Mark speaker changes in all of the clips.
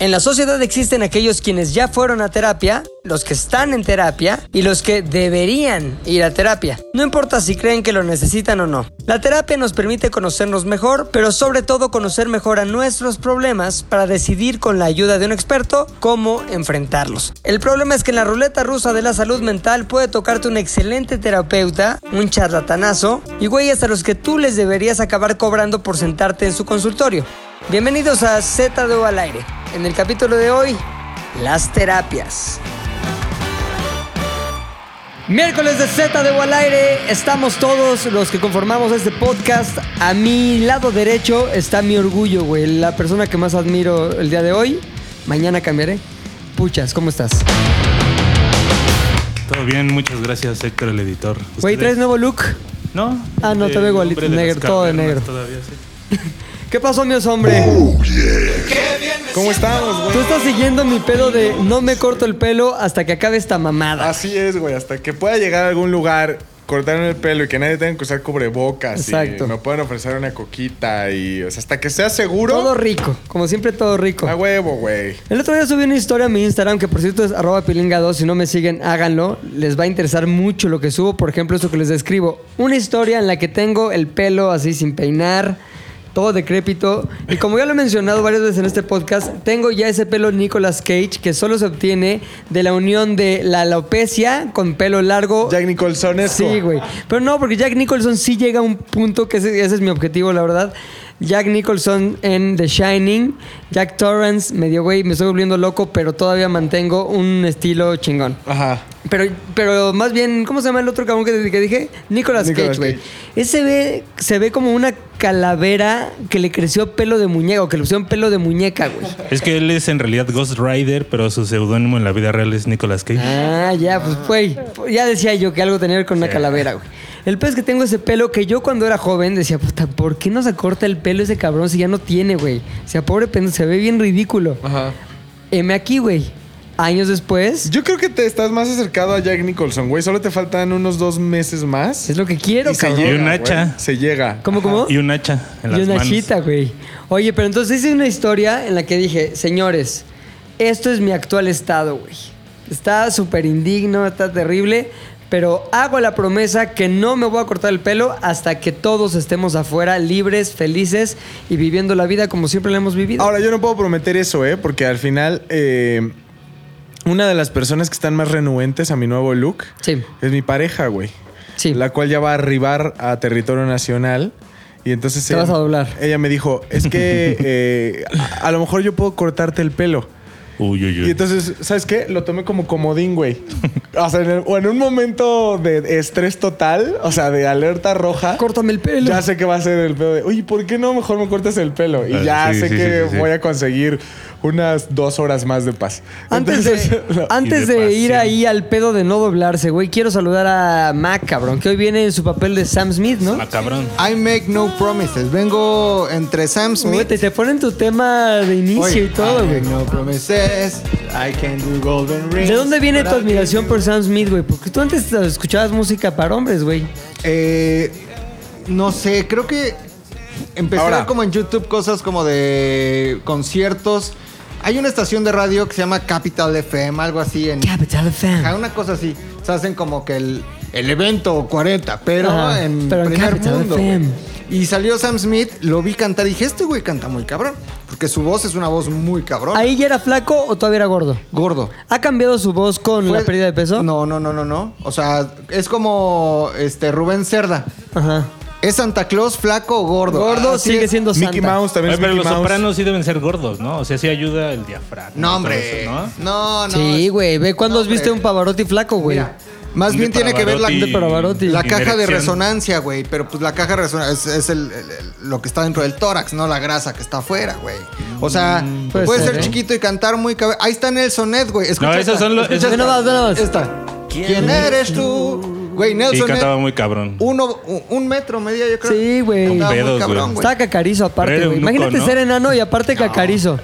Speaker 1: En la sociedad existen aquellos quienes ya fueron a terapia, los que están en terapia y los que deberían ir a terapia. No importa si creen que lo necesitan o no. La terapia nos permite conocernos mejor, pero sobre todo conocer mejor a nuestros problemas para decidir con la ayuda de un experto cómo enfrentarlos. El problema es que en la ruleta rusa de la salud mental puede tocarte un excelente terapeuta, un charlatanazo y güeyes a los que tú les deberías acabar cobrando por sentarte en su consultorio. Bienvenidos a ZDU al aire. En el capítulo de hoy, las terapias. Miércoles de Z de Aire, estamos todos los que conformamos este podcast. A mi lado derecho está mi orgullo, güey, la persona que más admiro el día de hoy. Mañana cambiaré. Puchas, ¿cómo estás?
Speaker 2: Todo bien, muchas gracias Héctor, el editor.
Speaker 1: Güey,
Speaker 2: ¿Ustedes?
Speaker 1: ¿traes nuevo look?
Speaker 2: ¿No?
Speaker 1: Ah, no,
Speaker 2: de
Speaker 1: te veo igualito,
Speaker 2: hombre de
Speaker 1: negro,
Speaker 2: las
Speaker 1: todo de
Speaker 2: cavernas
Speaker 1: negro.
Speaker 2: Todavía, sí.
Speaker 1: ¿Qué pasó, mi hombre?
Speaker 3: ¿Cómo estamos, güey?
Speaker 1: Tú estás siguiendo mi pedo de no me corto el pelo hasta que acabe esta mamada.
Speaker 3: Así es, güey. Hasta que pueda llegar a algún lugar, cortarme el pelo y que nadie tenga que usar cubrebocas.
Speaker 1: Exacto.
Speaker 3: Y me pueden ofrecer una coquita y. O sea, hasta que sea seguro. Ah,
Speaker 1: Todo rico, como siempre todo rico.
Speaker 3: a huevo, güey.
Speaker 1: El otro día subí una historia a mi Instagram, que por cierto es arroba pilinga2. Si no me siguen, háganlo. Les va a interesar mucho lo que subo. Por ejemplo, eso que les describo. Una historia en la que tengo el pelo así sin peinar, todo decrépito. Y como ya lo he mencionado varias veces en este podcast, tengo ya ese pelo Nicolas Cage que solo se obtiene de la unión de la alopecia con pelo largo.
Speaker 3: Jack Nicholson es.
Speaker 1: Sí, güey. Pero no, porque Jack Nicholson sí llega a un punto que ese, ese es mi objetivo, la verdad. Jack Nicholson en The Shining, Jack Torrance, medio güey, me estoy volviendo loco, pero todavía mantengo un estilo chingón.
Speaker 3: Ajá.
Speaker 1: Pero, pero más bien, ¿cómo se llama el otro cabrón que, que dije? Nicolas Cage,
Speaker 3: Nicolas
Speaker 1: güey.
Speaker 3: Cage.
Speaker 1: Ese ve, se ve como una calavera que le creció pelo de muñeca, o que le pusieron pelo de muñeca, güey.
Speaker 2: Es que él es en realidad Ghost Rider, pero su seudónimo en la vida real es Nicolas Cage.
Speaker 1: Ah, ya, pues, güey. Ya decía yo que algo tenía que ver con una
Speaker 2: Sí.
Speaker 1: calavera, güey. El pez que tengo ese pelo que yo cuando era joven decía, puta, ¿por qué no se corta el pelo ese cabrón si ya no tiene, güey? O sea, pobre pendejo, se ve bien ridículo.
Speaker 3: Ajá.
Speaker 1: M aquí, güey. Años después,
Speaker 3: Yo creo que te estás más acercado a Jack Nicholson, güey. Solo te faltan unos dos meses más.
Speaker 1: es lo que quiero,
Speaker 3: y se
Speaker 1: cabrón.
Speaker 3: llega.
Speaker 2: Y un
Speaker 3: güey.
Speaker 2: hacha.
Speaker 3: Se llega.
Speaker 1: ¿Cómo, cómo?
Speaker 2: Y un hacha en las
Speaker 1: ¿Ah? y una
Speaker 2: manos.
Speaker 1: chita, güey. Oye, pero entonces hice una historia en la que dije, señores, esto es mi actual estado, güey. Está súper indigno, está terrible, pero hago la promesa que no me voy a cortar el pelo hasta que todos estemos afuera, libres, felices y viviendo la vida como siempre la hemos vivido.
Speaker 3: Ahora, yo no puedo prometer eso, ¿eh? Porque al final, eh, una de las personas que están más renuentes a mi nuevo look
Speaker 1: sí,
Speaker 3: es mi pareja, güey.
Speaker 1: sí.
Speaker 3: La cual ya va a arribar a territorio nacional. Y entonces.
Speaker 1: Te
Speaker 3: ella-
Speaker 1: vas a doblar.
Speaker 3: Ella me dijo: Es que eh, a, a lo mejor yo puedo cortarte el pelo.
Speaker 2: Uy, uy, uy.
Speaker 3: Y entonces, ¿sabes qué? Lo tomé como comodín, güey. O sea, en, el- o en un momento de estrés total, o sea, de alerta roja.
Speaker 1: Córtame el pelo.
Speaker 3: Ya sé que va a ser el pedo de, oye, ¿por qué no mejor me cortas el pelo? Y
Speaker 2: Ah,
Speaker 3: ya
Speaker 2: sí,
Speaker 3: sé
Speaker 2: sí,
Speaker 3: que
Speaker 2: sí, sí, sí.
Speaker 3: voy a conseguir unas dos horas más de paz.
Speaker 1: Antes,
Speaker 3: Entonces,
Speaker 1: de,
Speaker 3: lo-
Speaker 1: antes
Speaker 2: y de
Speaker 1: de ir
Speaker 2: pasión.
Speaker 1: ahí al pedo de no doblarse, güey, quiero saludar a Mac, cabrón, que hoy viene en su papel de Sam Smith, ¿no?
Speaker 2: Ah, cabrón.
Speaker 4: I make no promises. Vengo entre Sam
Speaker 1: Güey,
Speaker 4: Smith.
Speaker 1: te, te ponen tu tema de inicio
Speaker 4: Oye,
Speaker 1: y todo,
Speaker 4: I
Speaker 1: güey.
Speaker 4: make no promises. I can do golden rings.
Speaker 1: ¿De dónde viene tu
Speaker 4: But I
Speaker 1: admiración
Speaker 4: can do-
Speaker 1: por Sam Smith, güey? Porque tú antes escuchabas música para hombres, güey.
Speaker 4: Eh, no sé, creo que empecé a
Speaker 3: Ahora.
Speaker 4: ver como en YouTube cosas como de conciertos. Hay una estación de radio que se llama Capital FM, algo así en
Speaker 1: Capital
Speaker 4: Ajá,
Speaker 1: Fan.
Speaker 4: una cosa así. Se hacen como que el, el evento 40, pero
Speaker 1: Ajá,
Speaker 4: en
Speaker 1: pero en
Speaker 4: primer
Speaker 1: Capital
Speaker 4: mundo.
Speaker 1: FM.
Speaker 4: güey. Y salió Sam Smith, lo vi cantar y dije, este güey canta muy cabrón. Porque su voz es una voz muy cabrón.
Speaker 1: ¿Ahí ya era flaco o todavía era gordo?
Speaker 4: Gordo.
Speaker 1: ¿Ha cambiado su voz con
Speaker 4: Fue-
Speaker 1: la pérdida de peso?
Speaker 4: Pues, No, no, no, no, no. O sea, es como este Rubén Cerda.
Speaker 1: Ajá.
Speaker 4: ¿Es Santa Claus flaco o gordo?
Speaker 1: Gordo
Speaker 4: Así
Speaker 1: sigue
Speaker 4: es.
Speaker 1: siendo santa.
Speaker 3: Mickey Mouse también
Speaker 2: Oye,
Speaker 3: es
Speaker 2: pero
Speaker 3: Mickey
Speaker 2: los
Speaker 3: Mouse.
Speaker 2: sopranos sí deben ser gordos, ¿no? O sea, sí ayuda el diafragma. y
Speaker 4: No,
Speaker 2: todo
Speaker 4: hombre.
Speaker 2: eso, ¿no?
Speaker 4: No, no.
Speaker 1: Sí, güey. Ve cuándo
Speaker 4: No,
Speaker 1: has visto
Speaker 4: hombre.
Speaker 1: un Pavarotti flaco, güey.
Speaker 4: Mira, Más
Speaker 2: Un
Speaker 4: bien tiene que ver la,
Speaker 2: Pavarotti-
Speaker 1: De Pavarotti.
Speaker 4: La
Speaker 2: Y
Speaker 4: caja de
Speaker 2: dirección.
Speaker 4: resonancia, güey. Pero pues la caja de resonancia es, es el- el- el- lo que está dentro del tórax, no la grasa que está afuera, güey. O sea,
Speaker 1: puede
Speaker 4: puede,
Speaker 1: ser,
Speaker 4: ser,
Speaker 1: ¿eh?
Speaker 4: chiquito y cantar muy cabe- Ahí está Nelson Ed, güey. Escucha
Speaker 2: No, esos
Speaker 4: esta,
Speaker 2: son los-
Speaker 4: escucha
Speaker 2: esos-
Speaker 1: Ve
Speaker 4: esta.
Speaker 1: nomás, ve nomás.
Speaker 4: Esta. ¿Quién eres tú? Güey,
Speaker 2: Sí,
Speaker 4: Nelson
Speaker 2: cantaba
Speaker 4: Ed.
Speaker 2: muy cabrón.
Speaker 4: Uno, un- un metro, media, yo creo.
Speaker 1: Sí, güey.
Speaker 4: Cantaba muy
Speaker 2: Pedos,
Speaker 4: cabrón,
Speaker 2: güey.
Speaker 4: güey.
Speaker 1: Está cacarizo
Speaker 2: Pero
Speaker 1: aparte,
Speaker 2: era
Speaker 1: güey.
Speaker 2: eunuco,
Speaker 1: Imagínate
Speaker 2: ¿no?
Speaker 1: ser enano y aparte cacarizo.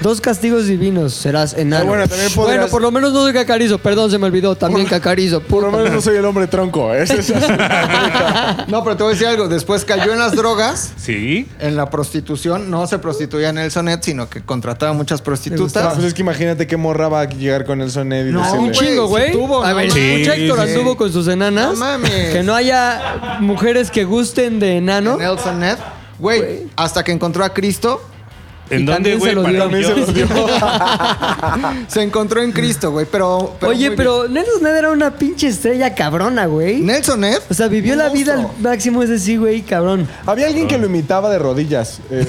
Speaker 1: Dos castigos divinos, serás enano.
Speaker 3: bueno,
Speaker 1: bueno,
Speaker 3: también podrías-
Speaker 1: por lo menos no soy cacarizo, perdón, se me olvidó, también cacarizo.
Speaker 3: Por lo
Speaker 1: puta
Speaker 3: menos no
Speaker 1: madre.
Speaker 3: soy el hombre tronco. Ese es-
Speaker 4: No, pero te voy a decir algo. Después cayó en las drogas,
Speaker 2: Sí.
Speaker 4: en la prostitución. No se prostituía en el sonet, sino que contrataba muchas prostitutas.
Speaker 3: Entonces pues es que imagínate qué morra va a llegar con el Sonet y
Speaker 4: No,
Speaker 3: decirle,
Speaker 1: Ah, un
Speaker 4: güey,
Speaker 1: chingo,
Speaker 4: sí
Speaker 1: güey.
Speaker 4: tuvo,
Speaker 1: a
Speaker 4: no
Speaker 1: ver,
Speaker 4: mames.
Speaker 1: si mucho
Speaker 2: Sí,
Speaker 1: Héctor
Speaker 2: sí.
Speaker 1: anduvo con sus enanas.
Speaker 4: No mames.
Speaker 1: Que no haya mujeres que gusten de enano.
Speaker 4: En el sonet. Güey, hasta que encontró a Cristo.
Speaker 1: Y
Speaker 2: ¿En dónde,
Speaker 1: también se
Speaker 2: güey?
Speaker 1: lo
Speaker 2: Para
Speaker 1: dio.
Speaker 2: yo-
Speaker 1: También se lo
Speaker 4: Se encontró en Cristo, güey. Pero, pero
Speaker 1: Oye,
Speaker 4: muy
Speaker 1: pero Nelson Ned era una pinche estrella cabrona, güey.
Speaker 4: bien. Nelson Ned.
Speaker 1: O sea, vivió
Speaker 4: Un
Speaker 1: la vida al
Speaker 4: monstruo.
Speaker 1: máximo ese sí, güey, cabrón.
Speaker 3: Había alguien que lo imitaba de rodillas. eh,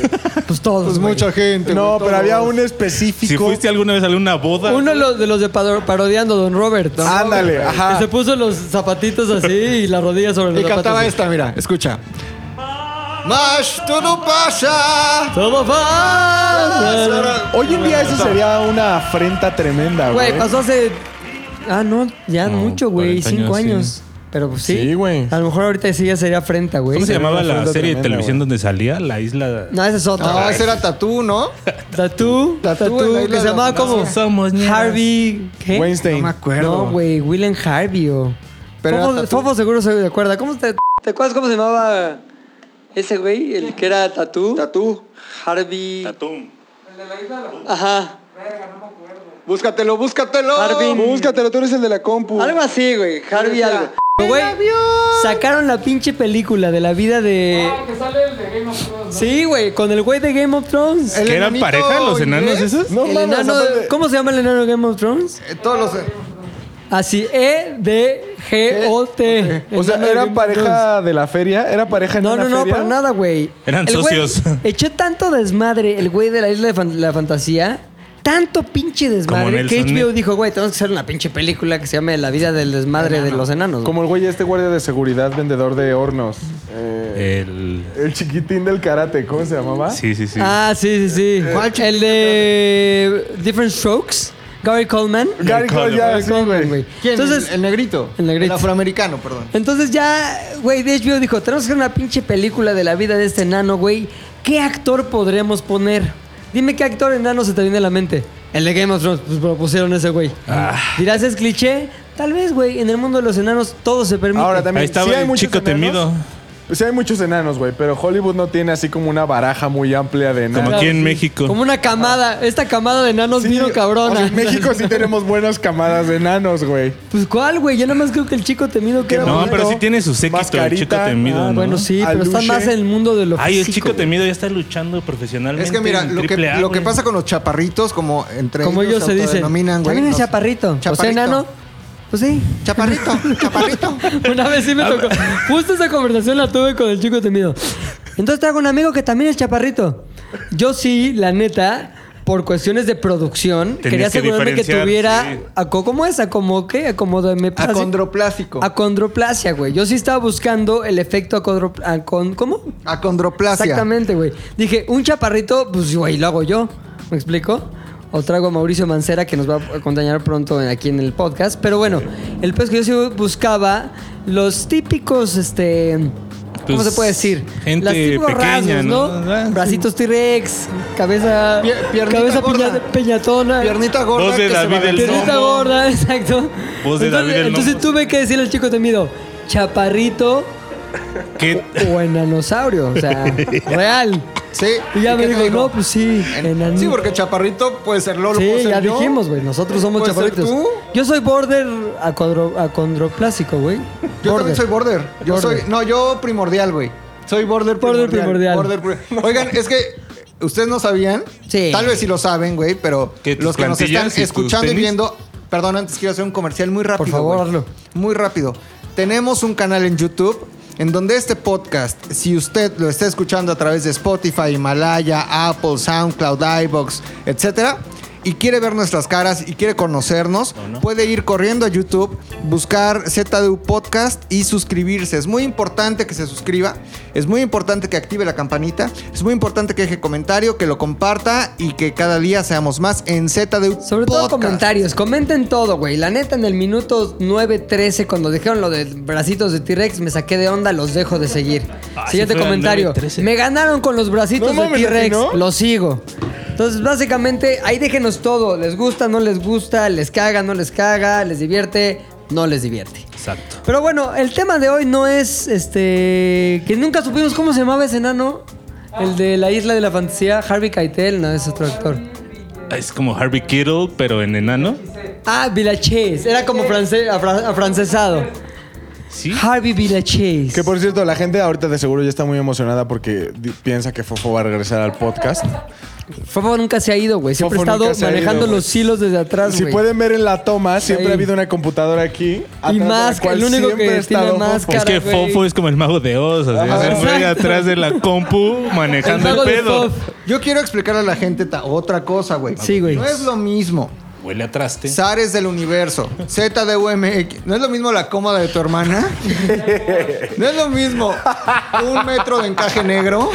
Speaker 1: Pues todos,
Speaker 4: Pues
Speaker 1: güey.
Speaker 4: mucha gente.
Speaker 3: no,
Speaker 4: güey,
Speaker 3: pero
Speaker 4: todos.
Speaker 3: había un
Speaker 2: Si
Speaker 3: específico.
Speaker 2: fuiste alguna vez a alguna boda.
Speaker 1: Uno de los, de los de paro- parodiando, Don Robert. ¿no?
Speaker 3: Ándale,
Speaker 1: Que
Speaker 3: ajá.
Speaker 1: se puso los zapatitos así y las rodillas sobre los
Speaker 4: Y
Speaker 1: zapatos.
Speaker 4: cantaba esta, mira, escucha. Mash, tú no Ah, pasa.
Speaker 1: Todo pasa.
Speaker 3: Hoy en día eso sería una afrenta tremenda, güey.
Speaker 1: Güey, pasó hace. Ah, no, ya
Speaker 2: No,
Speaker 1: mucho, güey.
Speaker 2: 40
Speaker 1: Cinco
Speaker 2: años,
Speaker 1: años. Pero pues sí.
Speaker 3: Sí, güey.
Speaker 1: A lo mejor ahorita sí ya sería afrenta, güey.
Speaker 2: ¿Cómo se llamaba
Speaker 3: una
Speaker 2: la
Speaker 3: fruta
Speaker 2: serie de
Speaker 3: tremenda,
Speaker 2: televisión
Speaker 3: güey.
Speaker 2: donde salía? La isla.
Speaker 1: No, ese es otro.
Speaker 4: No, Ah, ese era tatú, ¿no?
Speaker 1: Tatú.
Speaker 4: Tatú,
Speaker 1: Tatú.
Speaker 4: en la isla
Speaker 1: Que
Speaker 4: de
Speaker 1: se llamaba
Speaker 4: las
Speaker 1: como.
Speaker 4: naciones.
Speaker 2: Somos ñeras.
Speaker 1: Harvey. ¿Qué?
Speaker 3: Weinstein.
Speaker 4: No me acuerdo.
Speaker 1: No, güey. William Harvey o.
Speaker 4: Pero era
Speaker 1: Fofo,
Speaker 4: tatú.
Speaker 1: Fofo seguro se acuerda. ¿Cómo te, ¿Te acuerdas cómo se llamaba ese güey? El que era Tatú.
Speaker 4: Tatú.
Speaker 1: Harvey.
Speaker 2: Tatum.
Speaker 1: Ajá.
Speaker 4: Búscatelo, búscatelo.
Speaker 1: Marvin.
Speaker 3: Búscatelo, tú eres el de la compu.
Speaker 1: Algo así, güey. Harvey algo. Güey, sacaron la pinche película de la vida de. Ah, que sale el de Game of Thrones. Sí, güey, con el güey de Game of Thrones.
Speaker 4: El
Speaker 2: ¿Que eran
Speaker 4: enanito
Speaker 2: pareja los enanos
Speaker 4: inglés.
Speaker 2: esos?
Speaker 3: Eh, No
Speaker 1: El
Speaker 3: mames,
Speaker 1: enano de-
Speaker 3: aparte-
Speaker 1: ¿Cómo se llama el enano de Game of Thrones?
Speaker 4: Eh, Todos los.
Speaker 1: Así, E, D, G, O, T.
Speaker 3: O sea,
Speaker 1: Enano de Game
Speaker 3: ¿era
Speaker 1: of Thrones.
Speaker 3: pareja de la feria? ¿Era pareja en
Speaker 1: No,
Speaker 3: una
Speaker 1: no, no,
Speaker 3: feria?
Speaker 1: para nada, güey.
Speaker 2: Eran
Speaker 1: El güey
Speaker 2: socios.
Speaker 1: Echó tanto desmadre el güey de la isla de fan- la fantasía. Tanto pinche desmadre que
Speaker 2: Nelson,
Speaker 1: HBO
Speaker 2: ¿eh?
Speaker 1: dijo, güey, tenemos que hacer una pinche película que se llame La vida del desmadre de los enanos. güey.
Speaker 3: Como el güey este guardia de seguridad vendedor de hornos. Eh,
Speaker 2: El.
Speaker 3: El chiquitín del karate, ¿cómo se llamaba?
Speaker 2: Sí, sí, sí.
Speaker 1: Ah, sí, sí, sí.
Speaker 4: ¿Cuál chico?
Speaker 1: el de Different Strokes, Gary Coleman.
Speaker 3: Gary Cole, ya,
Speaker 1: Gary
Speaker 3: sí,
Speaker 1: Coleman,
Speaker 3: güey.
Speaker 1: güey.
Speaker 4: ¿Quién?
Speaker 1: Entonces,
Speaker 4: el, el negrito.
Speaker 1: el negrito.
Speaker 4: afroamericano, perdón.
Speaker 1: entonces ya, güey, de HBO dijo, tenemos que hacer una pinche película de la vida de este enano, güey. ¿Qué actor podremos poner? Dime qué actor enano se te viene a la mente. El de Game of Thrones, pues propusieron ese güey. Dirás, ¿es cliché? Tal vez, güey. En el mundo de los enanos todo se permite.
Speaker 3: Ahora también,
Speaker 2: Ahí estaba
Speaker 3: sí hay
Speaker 2: el
Speaker 3: muchos
Speaker 2: chico
Speaker 3: enanos.
Speaker 2: temido.
Speaker 3: Sí hay muchos enanos, güey, pero Hollywood no tiene así como una baraja muy amplia de enanos.
Speaker 2: Como aquí en México.
Speaker 1: Como una camada. Esta camada de enanos
Speaker 3: Sí,
Speaker 1: vino
Speaker 3: o
Speaker 1: cabrona.
Speaker 3: sea, en México sí tenemos buenas camadas de enanos, güey.
Speaker 1: Pues, ¿cuál, güey? Yo nada más creo que el chico temido que era
Speaker 2: No,
Speaker 1: bonito.
Speaker 2: pero sí tiene su séquito, el chico
Speaker 3: Mascarita.
Speaker 2: temido.
Speaker 3: Ah,
Speaker 2: ¿no?
Speaker 1: Bueno, sí, pero está
Speaker 3: Aluche.
Speaker 1: más en el mundo de lo
Speaker 2: Ay, el
Speaker 1: físico,
Speaker 2: chico
Speaker 1: güey.
Speaker 2: temido ya está luchando profesionalmente.
Speaker 4: Es que mira,
Speaker 2: en
Speaker 4: lo que,
Speaker 2: AAA,
Speaker 4: lo que
Speaker 2: güey.
Speaker 4: pasa con los chaparritos, como entre
Speaker 1: Como ellos se dicen.
Speaker 4: autodenominan, güey.
Speaker 1: También es
Speaker 4: nos-
Speaker 1: chaparrito. O sea,
Speaker 4: Chaparrito.
Speaker 1: enano. Pues sí.
Speaker 4: Chaparrito, chaparrito.
Speaker 1: Una vez
Speaker 2: Ah,
Speaker 1: sí me tocó. Justo esa conversación la tuve con el chico temido. Entonces traigo un amigo que también es chaparrito. Yo sí, la neta, por cuestiones de producción, quería
Speaker 2: Tenías que
Speaker 1: asegurarme que,
Speaker 2: diferenciar,
Speaker 1: tuviera.
Speaker 2: sí.
Speaker 1: aco- ¿Cómo es? ¿Acomo qué? Acomódame.
Speaker 4: Acondroplásico.
Speaker 1: Acondroplasia, güey. Yo sí estaba buscando el efecto acondrop... acon- ¿Cómo?
Speaker 4: Acondroplasia.
Speaker 1: Exactamente, güey. Dije, un chaparrito, pues güey, lo hago yo. ¿Me explico? O traigo a Mauricio Mancera que nos va a acompañar pronto en- aquí en el podcast. Pero bueno, el pez que yo sí buscaba los típicos, este. ¿Cómo
Speaker 2: Pues,
Speaker 1: se puede decir?
Speaker 2: gente
Speaker 1: Los típicos
Speaker 2: pequeña,
Speaker 1: ¿no?
Speaker 2: ¿no? Ah, sí.
Speaker 1: Bracitos T-Rex, cabeza.
Speaker 4: Pier- piernita
Speaker 1: cabeza
Speaker 4: gorda.
Speaker 1: piña- peñatona.
Speaker 4: Piernita gorda.
Speaker 2: Voz de
Speaker 4: que se
Speaker 2: David
Speaker 4: va a
Speaker 2: el
Speaker 4: vencer.
Speaker 1: Piernita
Speaker 2: Nomo.
Speaker 1: gorda, exacto.
Speaker 2: Voz de
Speaker 1: entonces,
Speaker 2: David el
Speaker 1: entonces
Speaker 2: Nomo.
Speaker 1: tuve que decirle al chico temido, chaparrito
Speaker 2: ¿Qué?
Speaker 1: o enanosaurio. O sea, real.
Speaker 4: Sí.
Speaker 1: Y ya me
Speaker 4: qué te
Speaker 1: dijo, no, pues sí,
Speaker 4: En-
Speaker 1: enanito.
Speaker 4: Sí, porque chaparrito puede ser Lolo.
Speaker 1: Sí,
Speaker 4: puedo ser
Speaker 1: ya
Speaker 4: yo.
Speaker 1: dijimos, güey. Nosotros somos
Speaker 4: ¿Puede ser
Speaker 1: chaparritos.
Speaker 4: tú?
Speaker 1: Yo soy border acondro- acondroplásico, güey.
Speaker 4: Yo
Speaker 1: Border.
Speaker 4: también soy border. Yo
Speaker 1: Border.
Speaker 4: soy. No, yo primordial, güey. Soy border
Speaker 1: Border
Speaker 4: primordial.
Speaker 1: primordial.
Speaker 4: Border pri- Oigan, es que. Ustedes no sabían.
Speaker 1: Sí.
Speaker 4: Tal vez sí lo saben, güey, pero
Speaker 2: ¿Que tus
Speaker 4: los que nos están
Speaker 2: plantillas y tus
Speaker 4: escuchando y
Speaker 2: tenis?
Speaker 4: viendo. Perdón, antes quiero hacer un comercial muy rápido.
Speaker 1: favor,
Speaker 4: güey.
Speaker 1: hazlo.
Speaker 4: Muy rápido. Tenemos un canal en YouTube en donde este podcast, si usted lo está escuchando a través de Spotify, Himalaya, Apple, SoundCloud, iBox, etcétera, y quiere ver nuestras caras y quiere conocernos, puede ir corriendo a YouTube, buscar ZDU Podcast y suscribirse. Es muy importante que se suscriba, es muy importante que active la campanita, es muy importante que deje comentario, que lo comparta y que cada día seamos más en ZDU
Speaker 1: Sobre todo
Speaker 4: Podcast.
Speaker 1: comentarios. Comenten todo, güey. La neta, en el minuto 9.13, cuando dijeron lo de bracitos de T-Rex, me saqué de onda, los dejo de seguir.
Speaker 2: Ah,
Speaker 1: Siguiente
Speaker 2: sí fue al
Speaker 1: comentario.
Speaker 2: 9:13.
Speaker 1: Me ganaron con los bracitos
Speaker 3: No
Speaker 1: de
Speaker 3: mames, ¿a ti
Speaker 1: T-Rex.
Speaker 3: no?
Speaker 1: Los sigo. Entonces, básicamente, ahí déjenos todo. ¿Les gusta, no les gusta? ¿Les caga, no les caga? ¿Les divierte, no les divierte?
Speaker 2: Exacto.
Speaker 1: Pero bueno, el tema de hoy no es este. que nunca supimos cómo se llamaba ese enano. El de la isla de la fantasía, Harvey Keitel, no, es otro actor.
Speaker 2: Es como Harvey Kittle, pero en enano.
Speaker 1: Ah, Villachés, era como france- afra- afrancesado.
Speaker 2: Sí.
Speaker 1: Harvey Villachés.
Speaker 3: Que por cierto, la gente ahorita de seguro ya está muy emocionada porque di- piensa que Fofo va a regresar al podcast.
Speaker 1: Fofo nunca se ha ido, güey. Siempre
Speaker 3: Fofo
Speaker 1: ha estado
Speaker 3: nunca se ha
Speaker 1: manejando
Speaker 3: ido, güey.
Speaker 1: los hilos desde atrás,
Speaker 3: Si
Speaker 1: güey.
Speaker 3: pueden ver en la toma, siempre
Speaker 1: Ahí.
Speaker 3: ha habido una computadora aquí. atrás de la
Speaker 1: máscara,
Speaker 3: cual
Speaker 1: el único
Speaker 3: siempre
Speaker 1: que tiene
Speaker 3: ha estado Fofo.
Speaker 1: máscara.
Speaker 2: Es que
Speaker 1: Cara, güey.
Speaker 2: Fofo es como el mago de Oz, así,
Speaker 1: Ajá.
Speaker 2: es el güey
Speaker 1: Exacto.
Speaker 2: atrás de la compu
Speaker 1: El
Speaker 2: manejando el,
Speaker 1: mago de
Speaker 2: pedo.
Speaker 1: Fof.
Speaker 4: Yo quiero explicarle a la gente ta- otra cosa, güey.
Speaker 1: Sí, güey.
Speaker 4: No es lo mismo.
Speaker 2: Huele a traste.
Speaker 4: Zares del universo. ZDUMX. ¿No es lo mismo la cómoda de tu hermana? ¿No es lo mismo un metro de encaje negro?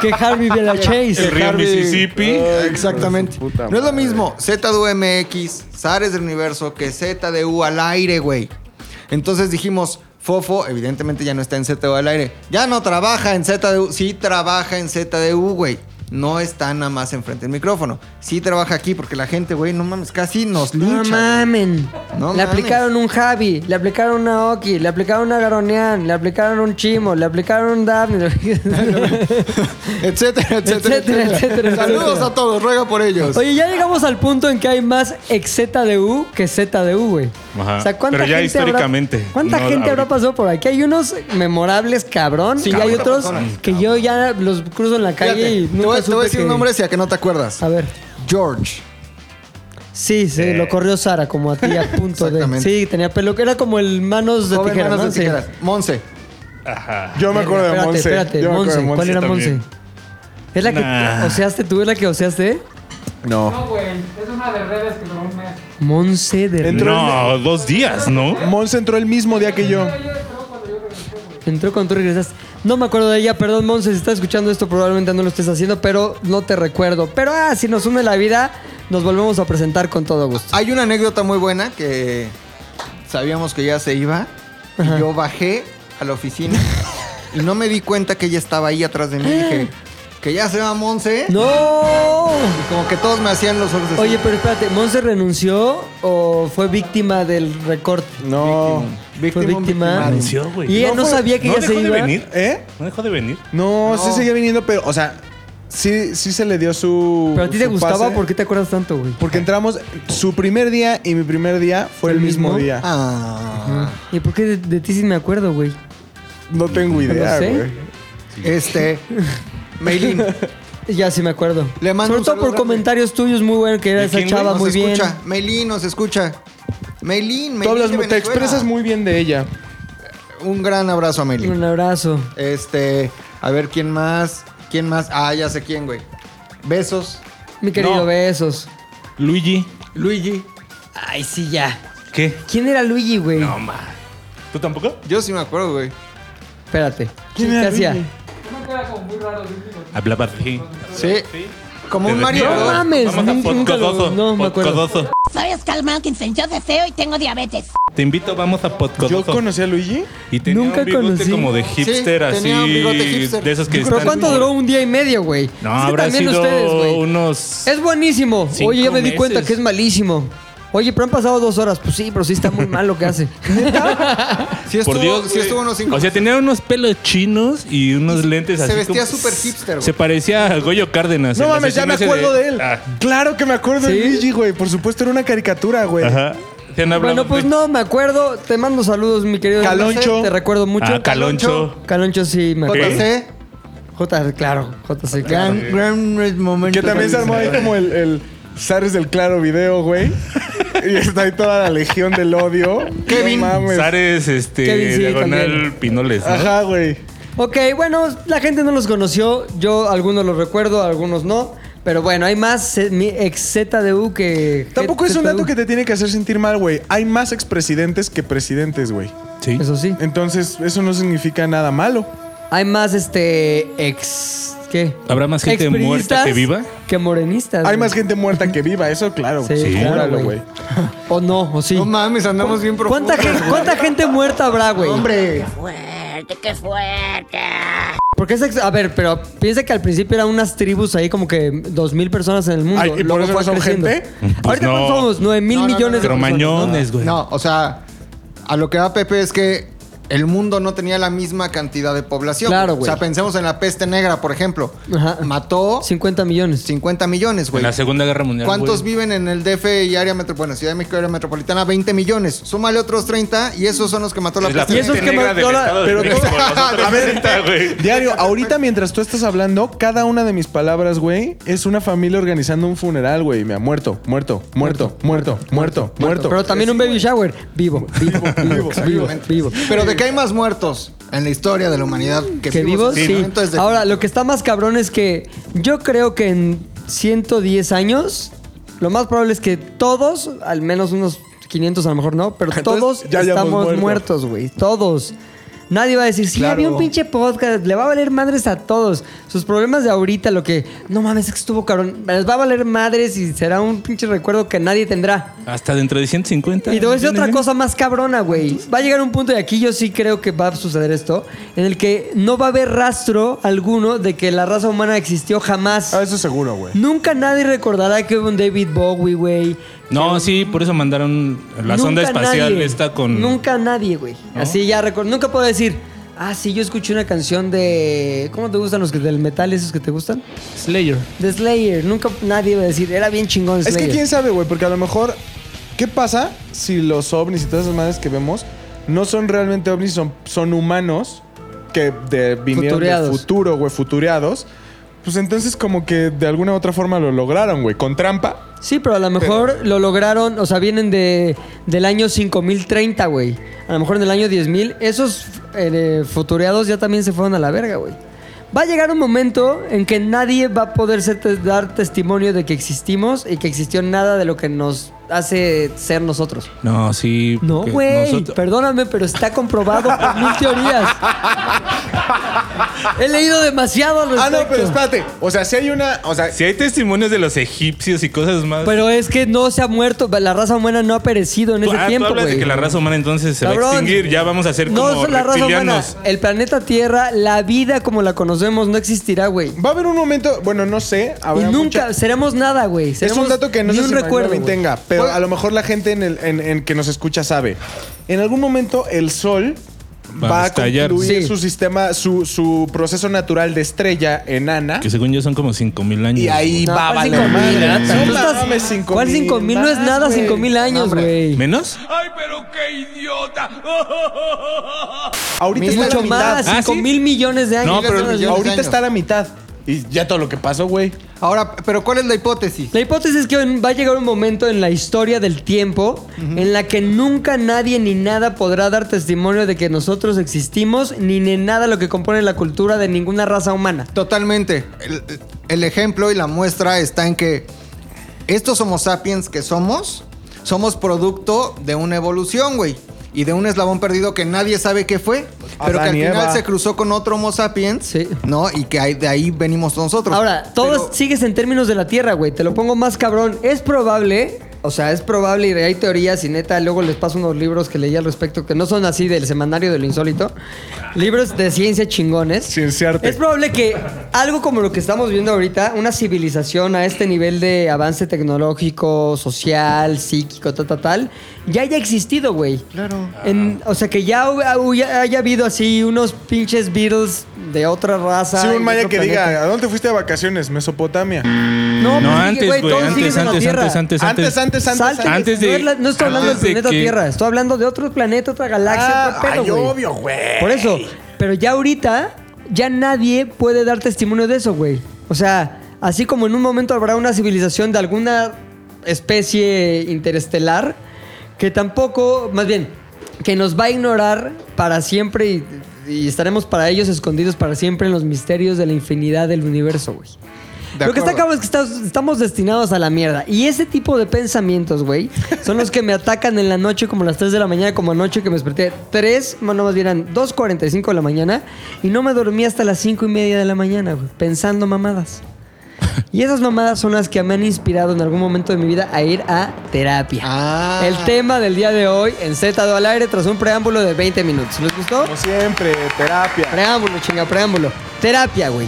Speaker 1: Que Harvey Villachés.
Speaker 2: El río Mississippi.
Speaker 4: Eh, Exactamente.
Speaker 3: Ay, puta
Speaker 4: No es
Speaker 3: madre.
Speaker 4: lo mismo ZDUMX, Zares del universo, que ZDU al aire, güey. Entonces dijimos, Fofo, evidentemente ya no está en ZDU al aire. Ya no trabaja en ZDU. Sí trabaja en ZDU, güey. No está nada más enfrente del micrófono. Sí trabaja aquí porque la gente, güey, no mames, casi nos
Speaker 1: No
Speaker 4: lincha. güey.
Speaker 1: mamen.
Speaker 4: No
Speaker 1: le
Speaker 4: mames.
Speaker 1: aplicaron un Javi, le aplicaron una Oki, le aplicaron una Garonian, le aplicaron un Chimo, le aplicaron un Daphne.
Speaker 4: etcétera, etcétera,
Speaker 1: Etcétera,
Speaker 4: etcétera.
Speaker 1: etcétera,
Speaker 4: Saludos
Speaker 1: etcétera.
Speaker 4: a todos, ruega por ellos.
Speaker 1: Oye, ya llegamos al punto en que hay más ex ZDU que ZDU, güey.
Speaker 2: Ajá. Pero ya
Speaker 1: habrá-
Speaker 2: históricamente,
Speaker 1: ¿Cuánta
Speaker 2: no
Speaker 1: gente habrá
Speaker 2: ahorita.
Speaker 1: pasado por aquí? Hay unos memorables cabrón y hay
Speaker 4: 50
Speaker 1: otros
Speaker 4: personas.
Speaker 1: que yo ya los cruzo en la calle
Speaker 4: Fíjate,
Speaker 1: y
Speaker 4: te voy-
Speaker 1: nunca
Speaker 4: te voy a
Speaker 1: supe
Speaker 4: decir
Speaker 1: que-
Speaker 4: un nombre si a que no te acuerdas.
Speaker 1: A ver.
Speaker 4: George.
Speaker 1: Sí, sí,
Speaker 2: Eh.
Speaker 1: lo corrió Sara como a ti a punto de.
Speaker 4: Exactamente.
Speaker 1: Sí, tenía pelo que era como el manos de
Speaker 4: Joven
Speaker 1: tijera,
Speaker 4: manos
Speaker 1: ¿no?
Speaker 4: de
Speaker 1: Sí.
Speaker 4: tijeras. Monse.
Speaker 2: Ajá.
Speaker 3: Yo me acuerdo de
Speaker 1: espérate,
Speaker 3: Monse.
Speaker 1: Espérate,
Speaker 3: Yo me acuerdo
Speaker 1: Monse.
Speaker 3: de
Speaker 1: ¿Cuál era
Speaker 2: también.
Speaker 1: Monse? ¿Es la que
Speaker 2: Nah.
Speaker 1: oseaste tú? ¿Es la que oseaste?
Speaker 3: No.
Speaker 1: Monse de
Speaker 3: Entró-
Speaker 2: No, dos días, ¿no?
Speaker 3: Monse entró el mismo día que yo.
Speaker 1: Entró cuando tú regresaste. No me acuerdo de ella, perdón, Monse, si estás escuchando esto, probablemente no lo estés haciendo, pero no te recuerdo. Pero ah, si nos une la vida, nos volvemos a presentar con todo gusto.
Speaker 4: Hay una anécdota muy buena que sabíamos que ya se iba. y yo bajé a la oficina y no me di cuenta que ella estaba ahí atrás de mí. Dije, que ya se va Monse.
Speaker 1: ¡No!
Speaker 4: Y como que todos me hacían los ojos así.
Speaker 1: Oye, pero espérate, ¿Monse renunció o fue víctima del recorte?
Speaker 3: No.
Speaker 1: Fue
Speaker 4: Víctima,
Speaker 1: víctima.
Speaker 4: victimario.
Speaker 2: Renunció, güey.
Speaker 1: Y ella no,
Speaker 3: No fue-
Speaker 1: sabía que
Speaker 2: ¿No
Speaker 1: ya se
Speaker 2: dejó de
Speaker 1: iba.
Speaker 2: venir?
Speaker 3: ¿Eh?
Speaker 2: ¿No dejó de venir?
Speaker 3: No, sí
Speaker 4: No.
Speaker 3: seguía viniendo, pero, o sea, sí, sí se le dio su.
Speaker 1: Pero a ti te
Speaker 3: su
Speaker 1: gustaba,
Speaker 3: pase.
Speaker 1: ¿por qué te acuerdas tanto, güey?
Speaker 3: Porque entramos, su primer día y mi primer día fue el,
Speaker 1: ¿El
Speaker 3: mismo,
Speaker 1: mismo?
Speaker 3: día.
Speaker 4: Ah.
Speaker 1: ¿Y por qué de, de ti sí me acuerdo, güey?
Speaker 3: No tengo idea,
Speaker 1: sé.
Speaker 3: güey.
Speaker 4: Este. Maylin.
Speaker 1: Ya sí me acuerdo.
Speaker 4: Le mando
Speaker 1: Sobre
Speaker 4: un
Speaker 1: todo
Speaker 4: saludo
Speaker 1: por
Speaker 4: grande.
Speaker 1: comentarios tuyos muy bueno que era
Speaker 2: ¿De
Speaker 1: esa
Speaker 2: quién, güey?
Speaker 1: chava
Speaker 4: Nos
Speaker 1: muy bien.
Speaker 4: escucha. Maylin nos escucha. Maylin, Maylin.
Speaker 3: Tú hablas
Speaker 4: de
Speaker 3: mu- te
Speaker 4: Venezuela.
Speaker 3: expresas muy bien de ella.
Speaker 4: Un gran abrazo a Maylin.
Speaker 1: Un abrazo.
Speaker 4: Este, a ver quién más, quién más. Ah, ya sé quién, güey. Besos.
Speaker 1: Mi querido,
Speaker 2: No.
Speaker 1: besos.
Speaker 2: Luigi.
Speaker 4: Luigi.
Speaker 1: Ay, sí, ya.
Speaker 2: ¿Qué?
Speaker 1: ¿Quién era Luigi, güey?
Speaker 2: No, ma. ¿Tú tampoco?
Speaker 4: Yo sí me acuerdo, güey.
Speaker 1: Espérate.
Speaker 3: ¿Quién
Speaker 1: ¿Qué
Speaker 3: era
Speaker 1: hacía?
Speaker 3: Luigi?
Speaker 2: Hablaba así.
Speaker 4: Sí. Como un
Speaker 2: Te
Speaker 4: Mario.
Speaker 2: decía,
Speaker 1: No
Speaker 4: Bros.
Speaker 1: mames,
Speaker 2: Vamos a
Speaker 1: nunca- nunca lo-
Speaker 2: Podcodoso.
Speaker 1: no me acuerdo.
Speaker 2: Podcodoso.
Speaker 5: Soy Oscar Malkinson, yo deseo y tengo diabetes.
Speaker 2: Te invito, vamos a Podcodoso.
Speaker 3: Yo conocí a Luigi.
Speaker 2: Y tenía
Speaker 1: Nunca
Speaker 2: un bigote
Speaker 1: conocí.
Speaker 2: como de hipster,
Speaker 4: Sí,
Speaker 2: así.
Speaker 4: tenía un bigote hipster.
Speaker 2: De esos que
Speaker 1: ¿Pero
Speaker 2: están-
Speaker 1: cuánto duró un día y medio, güey?
Speaker 2: No,
Speaker 1: Es que
Speaker 2: habrá
Speaker 1: también
Speaker 2: sido
Speaker 1: ustedes, güey.
Speaker 2: unos...
Speaker 1: Es buenísimo.
Speaker 2: Cinco
Speaker 1: Oye, ya me di
Speaker 2: meses.
Speaker 1: cuenta que es malísimo. Oye, pero han pasado dos horas. Pues sí, pero sí está muy mal lo que hace.
Speaker 4: Sí estuvo,
Speaker 2: Por Dios,
Speaker 4: sí
Speaker 2: güey.
Speaker 4: estuvo unos cinco.
Speaker 2: O sea, tenía unos pelos chinos y unos lentes
Speaker 4: se
Speaker 2: así.
Speaker 4: vestía
Speaker 2: como-
Speaker 4: súper hipster, güey.
Speaker 2: Se parecía a Goyo Cárdenas.
Speaker 3: No
Speaker 2: el
Speaker 3: mames, ya me
Speaker 2: asesino ese
Speaker 3: acuerdo de él.
Speaker 2: Ah,
Speaker 3: Claro que me acuerdo
Speaker 1: ¿Sí?
Speaker 3: de Luigi, güey. Por supuesto, era una caricatura, güey.
Speaker 2: Ajá. Se han hablado
Speaker 1: bueno, pues
Speaker 2: de-
Speaker 1: no, me acuerdo. Te mando saludos, mi querido.
Speaker 3: Caloncho.
Speaker 1: Te recuerdo mucho.
Speaker 2: Ah, Caloncho.
Speaker 1: Caloncho sí, me acuerdo.
Speaker 4: JC,
Speaker 1: J, claro. J, sí, claro.
Speaker 4: gran, gran momento.
Speaker 3: Que también se armó ahí como el, el Zares del Claro video, güey. Y está ahí toda la legión del odio.
Speaker 4: Kevin
Speaker 3: No mames.
Speaker 2: Zares, este,
Speaker 1: Kevin, sí,
Speaker 2: diagonal
Speaker 1: también.
Speaker 2: Pinoles. ¿no?
Speaker 3: Ajá, güey.
Speaker 1: Ok, bueno, la gente no los conoció. Yo algunos los recuerdo, algunos no. Pero bueno, hay más eh, mi ex ZDU que.
Speaker 3: Tampoco es un dato
Speaker 1: ZDU.
Speaker 3: que te tiene que hacer sentir mal, güey. Hay más expresidentes que presidentes, güey.
Speaker 2: Sí.
Speaker 1: Eso sí.
Speaker 3: Entonces, eso no significa nada malo.
Speaker 1: Hay más este ex. ¿Qué?
Speaker 2: ¿Habrá más gente
Speaker 1: Expriistas
Speaker 2: muerta que viva?
Speaker 1: Que morenistas.
Speaker 3: Hay
Speaker 1: güey.
Speaker 3: más gente muerta que viva, eso claro.
Speaker 1: Sí,
Speaker 3: Sí,
Speaker 1: claro,
Speaker 3: júralo,
Speaker 1: güey.
Speaker 3: güey.
Speaker 1: O no, o sí.
Speaker 4: No mames, andamos bien profundos.
Speaker 1: ¿Cuánta, gente, ¿Cuánta gente muerta habrá, güey?
Speaker 4: Hombre,
Speaker 5: Fuerte, qué fuerte.
Speaker 1: Porque es. ex- A ver, pero piensa que al principio eran unas tribus ahí como que dos mil personas en el mundo.
Speaker 3: Ay, ¿y por
Speaker 1: Luego
Speaker 3: eso
Speaker 1: fue
Speaker 3: no son
Speaker 1: creciendo.
Speaker 3: gente?
Speaker 2: Pues
Speaker 1: Ahorita
Speaker 2: no.
Speaker 1: ¿cuántos somos nueve mil
Speaker 4: No, no, no,
Speaker 1: millones de
Speaker 4: no, no,
Speaker 1: personas.
Speaker 2: Cromañones, güey.
Speaker 4: No, o sea, a lo que va Pepe es que el mundo no tenía la misma cantidad de población.
Speaker 1: Claro,
Speaker 4: O
Speaker 1: güey.
Speaker 4: sea, pensemos en la peste negra, por ejemplo.
Speaker 1: Ajá.
Speaker 4: Mató
Speaker 1: 50 millones.
Speaker 4: 50 millones,
Speaker 2: En
Speaker 4: güey.
Speaker 2: la Segunda Guerra Mundial.
Speaker 4: ¿Cuántos
Speaker 2: güey.
Speaker 4: viven en el DF y área metropolitana, Ciudad de México, área metropolitana? 20 millones. Súmale otros 30 y esos son los que mató la
Speaker 2: Es la
Speaker 4: peste
Speaker 1: Y
Speaker 2: peste
Speaker 1: esos
Speaker 4: negra.
Speaker 1: que
Speaker 2: negra
Speaker 1: más-
Speaker 2: del
Speaker 1: ahora-
Speaker 2: Estado de
Speaker 3: pero-
Speaker 2: México, nosotros
Speaker 4: A ver,
Speaker 2: 60, güey.
Speaker 3: Diario, ahorita mientras tú estás hablando, cada una de mis palabras, güey, es una familia organizando un funeral, güey. Me ha muerto, muerto, muerto, muerto, muerto, muerto.
Speaker 1: Pero también un baby shower. Vivo, vivo, vivo, vivo, vivo.
Speaker 4: Pero de que hay más muertos en la historia de la humanidad que,
Speaker 1: ¿Que vivos? Sí.
Speaker 4: Entonces, de-
Speaker 1: Ahora, lo que está más cabrón es que yo creo que en 110 años, lo más probable es que todos, al menos unos 500 a lo mejor no, pero todos
Speaker 3: ya hayamos
Speaker 1: estamos
Speaker 3: muerto.
Speaker 1: muertos, güey. Todos. Nadie va a decir, sí,
Speaker 4: Claro.
Speaker 1: había un pinche podcast, le va a valer madres a todos. Sus problemas de ahorita, lo que, no mames, es que estuvo cabrón, les va a valer madres y será un pinche recuerdo que nadie tendrá.
Speaker 2: Hasta dentro de 150.
Speaker 1: Y te voy a decir otra
Speaker 2: Tienen-
Speaker 1: cosa más cabrona, güey. Va a llegar un punto, y aquí yo sí creo que va a suceder esto, en el que no va a haber rastro alguno de que la raza humana existió jamás.
Speaker 3: Ah, eso seguro, güey.
Speaker 1: Nunca nadie recordará que hubo un David Bowie, güey.
Speaker 2: No, sí, por eso mandaron la
Speaker 1: Nunca
Speaker 2: sonda espacial
Speaker 1: nadie,
Speaker 2: esta con.
Speaker 1: Nunca nadie, güey. Así ya record... Nunca puedo decir... Ah, sí, yo escuché una canción de... ¿Cómo te gustan los que del metal, esos que te gustan?
Speaker 2: Slayer.
Speaker 1: De Slayer. Nunca nadie va a decir, era bien chingón
Speaker 3: Es
Speaker 1: Slayer.
Speaker 3: que quién sabe, güey, porque a lo mejor, ¿qué pasa si los ovnis y todas esas madres que vemos no son realmente ovnis, son, son humanos que de- vinieron
Speaker 1: Futureados.
Speaker 3: del futuro, güey, futureados? Pues entonces como que de alguna u otra forma lo lograron, güey, con trampa.
Speaker 1: Sí, pero a lo mejor lo lograron, o sea, vienen de, del año 5030, güey. A lo mejor en el año 10000, esos eh, de futureados ya también se fueron a la verga, güey. Va a llegar un momento en que nadie va a poder ser- te- dar testimonio de que existimos y que existió nada de lo que nos hace ser nosotros.
Speaker 2: No, sí.
Speaker 1: No,
Speaker 2: porque
Speaker 1: güey,
Speaker 2: nosotros-
Speaker 1: perdóname, pero está comprobado por mil teorías. He leído demasiado al respecto.
Speaker 3: Ah, no, pero espérate. O sea, si hay una... O sea,
Speaker 2: Si hay testimonios de los egipcios y cosas más.
Speaker 1: Pero es que no se ha muerto, la raza humana no ha perecido en
Speaker 2: Tú-
Speaker 1: ese
Speaker 2: ah, tú
Speaker 1: tiempo,
Speaker 2: hablas
Speaker 1: güey.
Speaker 2: de que la raza humana entonces se va a
Speaker 1: Cabrón.
Speaker 2: extinguir. Ya vamos a ser
Speaker 1: No
Speaker 2: como
Speaker 1: es la raza humana,
Speaker 2: reptilianos.
Speaker 1: el planeta Tierra, la vida como la conocemos no existirá, güey.
Speaker 3: va a haber un momento, bueno, no sé.
Speaker 1: Y
Speaker 3: habrá
Speaker 1: nunca
Speaker 3: mucha-
Speaker 1: seremos nada, güey.
Speaker 3: Es un
Speaker 1: Seremos
Speaker 3: dato que no
Speaker 1: ni
Speaker 3: sé
Speaker 1: un
Speaker 3: si
Speaker 1: recuerdo.
Speaker 3: recuerdo
Speaker 1: güey. Pues-
Speaker 3: tenga, pero a lo mejor la gente en el en- en que nos escucha sabe. En algún momento el sol
Speaker 2: Va
Speaker 3: va,
Speaker 2: a
Speaker 3: a,
Speaker 2: estallar.
Speaker 3: concluir
Speaker 1: Sí.
Speaker 3: su sistema, su, su proceso natural de estrella enana.
Speaker 2: Que según yo son como 5000 años.
Speaker 3: Y ahí
Speaker 1: No,
Speaker 3: va a
Speaker 1: ¿cuál
Speaker 3: valer
Speaker 1: 5000?
Speaker 3: madre.
Speaker 1: Nata,
Speaker 3: No
Speaker 1: tú estás-
Speaker 3: mames, 5000.
Speaker 1: ¿Cuál 5000? No es
Speaker 3: Más,
Speaker 1: nada
Speaker 3: güey.
Speaker 1: 5000 años,
Speaker 4: hombre.
Speaker 1: güey.
Speaker 2: ¿Menos?
Speaker 3: Ahorita
Speaker 1: Es
Speaker 3: está
Speaker 1: mucho
Speaker 3: la mitad.
Speaker 1: más,
Speaker 2: ¿Ah, sí?
Speaker 1: 5000 millones de años.
Speaker 2: No, pero-
Speaker 1: Millones de años.
Speaker 4: millones de
Speaker 3: Ahorita
Speaker 4: años.
Speaker 3: está la mitad. Y ya todo lo que pasó, güey.
Speaker 4: Ahora, pero ¿cuál es la hipótesis?
Speaker 1: La hipótesis es que va a llegar un momento en la historia del tiempo en la que nunca nadie ni nada podrá dar testimonio de que nosotros existimos ni de nada lo que compone la cultura de ninguna raza humana.
Speaker 4: Totalmente. El, el ejemplo y la muestra está en que estos Homo sapiens que somos, somos producto de una evolución, güey. Y de un eslabón perdido que nadie sabe qué fue, pero que
Speaker 3: Ah, Adán
Speaker 4: al
Speaker 3: y
Speaker 4: final
Speaker 3: Eva.
Speaker 4: se cruzó con otro Homo sapiens,
Speaker 1: Sí.
Speaker 4: ¿no? Y que ahí- de ahí venimos nosotros.
Speaker 1: Ahora, todo
Speaker 4: Pero-
Speaker 1: es- sigues en términos de la Tierra, güey. Te lo pongo más cabrón. Es probable, o sea, es probable y hay teorías y neta, luego les paso unos libros que leí al respecto que no son así del semanario del insólito. Libros de ciencia chingones.
Speaker 3: Cienciarte.
Speaker 1: Es probable que algo como lo que estamos viendo ahorita, una civilización a este nivel de avance tecnológico, social, psíquico, tal, tal, tal, ya haya existido, güey. Claro. o sea, que ya, hu- ya haya habido así unos pinches Beatles de otra raza.
Speaker 3: Si
Speaker 1: y de
Speaker 3: un maya
Speaker 1: otro
Speaker 3: que
Speaker 1: planeta.
Speaker 3: diga, ¿a dónde fuiste de vacaciones? Mesopotamia.
Speaker 1: No,
Speaker 2: No,
Speaker 1: pues,
Speaker 2: antes,
Speaker 1: güey,
Speaker 2: güey.
Speaker 1: todos siguen
Speaker 2: Antes,
Speaker 1: en la
Speaker 2: antes,
Speaker 1: Tierra.
Speaker 2: antes, antes,
Speaker 3: Antes, antes, antes.
Speaker 1: Sáltales,
Speaker 2: antes
Speaker 1: no,
Speaker 2: de-
Speaker 1: es la- no estoy hablando del
Speaker 2: antes de
Speaker 1: planeta
Speaker 2: que-
Speaker 1: Tierra, estoy hablando de otro planeta, otra galaxia,
Speaker 3: Ah,
Speaker 1: otro pedo,
Speaker 3: ay,
Speaker 1: güey.
Speaker 3: obvio, güey.
Speaker 1: Por eso, pero ya ahorita, ya nadie puede dar testimonio de eso, güey. O sea, así como en un momento habrá una civilización de alguna especie interestelar que tampoco, más bien, que nos va a ignorar para siempre y, y estaremos para ellos escondidos para siempre en los misterios de la infinidad del universo, güey.
Speaker 4: De
Speaker 1: Lo que está
Speaker 4: acuerdo.
Speaker 1: cabrón es que estás- estamos destinados a la mierda. Y ese tipo de pensamientos, güey, son los que me atacan en la noche, como a las 3 de la mañana, como anoche que me desperté 3, no más bien eran 2.45 de la mañana, y no me dormí hasta las 5 y media de la mañana, güey, pensando mamadas. Y esas mamadas son las que me han inspirado en algún momento de mi vida a ir a terapia.
Speaker 4: Ah.
Speaker 1: El tema del día de hoy en Z2 al aire tras un preámbulo de 20 minutos. ¿Les gustó?
Speaker 3: Como siempre, terapia.
Speaker 1: Preámbulo, chinga, preámbulo. Terapia, güey.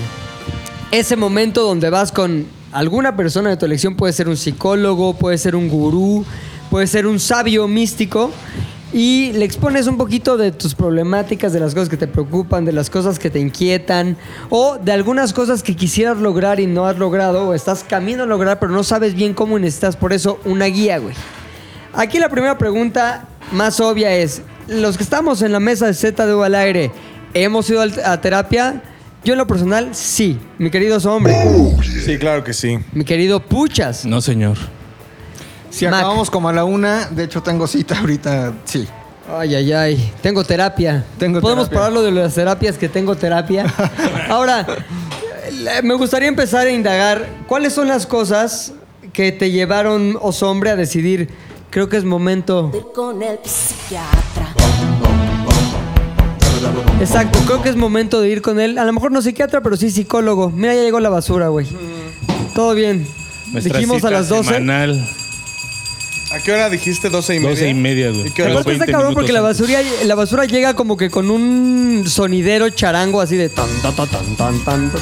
Speaker 1: Ese momento donde vas con alguna persona de tu elección, puede ser un psicólogo, puede ser un gurú, puede ser un sabio místico, y le expones un poquito de tus problemáticas, de las cosas que te preocupan, de las cosas que te inquietan, o de algunas cosas que quisieras lograr y no has logrado, o estás camino a lograr, pero no sabes bien cómo y necesitas por eso una guía, güey. Aquí la primera pregunta más obvia es, los que estamos en la mesa de ZDU al aire, ¿hemos ido al- a terapia? Yo en lo personal, sí. Mi querido hombre,
Speaker 3: Sí, claro que sí.
Speaker 1: mi querido Puchas.
Speaker 2: No, señor.
Speaker 4: Si
Speaker 1: Mac.
Speaker 4: acabamos como a la una, de hecho tengo cita ahorita, sí.
Speaker 1: Ay, ay, ay. Tengo terapia.
Speaker 4: Tengo
Speaker 1: Podemos
Speaker 4: terapia.
Speaker 1: parar lo de las terapias que tengo terapia. Ahora, le- me gustaría empezar a indagar cuáles son las cosas que te llevaron, os hombre, a decidir. Creo que es momento
Speaker 6: ir con el psiquiatra.
Speaker 1: Exacto, creo que es momento de ir con él. A lo mejor no psiquiatra, pero sí psicólogo. Mira, ya llegó la basura, güey. Todo bien.
Speaker 2: Nuestra
Speaker 1: Dijimos a
Speaker 2: cita
Speaker 1: las 12.
Speaker 2: Semanal,
Speaker 3: ¿A qué hora dijiste? ¿Doce y media?
Speaker 2: 12 y media, güey.
Speaker 3: ¿Y qué hora?
Speaker 1: Aparte está
Speaker 2: 20
Speaker 1: cabrón porque la
Speaker 2: minutos
Speaker 1: basura, la basura llega como que con un sonidero charango así de tan, tan, tan, tan, tan, tan.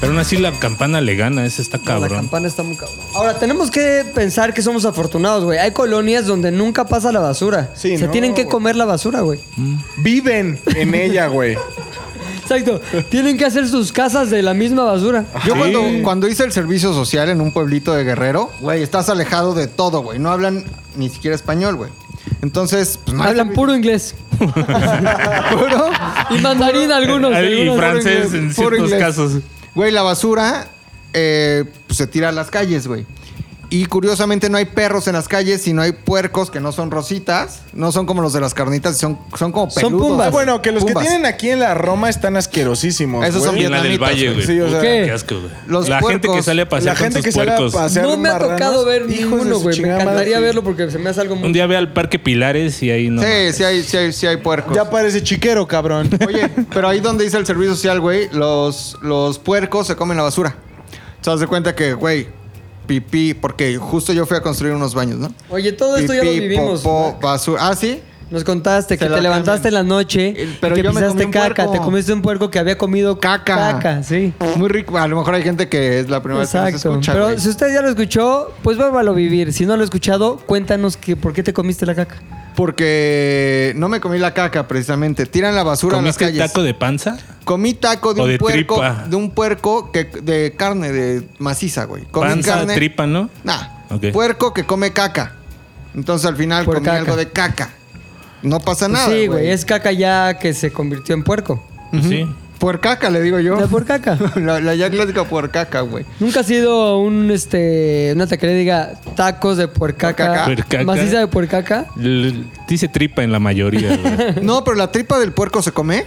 Speaker 2: Pero aún así la campana le gana, ese está
Speaker 1: La
Speaker 2: cabrón.
Speaker 1: campana está muy cabrón. Ahora, tenemos que pensar que somos afortunados, güey. Hay colonias donde nunca pasa la basura.
Speaker 3: Sí,
Speaker 1: Se
Speaker 3: no,
Speaker 1: tienen que
Speaker 3: güey.
Speaker 1: comer la basura, güey.
Speaker 3: Viven en ella, güey.
Speaker 1: Exacto. tienen que hacer sus casas de la misma basura.
Speaker 3: Ah,
Speaker 4: Yo
Speaker 2: Sí.
Speaker 4: cuando, cuando hice el servicio social en un pueblito de Guerrero, güey, estás alejado de todo, güey. No hablan ni siquiera español, güey. Entonces, pues no
Speaker 1: Hablan puro inglés.
Speaker 4: puro.
Speaker 1: Y mandarín algunos.
Speaker 2: Ay, y
Speaker 1: algunos.
Speaker 2: francés en
Speaker 4: puro
Speaker 2: ciertos
Speaker 4: inglés.
Speaker 2: casos.
Speaker 4: Güey, la basura eh, pues, se tira a las calles, güey. Y curiosamente no hay perros en las calles, sino hay puercos que no son rositas, no son como los de las carnitas, son, son como
Speaker 1: Son
Speaker 4: peludos.
Speaker 1: pumbas.
Speaker 3: Ah, bueno, que los
Speaker 4: Pumbas.
Speaker 3: que tienen aquí en la Roma están asquerosísimos.
Speaker 4: Esos
Speaker 3: güey.
Speaker 4: son
Speaker 2: Y en la del
Speaker 4: vietnamitas,
Speaker 2: Valle,
Speaker 4: güey.
Speaker 2: güey.
Speaker 3: Sí, o sea,
Speaker 2: Puta,
Speaker 1: ¿Qué?
Speaker 2: qué asco, güey.
Speaker 4: Los
Speaker 2: la gente
Speaker 4: puercos.
Speaker 2: que sale a
Speaker 3: La
Speaker 2: pasear con
Speaker 3: gente
Speaker 2: sus
Speaker 3: que sale
Speaker 2: puercos.
Speaker 3: a pasear
Speaker 1: No me ha
Speaker 3: marranos,
Speaker 1: tocado ver
Speaker 3: hijos de
Speaker 1: ninguno,
Speaker 3: su
Speaker 1: güey. Me
Speaker 3: chingada madre,
Speaker 1: encantaría
Speaker 3: sí.
Speaker 1: verlo porque se me hace algo muy...
Speaker 2: Un día ve al Parque Pilares y ahí no.
Speaker 4: Sí, sí hay, sí hay, sí hay puercos.
Speaker 3: Ya parece chiquero, cabrón.
Speaker 4: Oye, pero ahí donde dice el servicio social, güey, los, los puercos se comen la basura. Te das de cuenta que, güey, pipí, porque justo yo fui a construir unos baños, ¿no?
Speaker 1: Oye, todo esto ya lo
Speaker 4: Pipí,
Speaker 1: vivimos.
Speaker 4: popó, basura. Ah, sí.
Speaker 1: Nos contaste
Speaker 4: Se
Speaker 1: que
Speaker 4: la
Speaker 1: te levantaste en
Speaker 4: cambian.
Speaker 1: la noche
Speaker 4: El- pero
Speaker 1: y que
Speaker 4: yo me comí
Speaker 1: pisaste
Speaker 4: un
Speaker 1: caca.
Speaker 4: puerco.
Speaker 1: Te comiste un puerco que había comido
Speaker 4: Caca.
Speaker 1: Caca, sí.
Speaker 4: Muy rico. A lo mejor hay gente que es la primera vez que nos
Speaker 1: Exacto.
Speaker 4: escucha.
Speaker 1: Pero
Speaker 4: güey.
Speaker 1: si usted ya lo escuchó, pues vuélvalo a vivir. Si no lo ha escuchado, cuéntanos que por qué te comiste la caca.
Speaker 4: Porque no me comí la caca, precisamente. Tiran la basura en las
Speaker 2: ¿Comiste
Speaker 4: calles.
Speaker 2: taco de panza?
Speaker 4: Comí taco de
Speaker 2: O
Speaker 4: un
Speaker 2: de
Speaker 4: puerco.
Speaker 2: tripa.
Speaker 4: De un puerco que, de carne, de maciza, güey. Comí
Speaker 2: panza,
Speaker 4: carne.
Speaker 2: tripa, ¿no?
Speaker 4: Nah.
Speaker 2: Ok.
Speaker 4: Puerco que come caca. Entonces al final comí
Speaker 1: Puercaca.
Speaker 4: algo de caca. No pasa Pues nada.
Speaker 1: Pues sí, güey. Es caca ya que se convirtió en puerco.
Speaker 2: Sí.
Speaker 4: Puercaca, le digo yo.
Speaker 1: La puercaca.
Speaker 4: la, la ya clásica puercaca, güey.
Speaker 1: Nunca ha sido un, este, una taquería diga tacos de puercaca,
Speaker 4: Puercaca.
Speaker 2: Puercaca.
Speaker 1: maciza de puercaca.
Speaker 2: L- Dice tripa en la mayoría, güey.
Speaker 4: No, pero la tripa del puerco se come.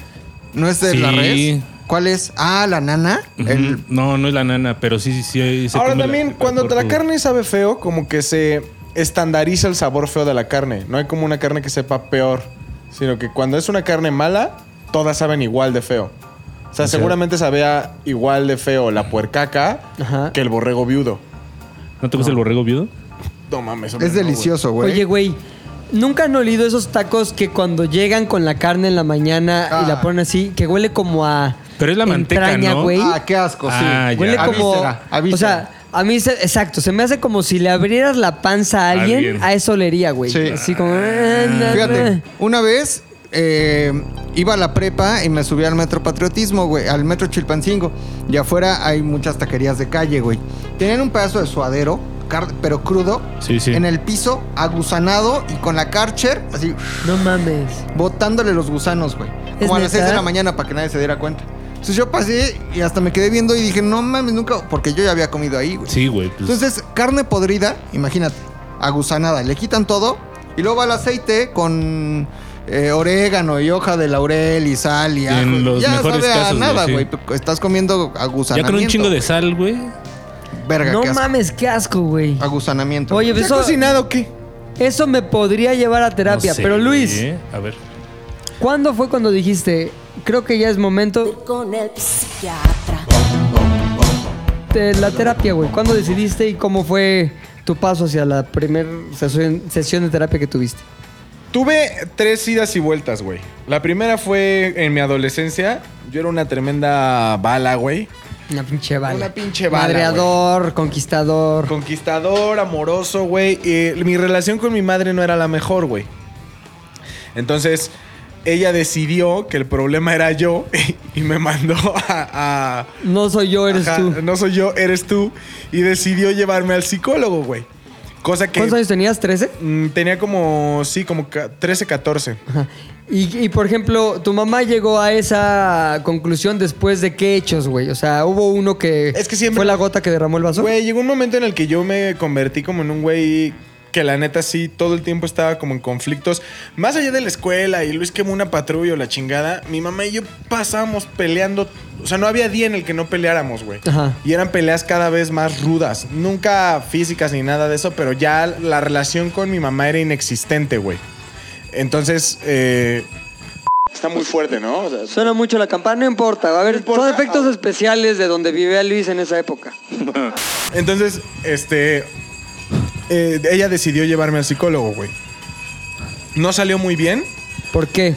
Speaker 4: ¿No es de la
Speaker 2: Sí.
Speaker 4: res? ¿Cuál es? Ah, la nana. El-
Speaker 2: Ujú. No, no es la nana, pero sí, sí, sí. se
Speaker 3: Ahora
Speaker 2: come la-
Speaker 3: también,
Speaker 2: el
Speaker 3: cuando la
Speaker 2: puerco, güey.
Speaker 3: carne sabe feo, como que se estandariza el sabor feo de la carne. No hay como una carne que sepa peor, sino que cuando es una carne mala, todas saben igual de feo. O sea,
Speaker 2: O sea-
Speaker 3: seguramente sabía igual de feo la puercaca
Speaker 1: Ajá.
Speaker 3: que el borrego viudo.
Speaker 2: ¿No te gusta el borrego viudo?
Speaker 3: No mames. hombre,
Speaker 4: es
Speaker 3: no,
Speaker 4: delicioso, güey.
Speaker 1: Oye, güey, ¿nunca han olido esos tacos que cuando llegan con la carne en la mañana y
Speaker 4: Ah.
Speaker 1: la ponen así, que huele como a.
Speaker 2: Pero es la manteca,
Speaker 1: entraña,
Speaker 2: ¿no?
Speaker 1: güey?
Speaker 4: Ah, qué asco, sí.
Speaker 2: Ah, ya.
Speaker 1: huele
Speaker 4: A
Speaker 1: como.
Speaker 4: víscera, a
Speaker 1: o
Speaker 4: víscera.
Speaker 1: sea, a mí, se- exacto, se me hace como si le abrieras la panza a alguien,
Speaker 2: Alguien.
Speaker 1: a eso olería, güey.
Speaker 4: Sí. Ah.
Speaker 1: Así como. "Ah,
Speaker 4: Fíjate, una vez eh, iba a la prepa y me subí al metro patriotismo, güey, al metro Chilpancingo. Y afuera hay muchas taquerías de calle, güey. Tenían un pedazo de suadero, car- pero crudo,
Speaker 2: Sí, sí.
Speaker 4: en el piso, agusanado y con la Karcher, así,
Speaker 1: No mames.
Speaker 4: botándole los gusanos, güey.
Speaker 1: ¿Es
Speaker 4: Como a las 6 de
Speaker 1: neta?
Speaker 4: la mañana para que nadie se diera cuenta. Entonces yo pasé y hasta me quedé viendo y dije, no mames, nunca, porque yo ya había comido ahí, güey.
Speaker 2: Sí, güey. pues,
Speaker 4: Entonces, carne podrida, imagínate, agusanada, le quitan todo y luego va el aceite con eh, orégano y hoja de laurel y sal y
Speaker 2: En
Speaker 4: ajo.
Speaker 2: los
Speaker 4: ya
Speaker 2: mejores
Speaker 4: sabe
Speaker 2: casos,
Speaker 4: a nada,
Speaker 2: güey,
Speaker 4: güey.
Speaker 2: sí.
Speaker 4: Estás comiendo
Speaker 2: ya
Speaker 4: agusanamiento.
Speaker 2: con un chingo de sal, güey.
Speaker 4: Verga,
Speaker 1: No
Speaker 4: qué asco. Ah,
Speaker 1: mames, qué asco, güey.
Speaker 4: Agusanamiento.
Speaker 1: Oye,
Speaker 3: güey.
Speaker 1: pues
Speaker 3: ¿Se ha
Speaker 1: eso,
Speaker 3: cocinado o qué?
Speaker 1: eso me podría llevar a terapia.
Speaker 2: No sé,
Speaker 1: Pero Luis,
Speaker 2: güey, ¿eh? A ver.
Speaker 1: ¿cuándo fue cuando dijiste, creo que ya es momento
Speaker 6: Ir con el psiquiatra.
Speaker 1: eh, la terapia, güey? ¿Cuándo decidiste y cómo fue tu paso hacia la primera sesión, sesión de terapia que tuviste?
Speaker 3: Tuve tres idas y vueltas, güey. La primera fue en mi adolescencia. Yo era una tremenda bala, güey.
Speaker 1: Una pinche bala.
Speaker 3: Una pinche bala,
Speaker 1: Madreador, conquistador.
Speaker 3: Conquistador, amoroso, güey. Eh, mi relación con mi madre no era la mejor, güey. Entonces, ella decidió que el problema era yo y me mandó a... a-
Speaker 1: No soy yo, eres
Speaker 3: Ajá,
Speaker 1: tú.
Speaker 3: No soy yo, eres tú. Y decidió llevarme al psicólogo, güey. Cosa que...
Speaker 1: ¿Cuántos años tenías? ¿13?
Speaker 3: mm, Tenía como, sí, como ca- 13, 14.
Speaker 1: Ajá. Y, y, por ejemplo, tu mamá llegó a esa conclusión después de qué hechos, güey. O sea, hubo uno que,
Speaker 3: Es que siempre-
Speaker 1: fue la gota que derramó el vaso.
Speaker 3: Güey, llegó un momento en el que yo me convertí como en un güey que la neta sí, todo el tiempo estaba como en conflictos. Más allá de la escuela y Luis quemó una patrulla o la chingada, mi mamá y yo pasábamos peleando. O sea, no había día en el que no peleáramos, güey.
Speaker 1: Ajá.
Speaker 3: Y eran peleas cada vez más rudas. Nunca físicas ni nada de eso, pero ya la relación con mi mamá era inexistente, güey. Entonces, eh, Está muy fuerte, ¿no? O sea,
Speaker 1: Suena mucho la campana, no importa. A ver, son efectos especiales de donde vivía Luis en esa época.
Speaker 3: Entonces, este. eh, ella decidió llevarme al psicólogo, güey. No salió muy bien.
Speaker 1: ¿Por qué?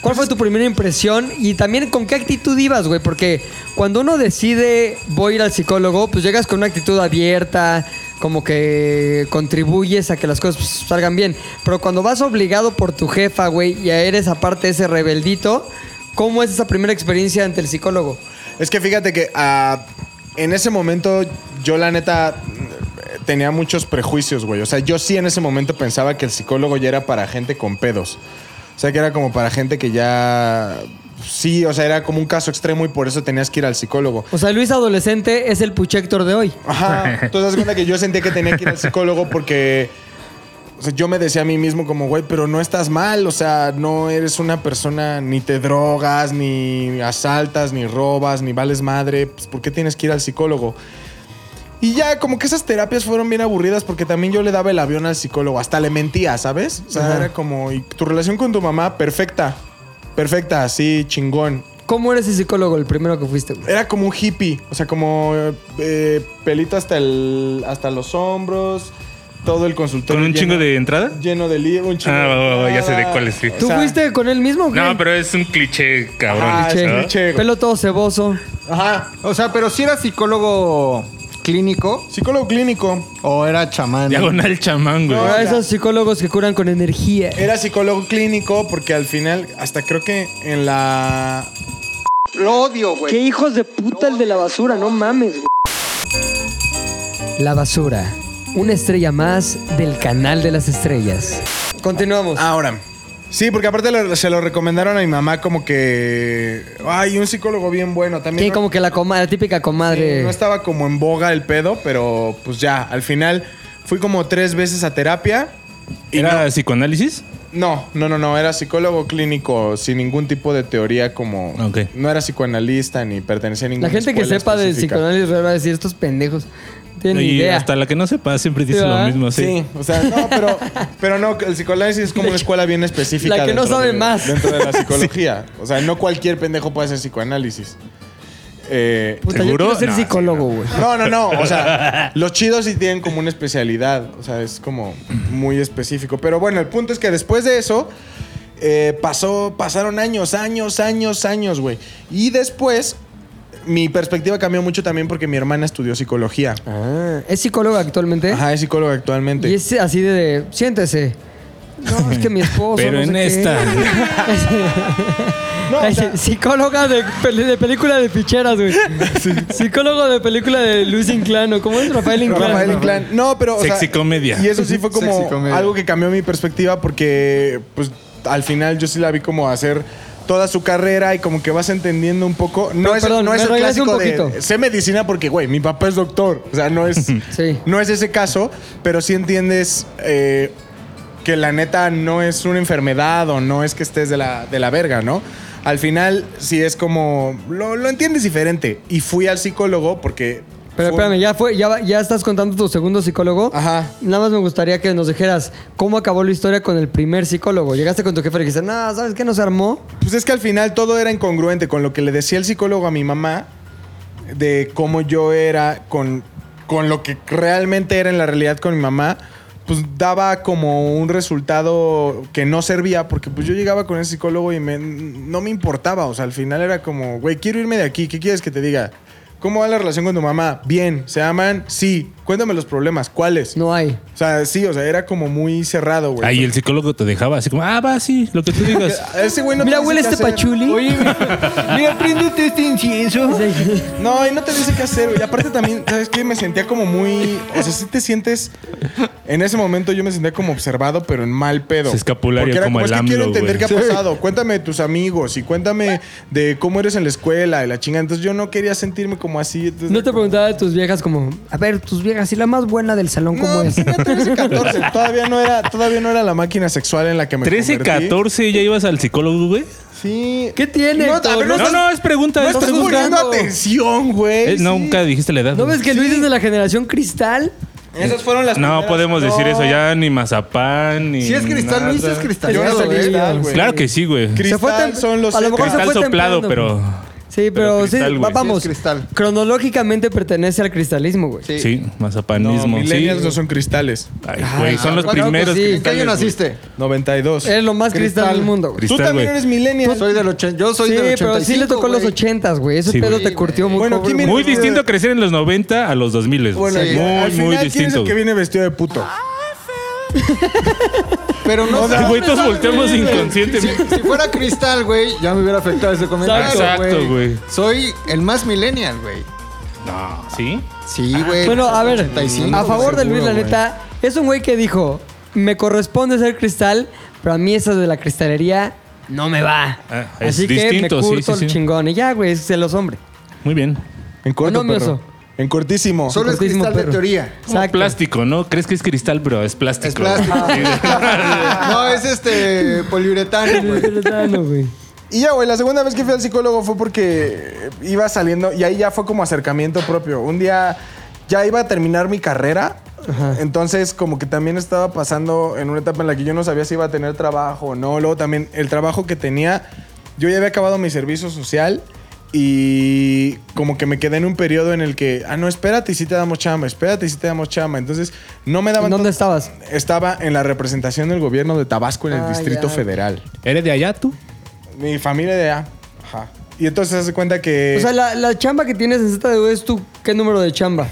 Speaker 1: ¿Cuál fue tu primera impresión? Y también con qué actitud ibas, güey. Porque cuando uno decide voy a ir al psicólogo, pues llegas con una actitud abierta, como que contribuyes a que las cosas pues, salgan bien. Pero cuando vas obligado por tu jefa, güey, y eres aparte ese rebeldito, ¿cómo es esa primera experiencia ante el psicólogo?
Speaker 3: Es que fíjate que ah, en ese momento yo la neta eh, tenía muchos prejuicios, güey. O sea, yo sí en ese momento pensaba que el psicólogo ya era para gente con pedos. O sea, que era como para gente que ya... Sí, o sea, era como un caso extremo y por eso tenías que ir al psicólogo.
Speaker 1: O sea, Luis adolescente es el Puchector de hoy.
Speaker 3: Ajá. Entonces, das cuenta que yo sentía que tenía que ir al psicólogo porque. o sea, yo me decía a mí mismo como, güey, pero no estás mal, o sea, no eres una persona, ni te drogas, ni asaltas, ni robas, ni vales madre, pues ¿por qué tienes que ir al psicólogo? Y ya, como que esas terapias fueron bien aburridas porque también yo le daba el avión al psicólogo, hasta le mentía, ¿sabes? O sea,
Speaker 1: Ajá.
Speaker 3: era como, y tu relación con tu mamá, perfecta, perfecta, así, chingón.
Speaker 1: ¿Cómo eres el psicólogo, el primero que fuiste, güey?
Speaker 3: Era como un hippie, o sea, como eh, pelito hasta el hasta los hombros, todo el consultorio
Speaker 2: ¿Con un
Speaker 3: lleno-
Speaker 2: chingo de entrada?
Speaker 3: lleno de libros, un chingo.
Speaker 2: Ah,
Speaker 3: de
Speaker 2: va, va, va, ya sé de
Speaker 3: entrada.
Speaker 2: cuál es, sí.
Speaker 1: ¿Tú
Speaker 3: O sea,
Speaker 1: fuiste con él mismo, güey?
Speaker 2: No, pero Ah. es un cliché, cabrón.
Speaker 3: Ajá,
Speaker 2: ¿no?
Speaker 3: es un cliché. güey.
Speaker 1: Pelo todo ceboso.
Speaker 3: Ajá.
Speaker 4: O sea, pero si era psicólogo clínico
Speaker 3: Psicólogo clínico.
Speaker 4: o era chamán.
Speaker 2: Diagonal chamán, güey.
Speaker 3: No,
Speaker 1: Ah,
Speaker 3: Oiga.
Speaker 1: esos psicólogos que curan con energía.
Speaker 3: Era psicólogo clínico porque al final hasta creo que en la
Speaker 4: Lo odio, güey.
Speaker 1: Qué hijos de puta el de la basura, no mames, güey. La basura. Una estrella más del canal de las estrellas. Ah, Continuamos.
Speaker 3: Ahora. Sí, porque aparte lo- se lo recomendaron a mi mamá como que ay, un psicólogo bien bueno también.
Speaker 1: Tiene
Speaker 3: ¿no?
Speaker 1: como que la comadre, la típica
Speaker 3: Sí,
Speaker 1: comadre.
Speaker 3: No estaba como en boga el pedo, pero pues ya, al final fui como tres veces a terapia. y
Speaker 2: ¿Era psicoanálisis?
Speaker 3: No, no, no, no, era psicólogo clínico sin ningún tipo de teoría como...
Speaker 2: Ok.
Speaker 3: No era psicoanalista ni pertenecía a ninguna
Speaker 1: la gente que
Speaker 3: escuela
Speaker 1: sepa del
Speaker 3: específica.
Speaker 1: psicoanálisis va a decir estos pendejos. No tienen ni
Speaker 2: y
Speaker 1: idea.
Speaker 2: hasta la que no sepa siempre dice
Speaker 1: Sí,
Speaker 2: lo
Speaker 1: ¿verdad?
Speaker 2: mismo, sí.
Speaker 3: Sí, o sea, no, pero, pero no, el psicoanálisis es como una escuela bien específica.
Speaker 1: La que no
Speaker 3: dentro
Speaker 1: sabe
Speaker 3: de-
Speaker 1: más.
Speaker 3: Dentro de la psicología. O sea, no cualquier pendejo puede hacer psicoanálisis. Eh,
Speaker 1: Puta,
Speaker 2: ¿Seguro?
Speaker 1: yo quiero ser
Speaker 2: No,
Speaker 1: psicólogo, güey.
Speaker 3: No, no, no. O sea, los chidos sí tienen como una especialidad. O sea, es como muy específico. Pero bueno, el punto es que después de eso. eh, pasó, pasaron años, años, años, años, güey. Y después, mi perspectiva cambió mucho también porque mi hermana estudió psicología.
Speaker 1: Ah, ¿Es psicólogo actualmente?
Speaker 3: Ajá, es psicóloga actualmente.
Speaker 1: ¿Eh? Y es así de, de, siéntese. No, es que mi esposo.
Speaker 2: Pero
Speaker 1: Pues, no sé
Speaker 2: en
Speaker 1: qué.
Speaker 2: esta.
Speaker 3: No, o
Speaker 1: Ay,
Speaker 3: sea,
Speaker 1: psicóloga de, peli- de película de ficheras, güey. Psicólogo de película de Luis Inclán, ¿o ¿cómo es Rafael Inclán?
Speaker 3: Rafael Inclán. No, pero. o sea,
Speaker 2: Sexy comedia.
Speaker 3: Y eso sí fue como
Speaker 4: Sexy comedia.
Speaker 3: algo que cambió mi perspectiva porque, pues, al final yo sí la vi como hacer toda su carrera y como que vas entendiendo un poco. No
Speaker 1: Pero,
Speaker 3: es,
Speaker 1: perdón,
Speaker 3: no es
Speaker 1: me
Speaker 3: el
Speaker 1: regreso
Speaker 3: clásico
Speaker 1: un poquito.
Speaker 3: de. Sé medicina porque, güey, mi papá es doctor. O sea, no es.
Speaker 1: Sí.
Speaker 3: No es ese caso, pero sí entiendes. eh, que la neta no es una enfermedad o no es que estés de la, de la verga, ¿no? Al final, sí es como. Lo, lo entiendes diferente. Y fui al psicólogo porque.
Speaker 1: Pero
Speaker 3: fue-
Speaker 1: espérame, ya, fue, ya, va- ya estás contando tu segundo psicólogo.
Speaker 3: Ajá.
Speaker 1: Nada más me gustaría que nos dijeras cómo acabó la historia con el primer psicólogo. Llegaste con tu jefe y le dijiste, no, ¿sabes qué? No se armó.
Speaker 3: Pues es que al final todo era incongruente con lo que le decía el psicólogo a mi mamá. de cómo yo era con, con lo que realmente era en la realidad con mi mamá, pues daba como un resultado que no servía, porque pues yo llegaba con el psicólogo y me- no me importaba, o sea, al final era como, güey, quiero irme de aquí, ¿qué quieres que te diga? ¿Cómo va la relación con tu mamá? Bien, ¿se aman? Sí. Cuéntame los problemas, ¿cuáles?
Speaker 1: No hay.
Speaker 3: O sea, sí, o sea, era como muy cerrado, güey.
Speaker 2: Ahí el psicólogo te dejaba así como, ah, va, sí, lo que tú digas.
Speaker 3: Ese güey no te
Speaker 1: Mira,
Speaker 3: dice
Speaker 1: huele
Speaker 3: qué
Speaker 1: este
Speaker 3: hacer.
Speaker 1: pachuli.
Speaker 4: Mira, prendete este incienso.
Speaker 3: No, y no te dice qué hacer, güey. Aparte también, ¿sabes qué? Me sentía como muy... O sea, sí te sientes... En ese momento yo me sentía como observado, pero en mal pedo.
Speaker 2: Es escapulario
Speaker 3: Porque era
Speaker 2: como
Speaker 3: como,
Speaker 2: el
Speaker 3: es que quiero
Speaker 2: AMLO,
Speaker 3: entender
Speaker 2: güey".
Speaker 3: qué ha pasado. Cuéntame de tus amigos y cuéntame de cómo eres en la escuela y la chingada. Entonces yo no quería sentirme como así. entonces-
Speaker 1: No te preguntaba de tus viejas como, a ver, tus viejas, ¿y la más buena del salón cómo
Speaker 3: No,
Speaker 1: es?
Speaker 3: tenía 13, 14. Todavía no, era, todavía no era la máquina sexual en la que me
Speaker 2: 13,
Speaker 3: convertí.
Speaker 2: 14, ya ibas al psicólogo, güey.
Speaker 3: Sí.
Speaker 1: ¿Qué tiene,
Speaker 3: No, a ver,
Speaker 1: Héctor?
Speaker 3: no
Speaker 2: No,
Speaker 3: estás-
Speaker 2: no, es pregunta.
Speaker 3: no
Speaker 2: es
Speaker 3: estás
Speaker 2: pregunta.
Speaker 3: poniendo atención, güey.
Speaker 2: Eh,
Speaker 3: Sí.
Speaker 2: Nunca dijiste la edad.
Speaker 1: ¿No
Speaker 2: güey.
Speaker 1: ves que Luis es de la generación cristal?
Speaker 3: Esas fueron las
Speaker 2: No
Speaker 3: primeras-
Speaker 2: podemos decir eso ya, ni Mazapán, ni.
Speaker 4: Si es cristal, Luis
Speaker 2: nada.
Speaker 4: es cristal. ¿eh?
Speaker 3: Yo no soy
Speaker 1: Cristal,
Speaker 3: cristal, güey.
Speaker 2: Claro que sí, güey.
Speaker 3: Cristal
Speaker 1: Se fue tem-
Speaker 3: son los
Speaker 1: a lo
Speaker 3: secas.
Speaker 1: mejor se
Speaker 2: Cristal
Speaker 1: fue
Speaker 2: soplado,
Speaker 1: temprano.
Speaker 2: pero.
Speaker 1: Sí, pero,
Speaker 2: Pero cristal,
Speaker 1: sí,
Speaker 2: güey.
Speaker 1: vamos.
Speaker 4: Sí, es cristal.
Speaker 1: Cronológicamente pertenece al cristalismo, güey.
Speaker 4: Sí.
Speaker 2: Sí,
Speaker 3: No,
Speaker 2: mazapanismo. sí.
Speaker 3: millennials no son Ah, cristales.
Speaker 2: Ay, güey, son los
Speaker 1: claro que
Speaker 2: primeros.
Speaker 3: pues
Speaker 1: sí.
Speaker 4: ¿En qué año
Speaker 2: cristales, güey.
Speaker 4: naciste?
Speaker 3: 92.
Speaker 1: Es lo más cristal,
Speaker 4: Cristal.
Speaker 1: del mundo, güey.
Speaker 2: Cristal,
Speaker 3: Tú también
Speaker 2: güey.
Speaker 3: eres millennial.
Speaker 4: Soy del 80. Yo soy
Speaker 1: Sí,
Speaker 4: del 85.
Speaker 1: pero sí le tocó los
Speaker 4: güey.
Speaker 1: ochentas, güey. Ese
Speaker 2: Sí,
Speaker 1: pedo
Speaker 2: güey.
Speaker 1: te curtió mucho.
Speaker 3: Bueno, ¿quién viene?
Speaker 2: Muy
Speaker 3: Sí.
Speaker 2: distinto crecer en los 90 a los 2000.
Speaker 4: Bueno,
Speaker 2: Bueno,
Speaker 4: sí.
Speaker 3: Al
Speaker 2: Muy,
Speaker 3: final,
Speaker 2: muy
Speaker 3: ¿quién es
Speaker 2: distinto.
Speaker 3: el que viene vestido de puto?
Speaker 4: Pero no
Speaker 3: O sea,
Speaker 4: sé-
Speaker 2: Güey, todos
Speaker 4: no
Speaker 2: volteamos
Speaker 4: sabes, güey.
Speaker 2: inconscientemente.
Speaker 4: Si fuera cristal, güey, ya me hubiera afectado ese comentario.
Speaker 2: Exacto. Exacto, güey.
Speaker 4: Soy el más millennial, güey.
Speaker 2: No, ¿sí?
Speaker 4: Sí, güey.
Speaker 1: Ah, Bueno, a ver,
Speaker 4: 85,
Speaker 1: a favor de Luis,
Speaker 4: seguro,
Speaker 1: la
Speaker 4: güey.
Speaker 1: neta, es un güey que dijo, me corresponde ser cristal, pero a mí eso de la cristalería no me va.
Speaker 2: Ah, es
Speaker 1: Así
Speaker 2: distinto,
Speaker 1: que me
Speaker 2: sí,
Speaker 1: curto
Speaker 2: sí, sí.
Speaker 1: el chingón. Y ya, güey, es de los hombres.
Speaker 2: Muy bien.
Speaker 3: En
Speaker 1: corto,
Speaker 3: corto,
Speaker 1: Bueno, mi perro. oso.
Speaker 3: En cortísimo.
Speaker 4: Solo es
Speaker 1: Cortísimo
Speaker 4: cristal
Speaker 1: perro.
Speaker 4: de teoría.
Speaker 2: Como
Speaker 1: Exacto.
Speaker 2: plástico, ¿no? Crees que es cristal, pero es plástico.
Speaker 4: Es plástico.
Speaker 2: Ah,
Speaker 4: no, es este poliuretano, güey.
Speaker 1: Vegetariano, güey.
Speaker 3: Y ya, güey, la segunda vez que fui al psicólogo fue porque iba saliendo y ahí ya fue como acercamiento propio. Un día ya iba a terminar mi carrera. Entonces, como que también estaba pasando en una etapa en la que yo no sabía si iba a tener trabajo o no. Luego también el trabajo que tenía, yo ya había acabado mi servicio social y como que me quedé en un periodo en el que, ah, no, espérate y si te damos chamba, espérate y si te damos chamba. Entonces, no me daban...
Speaker 1: ¿Dónde
Speaker 3: to-
Speaker 1: estabas?
Speaker 3: Estaba en la representación del gobierno de Tabasco en el
Speaker 1: Ah,
Speaker 3: Distrito
Speaker 1: ya.
Speaker 3: Federal.
Speaker 2: ¿Eres de allá tú?
Speaker 3: Mi familia de allá. Ajá. Y entonces se hace cuenta que
Speaker 1: O sea, la, la chamba que tienes en ZDU es tu, ¿qué número de chamba?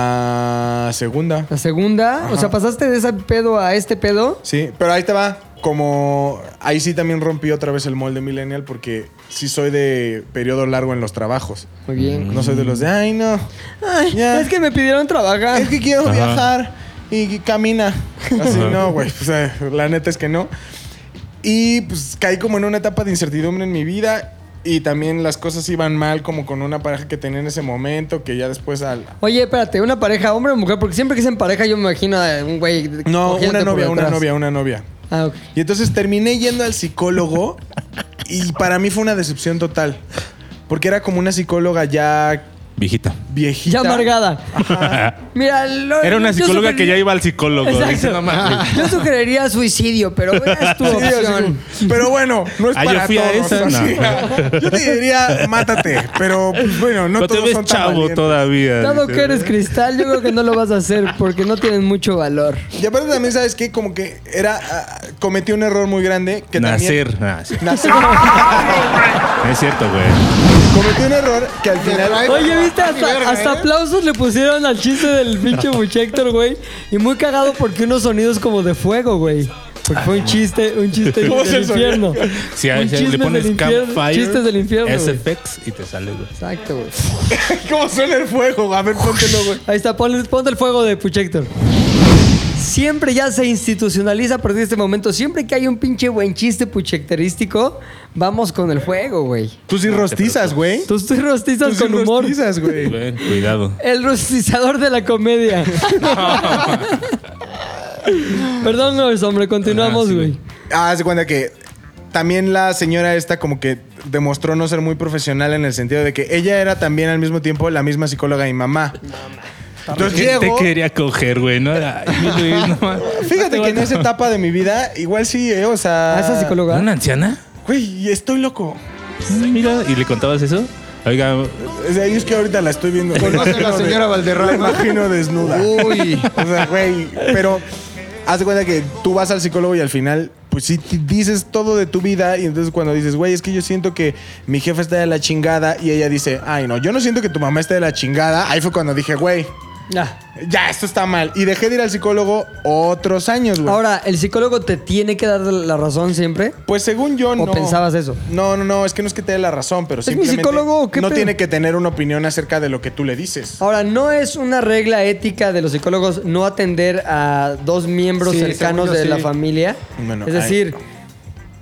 Speaker 3: la segunda.
Speaker 1: La segunda, o sea, pasaste de ese pedo a este pedo.
Speaker 3: Sí, pero ahí te va. Como ahí sí también rompí otra vez el molde millennial porque sí soy de periodo largo en los trabajos.
Speaker 1: Muy bien.
Speaker 3: No soy de los de, ay no,
Speaker 1: Ay,
Speaker 3: Ya.
Speaker 1: es que me pidieron trabajar.
Speaker 3: es que quiero
Speaker 2: Ajá.
Speaker 3: viajar y camina. Así no, güey. O sea, la neta es que no. Y pues caí como en una etapa de incertidumbre en mi vida y también las cosas iban mal como con una pareja que tenía en ese momento que ya después al,
Speaker 1: Oye, espérate, una pareja, hombre o mujer, porque siempre que dicen pareja yo me imagino a un güey.
Speaker 3: No,
Speaker 1: cogiéndote
Speaker 3: una
Speaker 1: por
Speaker 3: novia, una
Speaker 1: detrás.
Speaker 3: novia, una novia.
Speaker 1: Ah, ok.
Speaker 3: Y entonces terminé yendo al psicólogo y para mí fue una decepción total. Porque era como una psicóloga ya
Speaker 2: Viejita.
Speaker 3: viejita.
Speaker 1: Ya amargada. Mira, lo-
Speaker 2: Era una
Speaker 1: yo
Speaker 2: psicóloga que
Speaker 1: sugerir-
Speaker 2: ya iba al psicólogo. Dice,
Speaker 1: Exacto.
Speaker 2: no mames.
Speaker 1: Yo sugeriría suicidio, pero es tu
Speaker 3: Sí, así
Speaker 1: opción.
Speaker 3: como, pero bueno, no es
Speaker 2: Ah, yo
Speaker 3: para
Speaker 2: fui a
Speaker 3: todos,
Speaker 2: esa,
Speaker 3: así. Yo te diría, mátate, pero pues, bueno, no
Speaker 2: No te
Speaker 3: todos
Speaker 2: ves
Speaker 3: son tan
Speaker 2: chavo
Speaker 3: valientes.
Speaker 2: todavía.
Speaker 1: Dado
Speaker 2: dice.
Speaker 1: que eres cristal, yo creo que no lo vas a hacer porque no tienen mucho valor.
Speaker 3: Y aparte también sabes que como que era ah, cometí un error muy grande que también-
Speaker 2: Nacer. Ah, sí.
Speaker 3: nacer.
Speaker 2: Es cierto, güey.
Speaker 3: cometí un error que al final
Speaker 4: Ay,
Speaker 1: Oye, viste,
Speaker 4: ni verga,
Speaker 1: hasta, hasta
Speaker 4: ¿eh?
Speaker 1: aplausos le pusieron al chiste del pinche Muchector, güey. Y muy cagado porque unos sonidos como de fuego, güey. Porque fue un chiste, un chiste
Speaker 3: Ah. ¿Cómo es
Speaker 1: del
Speaker 3: el sonido?
Speaker 1: infierno.
Speaker 2: Si a-
Speaker 1: Un
Speaker 2: si le
Speaker 1: chisme
Speaker 2: pones
Speaker 1: del infierno,
Speaker 2: campfire,
Speaker 1: Chistes del infierno. güey.
Speaker 2: SFX y te sale, güey.
Speaker 1: Exacto, güey.
Speaker 3: cómo suena el fuego, a ver póntelo, güey.
Speaker 1: Ahí está, ponle, ponte el fuego de Puchector. Siempre ya se institucionaliza a partir de este momento. Siempre que hay un pinche buen chiste puchecterístico, vamos con el fuego, güey.
Speaker 3: Tú sí rostizas, güey.
Speaker 1: Tú, tú rostizas
Speaker 3: Tú sí
Speaker 1: con humor.
Speaker 3: rostizas, güey.
Speaker 2: Güey, Cuidado.
Speaker 1: El rostizador de la comedia. Perdón, Luis, hombre,
Speaker 2: Ah,
Speaker 1: continuamos,
Speaker 2: sí,
Speaker 1: güey.
Speaker 2: güey.
Speaker 3: Ah, se cuenta que también la señora esta como que demostró no ser muy profesional en el sentido de que ella era también al mismo tiempo la misma psicóloga de mi mamá. Entonces
Speaker 2: ¿Quién te
Speaker 3: llego,
Speaker 2: quería coger, güey? No, Ay, Luis, no mames.
Speaker 3: fíjate que en esa etapa de mi vida igual sí, eh, o sea,
Speaker 1: ¿A Ah, esa psicóloga?
Speaker 2: ¿Una anciana?
Speaker 3: güey, estoy loco.
Speaker 2: Mira, ¿y le contabas eso? Oiga, eh,
Speaker 3: Es de ahí es que ahorita la estoy viendo.
Speaker 4: Conoce a la señora Valderrama.
Speaker 3: La imagino desnuda.
Speaker 4: Uy.
Speaker 3: O sea, güey. Pero haz de cuenta que tú vas al psicólogo y al final, pues sí, te dices todo de tu vida. Y entonces cuando dices, güey, es que yo siento que mi jefa está de la chingada. Y ella dice, ay, no, yo no siento que tu mamá esté de la chingada. Ahí fue cuando dije, güey,
Speaker 1: Ah.
Speaker 3: ya, esto está mal. Y dejé de ir al psicólogo otros años, güey.
Speaker 1: Ahora, ¿el psicólogo te tiene que dar la razón siempre?
Speaker 3: Pues según yo, no.
Speaker 1: pensabas eso?
Speaker 3: No, no, no, es que no es que te dé la razón, pero
Speaker 1: ¿Es mi
Speaker 3: simplemente
Speaker 1: psicólogo o qué
Speaker 3: no
Speaker 1: pedo?
Speaker 3: tiene que tener una opinión acerca de lo que tú le dices.
Speaker 1: Ahora, ¿no es una regla ética de los psicólogos no atender a dos miembros
Speaker 4: Sí,
Speaker 1: cercanos
Speaker 4: según yo
Speaker 1: de la
Speaker 4: sí.
Speaker 1: familia?
Speaker 3: Bueno,
Speaker 1: es decir,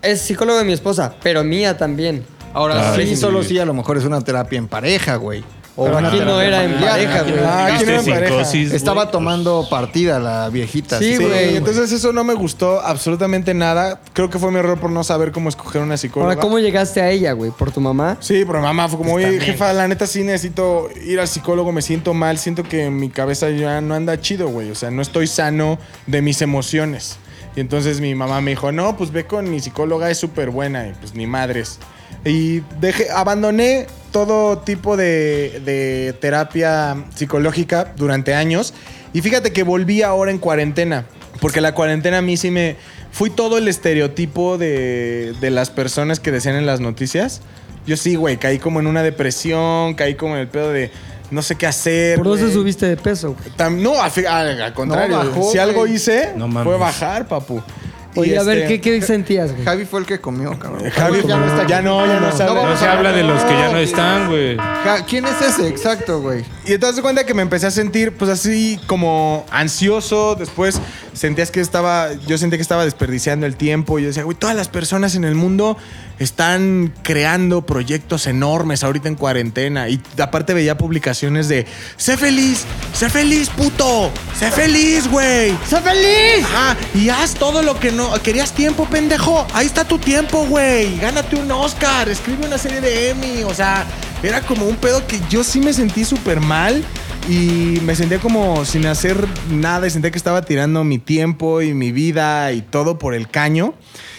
Speaker 1: es psicólogo de mi esposa, pero mía también.
Speaker 4: Ahora,
Speaker 2: Ah,
Speaker 4: sí,
Speaker 2: sí.
Speaker 4: solo sí, a lo mejor es una terapia en pareja, güey. O
Speaker 1: Pero
Speaker 4: una
Speaker 1: aquí no
Speaker 4: terapia
Speaker 1: era en
Speaker 4: familiar.
Speaker 1: pareja, güey.
Speaker 3: Ah, aquí no
Speaker 2: viste
Speaker 3: era en pareja.
Speaker 2: psicosis.
Speaker 4: Estaba
Speaker 2: güey?
Speaker 4: tomando partida la viejita.
Speaker 1: Sí,
Speaker 3: Sí,
Speaker 1: güey.
Speaker 3: entonces eso no me gustó absolutamente nada. Creo que fue mi error por no saber cómo escoger una psicóloga.
Speaker 1: Ahora, ¿cómo llegaste a ella, güey? ¿Por tu mamá?
Speaker 3: Sí, pero mamá fue como, oye, jefa, la neta sí necesito ir al psicólogo, me siento mal, siento que mi cabeza ya no anda chido, güey. O sea, no estoy sano de mis emociones. Y entonces mi mamá me dijo, no, pues ve con mi psicóloga, es súper buena, y pues ni madres. Y dejé, abandoné todo tipo de, de terapia psicológica durante años. Y fíjate que volví ahora en cuarentena, porque la cuarentena a mí sí me... Fui todo el estereotipo de, de las personas que decían en las noticias. Yo sí, güey, caí como en una depresión, caí como en el pedo de no sé qué hacer.
Speaker 1: ¿Por
Speaker 3: güey.
Speaker 1: eso subiste de peso, güey?
Speaker 3: Tam- no, al, fi- al- al contrario.
Speaker 4: No, bajó,
Speaker 3: si algo
Speaker 4: güey.
Speaker 3: hice,
Speaker 2: No mames.
Speaker 3: fue bajar, papu. Y
Speaker 1: Oye, a ver,
Speaker 3: este,
Speaker 1: ¿qué, qué sentías, güey?
Speaker 4: Javi fue el que comió, cabrón.
Speaker 3: Javi,
Speaker 4: ya no está aquí.
Speaker 3: ya no, ya no sabe.
Speaker 2: No
Speaker 4: vamos
Speaker 2: se
Speaker 4: a-
Speaker 2: habla de los que ya no
Speaker 4: No,
Speaker 2: están, güey.
Speaker 4: Ja- ¿Quién es ese? Exacto, güey.
Speaker 3: Y entonces te das cuenta que me empecé a sentir pues así como ansioso, después sentías que estaba, yo sentía que estaba desperdiciando el tiempo, y yo decía, güey, todas las personas en el mundo están creando proyectos enormes ahorita en cuarentena, y aparte veía publicaciones de, sé feliz, sé feliz, puto, sé feliz, güey.
Speaker 1: ¡Sé feliz!
Speaker 3: Ajá, Ah, y haz todo lo que no. Querías tiempo, pendejo. Ahí está tu tiempo, güey. Gánate un Oscar. Escribe una serie de Emmy. O sea, era como un pedo que yo sí me sentí súper mal. Y me sentía como sin hacer nada. Y sentía que estaba tirando mi tiempo y mi vida y todo por el caño.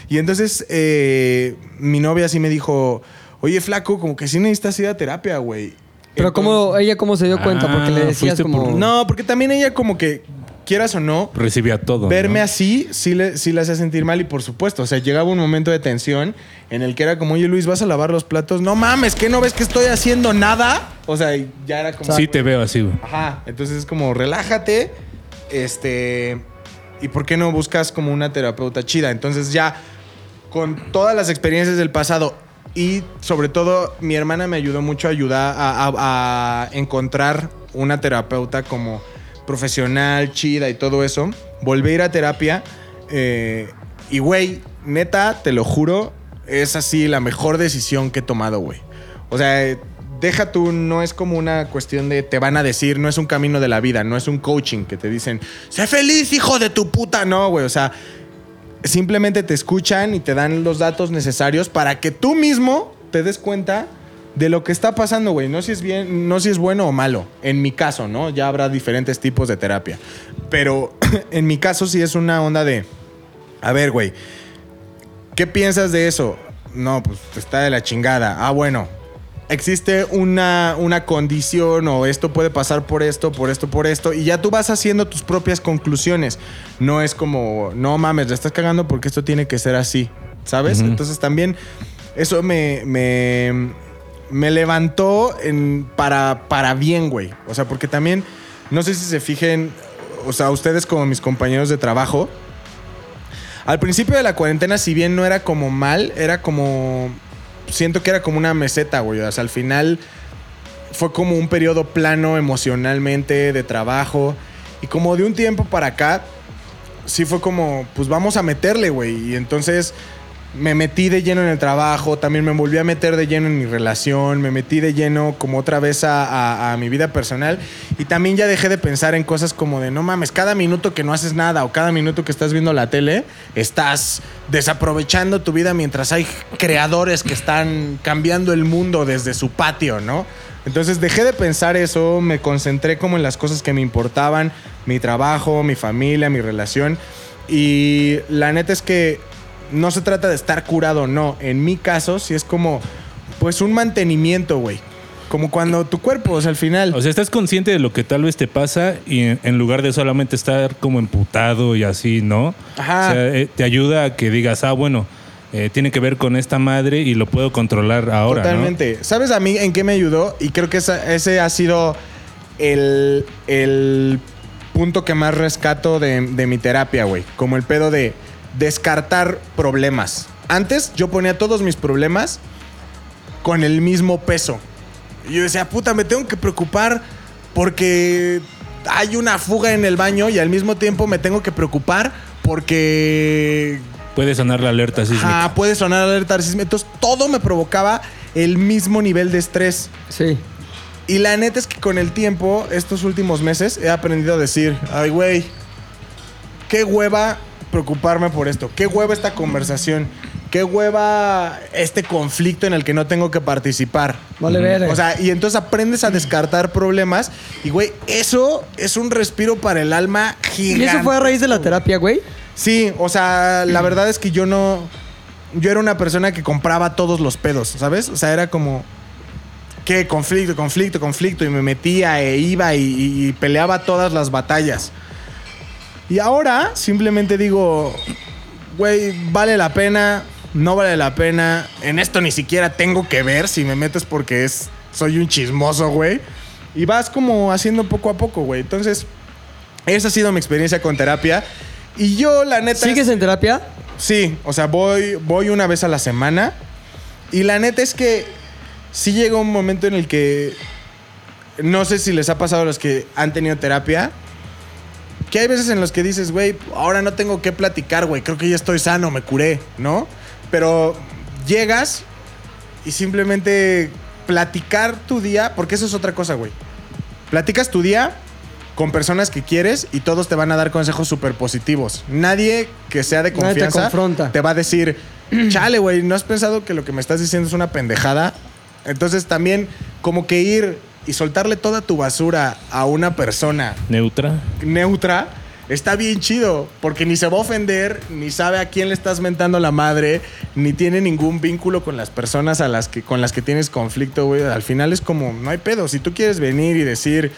Speaker 3: Y entonces eh, mi novia sí me dijo: Oye, flaco, como que sí necesitas ir a terapia, güey.
Speaker 1: Pero
Speaker 3: Entonces-
Speaker 1: ¿cómo, ella cómo se dio cuenta?
Speaker 2: Ah,
Speaker 1: Porque le decías
Speaker 2: fuiste
Speaker 1: como...
Speaker 2: por-
Speaker 3: No, porque también ella, como que quieras o no,
Speaker 2: Recibía todo.
Speaker 3: Verme
Speaker 2: ¿no?
Speaker 3: así sí le, sí le hacía sentir mal y por supuesto, o sea, llegaba un momento de tensión en el que era como, oye Luis, ¿vas a lavar los platos? No mames, ¿qué no ves que estoy haciendo nada? O sea, y ya era como...
Speaker 2: Sí te veo así, güey.
Speaker 3: Ajá, entonces es como, relájate, este... ¿Y por qué no buscas como una terapeuta chida? Entonces ya, con todas las experiencias del pasado y sobre todo mi hermana me ayudó mucho a ayudar a, a- a encontrar una terapeuta como profesional, chida y todo eso. Volví a ir a terapia eh, y, güey, neta, te lo juro, es así la mejor decisión que he tomado, güey. O sea, eh, deja tú, no es como una cuestión de te van a decir, no es un camino de la vida, no es un coaching que te dicen, sé feliz, hijo de tu puta, no, güey, o sea simplemente te escuchan y te dan los datos necesarios para que tú mismo te des cuenta de lo que está pasando, güey. No si es bien, no si es bueno o malo. En mi caso, ¿no? Ya habrá diferentes tipos de terapia. Pero en mi caso sí es una onda de, a ver, güey, ¿qué piensas de eso? No, pues está de la chingada. Ah, bueno. Existe una, una condición o esto puede pasar por esto, por esto, por esto. Y ya tú vas haciendo tus propias conclusiones. No es como, no mames, le estás cagando porque esto tiene que ser así. ¿Sabes? Entonces también eso me, me, me levantó en, para, para bien, güey. O sea, porque también, no sé si se fijen, o sea, ustedes como mis compañeros de trabajo, al principio de la cuarentena, si bien no era como mal, era como. Siento que era como una meseta, güey. O sea, al final fue como un periodo plano emocionalmente, de trabajo. Y como de un tiempo para acá, sí fue como, pues vamos a meterle, güey. Y entonces me metí de lleno en el trabajo, también me volví a meter de lleno en mi relación, me metí de lleno como otra vez a, a- a mi vida personal y también ya dejé de pensar en cosas como de no mames, cada minuto que no haces nada o cada minuto que estás viendo la tele, estás desaprovechando tu vida mientras hay creadores que están cambiando el mundo desde su patio, ¿no? Entonces dejé de pensar eso, me concentré como en las cosas que me importaban, mi trabajo, mi familia, mi relación y la neta es que no se trata de estar curado o no. En mi caso, sí es como, pues, un mantenimiento, güey. Como cuando tu cuerpo, o sea, al final.
Speaker 2: O sea, estás consciente de lo que tal vez te pasa y en- en lugar de solamente estar como emputado y así, ¿no?
Speaker 3: Ajá.
Speaker 2: O sea, eh, te ayuda a que digas, ah, bueno, eh, tiene que ver con esta madre y lo puedo controlar ahora. ¿no?
Speaker 3: Totalmente. ¿Sabes a mí en qué me ayudó? Y creo que esa- ese ha sido el, el punto que más rescato de, de mi terapia, güey. Como el pedo de descartar problemas. Antes yo ponía todos mis problemas con el mismo peso. Y yo decía, puta, me tengo que preocupar porque hay una fuga en el baño y al mismo tiempo me tengo que preocupar porque
Speaker 2: Puede sonar la alerta sísmica.
Speaker 3: Ah, puede sonar alerta al sismo. Entonces todo me provocaba el mismo nivel de estrés.
Speaker 1: Sí.
Speaker 3: Y la neta es que con el tiempo, estos últimos meses, he aprendido a decir, ay, güey, qué hueva preocuparme por esto, qué hueva esta conversación, qué hueva este conflicto en el que no tengo que participar.
Speaker 1: Vale, verga.
Speaker 3: O sea, y entonces aprendes a descartar problemas. Y, güey, eso es un respiro para el alma
Speaker 1: ¿Y
Speaker 3: gigante.
Speaker 1: eso fue a raíz de la terapia, güey?
Speaker 3: Sí, o sea, la verdad es que yo no. Yo era una persona que compraba todos los pedos, ¿sabes? O sea, era como. ¿Qué? Conflicto, conflicto, conflicto. Y me metía e iba y, y- y peleaba todas las batallas. Y ahora simplemente digo. Güey, vale la pena, no vale la pena. En esto ni siquiera tengo que ver si me metes porque es. Soy un chismoso, güey. Y vas como haciendo poco a poco, güey. Entonces, esa ha sido mi experiencia con terapia. Y yo, la neta. es-
Speaker 1: ¿Sigues en terapia?
Speaker 3: Sí, o sea, voy, voy una vez a la semana. Y la neta es que sí llega un momento en el que. No sé si les ha pasado a los que han tenido terapia. Que hay veces en los que dices, güey, ahora no tengo que platicar, güey. Creo que ya estoy sano, me curé, ¿no? Pero llegas y simplemente platicar tu día, porque eso es otra cosa, güey. Platicas tu día con personas que quieres y todos te van a dar consejos súper positivos. Nadie que sea de
Speaker 1: Nadie te
Speaker 3: confianza
Speaker 1: confronta.
Speaker 3: te va a decir, chale, güey, ¿no has pensado que lo que me estás diciendo es una pendejada? Entonces también como que ir y soltarle toda tu basura a una persona
Speaker 2: Neutra.
Speaker 3: neutra, está bien chido, porque ni se va a ofender, ni sabe a quién le estás mentando la madre, ni tiene ningún vínculo con las personas a las que, con las que tienes conflicto, güey. Al final es como, no hay pedo. Si tú quieres venir y decir,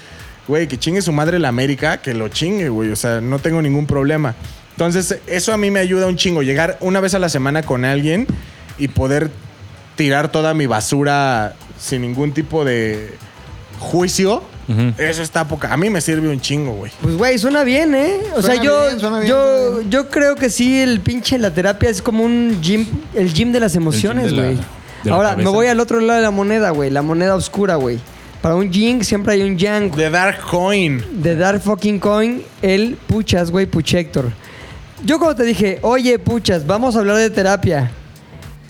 Speaker 3: güey, que chingue su madre la América, que lo chingue, güey. O sea, no tengo ningún problema. Entonces, eso a mí me ayuda un chingo, llegar una vez a la semana con alguien y poder tirar toda mi basura sin ningún tipo de juicio.
Speaker 2: Ujú.
Speaker 3: Eso está poca. A mí me sirve un chingo, güey.
Speaker 1: Pues, güey, suena bien, ¿eh? O sea,
Speaker 4: Suena
Speaker 1: yo,
Speaker 4: bien, suena bien,
Speaker 1: yo,
Speaker 4: suena bien.
Speaker 1: yo creo que sí, el pinche la terapia es como un gym, el gym de las emociones,
Speaker 2: de la-
Speaker 1: güey.
Speaker 2: de la
Speaker 1: Ahora, me
Speaker 2: cabeza.
Speaker 1: voy al otro lado de la moneda, güey, la moneda oscura, güey. Para un yin siempre hay un yang, güey.
Speaker 3: The Dark Coin.
Speaker 1: De Dark Fucking Coin, el Puchas, güey, Puchector. Yo cuando te dije, oye, Puchas, vamos a hablar de terapia.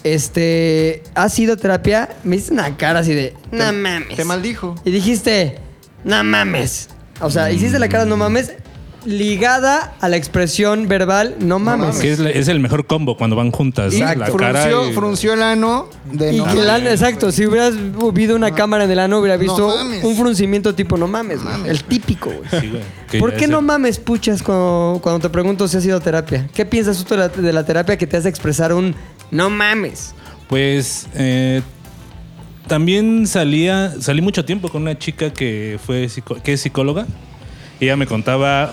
Speaker 1: Este, ¿has ido a terapia? Me hiciste una cara así de, no mames.
Speaker 4: Te maldijo.
Speaker 1: Y dijiste, no mames. O sea, hiciste la cara no mames ligada a la expresión verbal no mames.
Speaker 2: Que es, la- es el mejor combo cuando van juntas.
Speaker 4: Y
Speaker 2: ¿no? Pues La cara
Speaker 4: frunció,
Speaker 2: y-
Speaker 4: frunció el ano de
Speaker 1: Y
Speaker 4: no
Speaker 1: que el
Speaker 4: mames.
Speaker 1: ano- exacto, si hubieras habido una cámara en el ano, hubiera
Speaker 4: No
Speaker 1: visto
Speaker 4: mames.
Speaker 1: un fruncimiento tipo no mames, güey. el típico, güey.
Speaker 2: Sí, güey. Que
Speaker 1: ¿Por
Speaker 2: ya
Speaker 1: qué
Speaker 2: es
Speaker 1: no
Speaker 2: el-
Speaker 1: mames puchas cuando, cuando te pregunto si has ido a terapia? ¿Qué piensas tú de la, de la terapia que te hace expresar un no mames?
Speaker 2: Pues eh, también salía, salí mucho tiempo con una chica que fue psico- que es psicóloga. Y ella me contaba,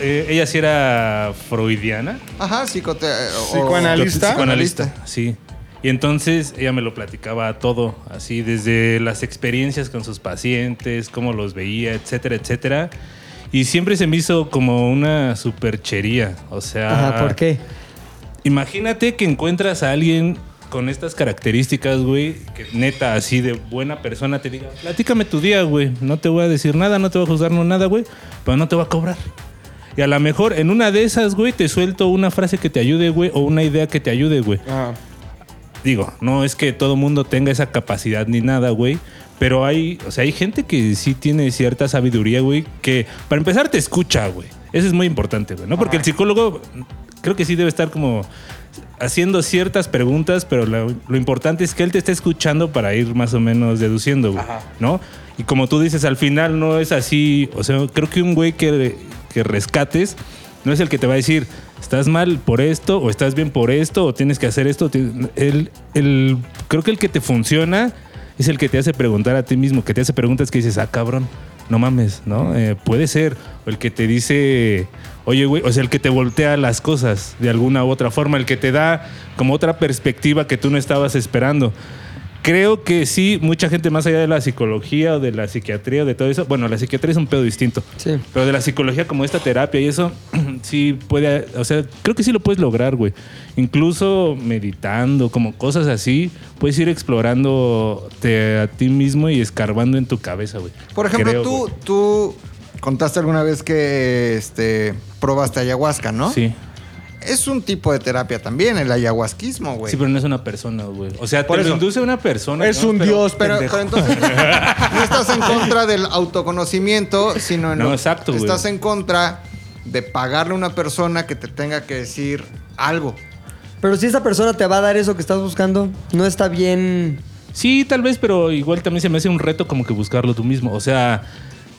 Speaker 2: eh, ella sí era freudiana,
Speaker 4: Ajá, psicote... o-
Speaker 3: Psicoanalista.
Speaker 2: psicoanalista, sí. Y entonces ella me lo platicaba todo, así desde las experiencias con sus pacientes, cómo los veía, etcétera, etcétera. Y siempre se me hizo como una superchería, o sea,
Speaker 1: Ajá, ¿por qué?
Speaker 2: Imagínate que encuentras a alguien con estas características, güey, que neta, así de buena persona te diga, platícame tu día, güey, no te voy a decir nada, no te voy a juzgar, no nada, güey, pero no te voy a cobrar. Y a lo mejor en una de esas, güey, te suelto una frase que te ayude, güey, o una idea que te ayude, güey.
Speaker 3: Ah,
Speaker 2: Digo, no es que todo mundo tenga esa capacidad ni nada, güey. Pero hay, o sea, hay gente que sí tiene cierta sabiduría, güey, que para empezar te escucha, güey. Eso es muy importante, güey, ¿no? Porque el psicólogo creo que sí debe estar como haciendo ciertas preguntas, pero lo, lo importante es que él te esté escuchando para ir más o menos deduciendo, güey, ¿no? Y como tú dices, al final no es así, o sea, creo que un güey que, que rescates no es el que te va a decir, estás mal por esto, o estás bien por esto, o tienes que hacer esto. ti- El, el- creo que el que te funciona es el que te hace preguntar a ti mismo, que te hace preguntas que dices, ah, cabrón, no mames, ¿no? Eh, puede ser. O el que te dice, oye, güey, o sea, el que te voltea las cosas de alguna u otra forma, el que te da como otra perspectiva que tú no estabas esperando. Creo que sí, mucha gente más allá de la psicología o de la psiquiatría o de todo eso. Bueno, la psiquiatría es un pedo distinto.
Speaker 1: Sí.
Speaker 2: Pero de la psicología como esta terapia y eso, sí puede, o sea, creo que sí lo puedes lograr, güey. Incluso meditando, como cosas así, puedes ir explorando a ti mismo y escarbando en tu cabeza, güey.
Speaker 4: Por ejemplo,
Speaker 2: Creo,
Speaker 4: tú,
Speaker 2: güey.
Speaker 4: tú contaste alguna vez que este, probaste ayahuasca, ¿no?
Speaker 2: Sí.
Speaker 4: Es un tipo de terapia también, el ayahuasquismo, güey.
Speaker 2: Sí, pero no es una persona, güey. O sea,
Speaker 4: Por
Speaker 2: te
Speaker 4: eso.
Speaker 2: lo induce una persona.
Speaker 3: Es
Speaker 2: ¿no?
Speaker 3: un
Speaker 2: Pero-
Speaker 3: dios,
Speaker 4: Pero,
Speaker 2: pendejo.
Speaker 4: pero entonces no estás en contra del autoconocimiento, sino en
Speaker 2: No, exacto, güey.
Speaker 4: estás en contra de pagarle a una persona que te tenga que decir algo.
Speaker 1: Pero si esa persona te va a dar eso que estás buscando, no está bien.
Speaker 2: Sí, tal vez, pero igual también se me hace un reto como que buscarlo tú mismo. O sea,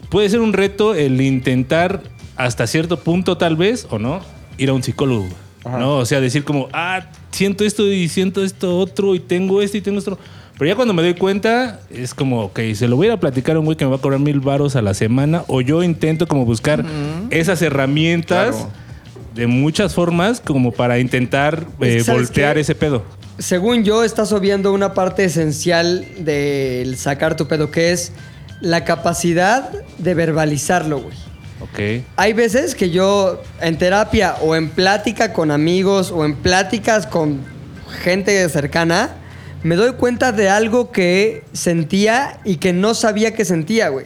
Speaker 2: puede ser un reto el intentar hasta cierto punto, tal vez, o no, ir a un psicólogo. ¿no? O sea, decir como, ah, siento esto y siento esto otro y tengo esto y tengo esto. Pero ya cuando me doy cuenta, es como, ok, se lo voy a ir a platicar a un güey que me va a cobrar mil varos a la semana. O yo intento como buscar esas herramientas
Speaker 4: Claro.
Speaker 2: de muchas formas como para intentar
Speaker 1: Es que,
Speaker 2: eh,
Speaker 1: Pues, ¿sabes
Speaker 2: voltear
Speaker 1: qué?
Speaker 2: ese pedo.
Speaker 1: Según yo, estás obviando una parte esencial del sacar tu pedo, que es la capacidad de verbalizarlo, güey.
Speaker 2: Ok.
Speaker 1: Hay veces que yo en terapia o en plática con amigos o en pláticas con gente cercana, me doy cuenta de algo que sentía y que no sabía que sentía, güey.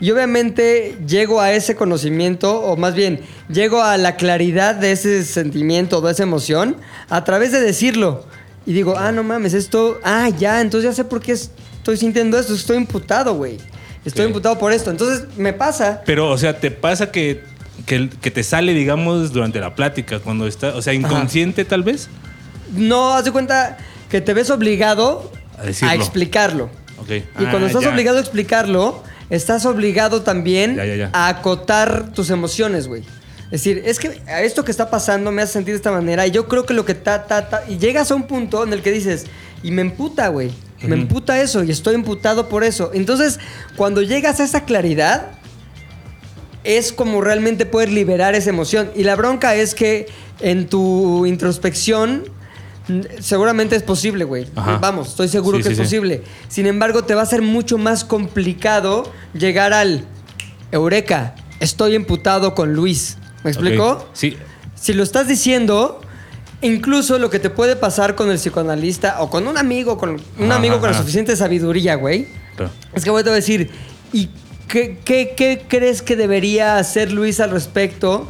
Speaker 1: Y obviamente llego a ese conocimiento, o más bien, llego a la claridad de ese sentimiento, de esa emoción, a través de decirlo. Y digo, ah, no mames, esto, ah, ya, entonces ya sé por qué estoy sintiendo esto, estoy imputado, güey. Estoy
Speaker 2: Ok.
Speaker 1: imputado por esto. Entonces me pasa
Speaker 2: Pero, o sea, te pasa que, que, que te sale, digamos, durante la plática, cuando está, o sea, inconsciente tal vez.
Speaker 1: No, haz de cuenta que te ves obligado
Speaker 2: A decirlo.
Speaker 1: explicarlo.
Speaker 2: Ok.
Speaker 1: Y
Speaker 2: Ah,
Speaker 1: cuando estás
Speaker 2: ya.
Speaker 1: obligado a explicarlo, estás obligado también
Speaker 2: Ya, ya, ya.
Speaker 1: a acotar tus emociones, güey. Es decir, es que esto que está pasando me hace sentir de esta manera y yo creo que lo que ta, ta, ta... Y llegas a un punto en el que dices, y me emputa, güey. Me emputa eso y estoy imputado por eso. Entonces, cuando llegas a esa claridad, es como realmente poder liberar esa emoción. Y la bronca es que en tu introspección mm, seguramente es posible, güey.
Speaker 2: Ajá.
Speaker 1: Vamos, estoy seguro
Speaker 2: Sí,
Speaker 1: que
Speaker 2: sí,
Speaker 1: es
Speaker 2: sí.
Speaker 1: posible. Sin embargo, te va a ser mucho más complicado llegar al Eureka, estoy emputado con Luis. ¿Me
Speaker 2: Ok.
Speaker 1: explicó?
Speaker 2: Sí.
Speaker 1: Si lo estás diciendo, incluso lo que te puede pasar con el psicoanalista o con un amigo, con un
Speaker 2: Ajá,
Speaker 1: amigo con la
Speaker 2: ajá.
Speaker 1: suficiente sabiduría, güey,
Speaker 2: Pero-
Speaker 1: es que voy a decir, ¿y qué, qué- qué crees que debería hacer Luis al respecto?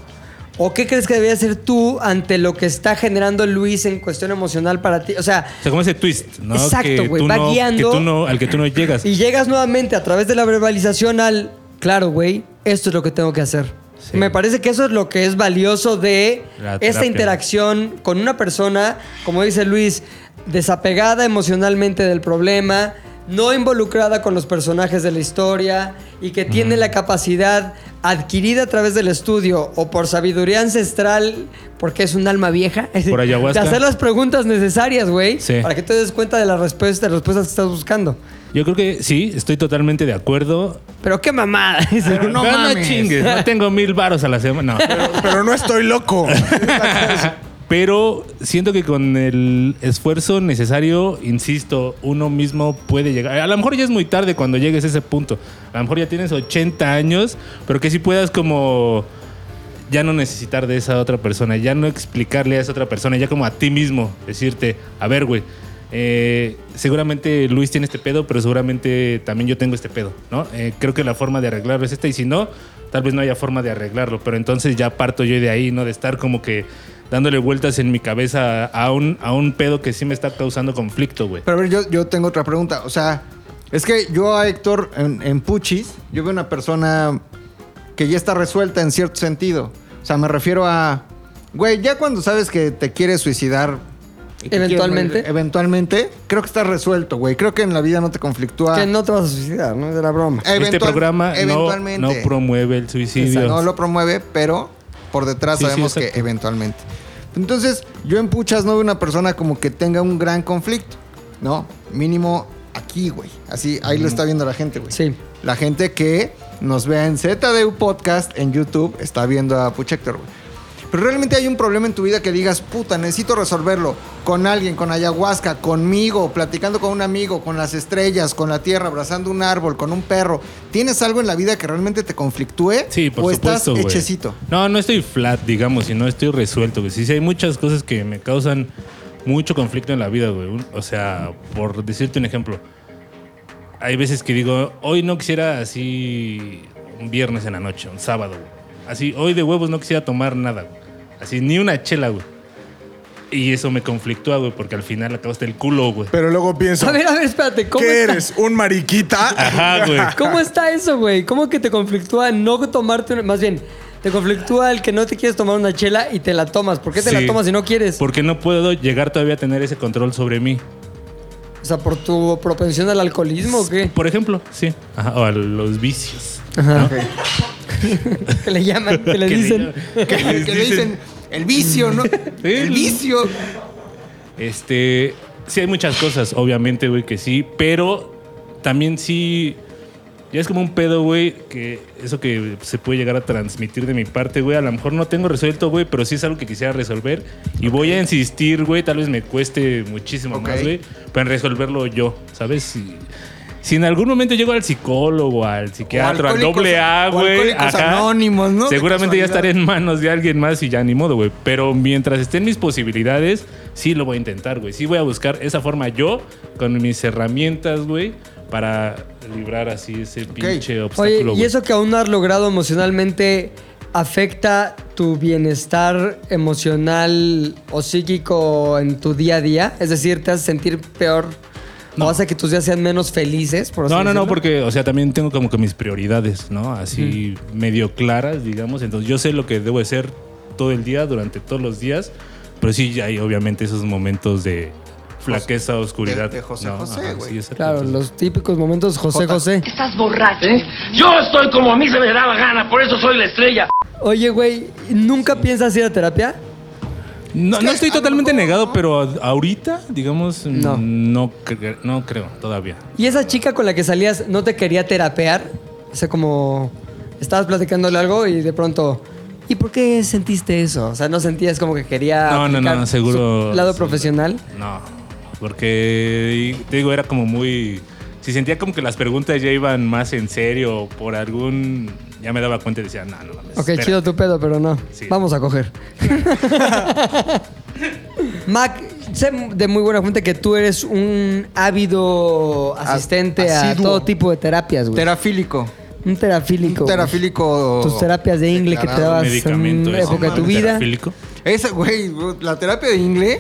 Speaker 1: ¿O qué crees que debería hacer tú ante lo que está generando Luis en cuestión emocional para ti? O sea,
Speaker 2: O sea, como ese twist, ¿no?
Speaker 1: Exacto,
Speaker 2: Que
Speaker 1: güey,
Speaker 2: tú
Speaker 1: va
Speaker 2: no-
Speaker 1: guiando.
Speaker 2: que tú no- al que tú no llegas.
Speaker 1: y llegas nuevamente a través de la verbalización al, claro, güey, esto es lo que tengo que hacer.
Speaker 2: Sí.
Speaker 1: Me parece que eso es lo que es valioso de
Speaker 2: La
Speaker 1: esta
Speaker 2: terapia.
Speaker 1: interacción con una persona, como dice Luis, desapegada emocionalmente del problema, no involucrada con los personajes de la historia y que tiene la capacidad adquirida a través del estudio o por sabiduría ancestral, porque es un alma vieja,
Speaker 2: Por ayahuasca.
Speaker 1: de hacer las preguntas necesarias, güey,
Speaker 2: Sí.
Speaker 1: para que te des cuenta de las respuestas, de las respuestas que estás buscando.
Speaker 2: Yo creo que sí, estoy totalmente de acuerdo.
Speaker 1: Pero qué mamada. dice,
Speaker 4: no
Speaker 2: Pero
Speaker 4: mames.
Speaker 2: chingues, no tengo mil varos a la semana. No.
Speaker 3: Pero no estoy loco.
Speaker 2: Pero siento que con el esfuerzo necesario, insisto, uno mismo puede llegar. A lo mejor ya es muy tarde cuando llegues a ese punto. A lo mejor ya tienes 80 años, pero que si puedas como ya no necesitar de esa otra persona, ya no explicarle a esa otra persona, ya como a ti mismo decirte, a ver, güey, eh, seguramente Luis tiene este pedo, pero seguramente también yo tengo este pedo, ¿no? Eh, creo que la forma de arreglarlo es esta y si no, tal vez no haya forma de arreglarlo, pero entonces ya parto yo de ahí, ¿no? De estar como que dándole vueltas en mi cabeza a un, a un pedo que sí me está causando conflicto, güey.
Speaker 4: Pero a ver, yo, yo tengo otra pregunta. O sea, es que yo a Héctor en, en Puchis, yo veo una persona que ya está resuelta en cierto sentido. O sea, me refiero a, güey, ya cuando sabes que te quieres suicidar... y que
Speaker 1: Eventualmente.
Speaker 4: quieres morir, eventualmente, creo que estás resuelto, güey. Creo que en la vida no te conflictúa.
Speaker 1: Que no te vas a suicidar, ¿no? Era broma.
Speaker 2: este
Speaker 4: Eventual-
Speaker 2: programa no, no promueve el suicidio.
Speaker 4: no lo promueve, pero por detrás
Speaker 2: Sí, sí,
Speaker 4: sabemos que
Speaker 2: exacto.
Speaker 4: eventualmente. Entonces, yo en Puchas no veo una persona como que tenga un gran conflicto, ¿no? Mínimo aquí, güey. Así, ahí lo está viendo la gente, güey.
Speaker 1: Sí.
Speaker 4: La gente que nos vea en ZDU Podcast en YouTube está viendo a Puchector, güey. Pero realmente hay un problema en tu vida que digas, puta, necesito resolverlo con alguien, con ayahuasca, conmigo, platicando con un amigo, con las estrellas, con la tierra, abrazando un árbol, con un perro. ¿Tienes algo en la vida que realmente te conflictúe?
Speaker 2: Sí, por
Speaker 4: ¿O
Speaker 2: supuesto,
Speaker 4: estás
Speaker 2: güey.
Speaker 4: hechecito?
Speaker 2: No, no estoy flat, digamos, y no estoy resuelto, güey. Sí, sí, hay muchas cosas que me causan mucho conflicto en la vida, güey. Un- O sea, por decirte un ejemplo, hay veces que digo, hoy no quisiera así un viernes en la noche, un sábado, güey. Así, hoy de huevos no quisiera tomar nada, güey. Así, ni una chela, güey. Y eso me conflictúa, güey, porque al final acabaste el culo, güey.
Speaker 3: Pero luego pienso,
Speaker 1: A ver, a ver, espérate. ¿Cómo,
Speaker 3: ¿qué
Speaker 1: está,
Speaker 3: eres? ¿Un mariquita?
Speaker 2: Ajá, güey.
Speaker 1: ¿cómo está eso, güey? ¿Cómo que te conflictúa no tomarte una... Más bien, te conflictúa el que no te quieres tomar una chela y te la tomas. ¿Por qué te la
Speaker 2: Sí.
Speaker 1: tomas si no quieres?
Speaker 2: Porque no puedo llegar todavía a tener ese control sobre mí.
Speaker 1: O sea, ¿por tu propensión al alcoholismo o qué?
Speaker 2: Por ejemplo, sí. Ajá, o a los vicios.
Speaker 1: Que le llaman, que le
Speaker 2: Que le
Speaker 1: dicen.
Speaker 2: llaman- que les
Speaker 4: que le dicen el vicio, ¿no? el vicio.
Speaker 2: Este, sí hay muchas cosas, obviamente, güey, que sí, pero también sí, ya es como un pedo, güey, que eso que se puede llegar a transmitir de mi parte, güey, a lo mejor no tengo resuelto, güey, pero sí es algo que quisiera resolver y voy a insistir, güey, tal vez me cueste muchísimo
Speaker 4: Ok.
Speaker 2: más, güey, pero en resolverlo yo, ¿sabes? Si, si en algún momento llego al psicólogo, al psiquiatra, al
Speaker 4: Alcohólicos-
Speaker 2: doble A,
Speaker 4: o
Speaker 2: güey,
Speaker 4: Alcohólicos
Speaker 2: ajá,
Speaker 4: Anónimos, ¿no? De
Speaker 2: Seguramente ya
Speaker 4: casualidad.
Speaker 2: estaré en manos de alguien más y ya ni modo, güey. Pero mientras estén mis posibilidades, sí lo voy a intentar, güey. Sí voy a buscar esa forma yo, con mis herramientas, güey, para librar así ese pinche
Speaker 1: Oye,
Speaker 2: obstáculo,
Speaker 1: ¿y
Speaker 2: güey.
Speaker 1: eso que aún no has logrado emocionalmente afecta tu bienestar emocional o psíquico en tu día a día? Es decir, ¿te hace sentir peor? ¿O hace que tus días sean menos felices? Por así
Speaker 2: No, no,
Speaker 1: decirlo?
Speaker 2: no, porque, o sea, también tengo como que mis prioridades, ¿no? Así medio claras, digamos. Entonces yo sé lo que debo de ser todo el día, durante todos los días. Pero sí hay obviamente esos momentos de flaqueza, oscuridad.
Speaker 4: de José
Speaker 2: ¿no?
Speaker 4: José,
Speaker 2: Ajá,
Speaker 4: güey.
Speaker 2: sí, exacto.
Speaker 1: Claro,
Speaker 2: Entonces-
Speaker 1: los típicos momentos José
Speaker 4: Jota.
Speaker 1: José.
Speaker 7: Estás borracho. ¿Eh? Yo estoy como a mí se me da la gana, por eso soy la estrella.
Speaker 1: Oye, güey, ¿nunca piensas ir a terapia?
Speaker 2: No, no estoy
Speaker 4: a lo
Speaker 2: totalmente
Speaker 4: mejor,
Speaker 2: negado,
Speaker 4: ¿no?
Speaker 2: pero a- ahorita, digamos,
Speaker 1: No.
Speaker 2: no, no, cre- no creo todavía.
Speaker 1: ¿Y esa chica con la que salías no te quería terapear? O sea, como estabas platicándole algo y de pronto... ¿Y por qué sentiste eso? O sea, ¿no sentías como que quería
Speaker 2: No, no,
Speaker 1: aplicar
Speaker 2: no, seguro-
Speaker 1: su lado
Speaker 2: sí.
Speaker 1: profesional?
Speaker 2: No, porque y- te digo, era como muy. Si sentía como que las preguntas ya iban más en serio o por algún. Ya me daba cuenta y decía, no, no mames.
Speaker 1: Ok,
Speaker 2: espera".
Speaker 1: chido tu pedo, pero no.
Speaker 2: Sí.
Speaker 1: Vamos a coger. Mac, sé de muy buena cuenta que tú eres un ávido asistente a,
Speaker 4: asiduo.
Speaker 1: todo tipo de terapias, güey.
Speaker 4: Terafílico.
Speaker 1: un terafílico.
Speaker 4: Un
Speaker 1: güey.
Speaker 4: terafílico.
Speaker 1: Tus terapias de inglés que te
Speaker 4: declarado.
Speaker 1: dabas en
Speaker 2: Medicamento
Speaker 1: una
Speaker 2: ese,
Speaker 1: época de tu
Speaker 2: ¿no?
Speaker 1: vida.
Speaker 2: Terafílico.
Speaker 4: Esa, güey, la terapia de inglés.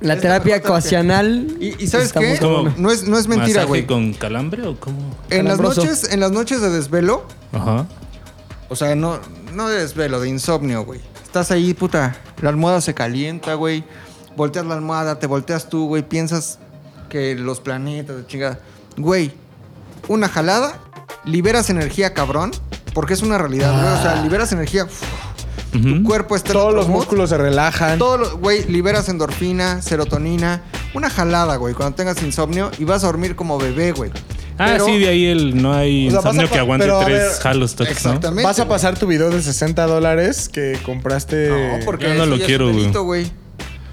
Speaker 1: La
Speaker 4: Es la
Speaker 1: terapia
Speaker 4: mejor terapia.
Speaker 1: ecuacional.
Speaker 4: Y, y ¿sabes
Speaker 1: está
Speaker 4: qué?
Speaker 1: muy cabrona.
Speaker 4: No es, no es mentira,
Speaker 2: ¿Masaje
Speaker 4: güey.
Speaker 2: con calambre o cómo?
Speaker 4: En las,
Speaker 1: calambroso.
Speaker 4: noches, en las noches de desvelo,
Speaker 2: Ajá.
Speaker 4: o sea, no, no de desvelo, de insomnio, güey. Estás ahí, puta. La almohada se calienta, güey. Volteas la almohada, te volteas tú, güey. Piensas que los planetas, de chingada. Güey, una jalada, liberas energía, cabrón. Porque es una realidad, güey.
Speaker 2: Ah.
Speaker 4: O sea, liberas energía. uf, Tu cuerpo está en
Speaker 3: Todos
Speaker 4: otro
Speaker 3: los
Speaker 4: mood.
Speaker 3: músculos se relajan.
Speaker 4: Todo lo- güey, liberas endorfina, serotonina, una jalada, güey, cuando tengas insomnio y vas a dormir como bebé, güey.
Speaker 2: Ah,
Speaker 4: Pero-
Speaker 2: sí, de ahí el no hay
Speaker 3: O sea, vas a
Speaker 2: insomnio
Speaker 3: pa-
Speaker 2: que aguante
Speaker 3: pero a
Speaker 2: tres
Speaker 3: ver,
Speaker 2: jalos toques, ¿no?
Speaker 4: Exactamente.
Speaker 3: Vas a pasar tu video de 60 dólares que compraste.
Speaker 4: güey. No, porque
Speaker 2: Yo no
Speaker 4: eso
Speaker 2: lo
Speaker 4: ya es
Speaker 2: quiero,
Speaker 4: un
Speaker 2: güey.
Speaker 4: delito, güey.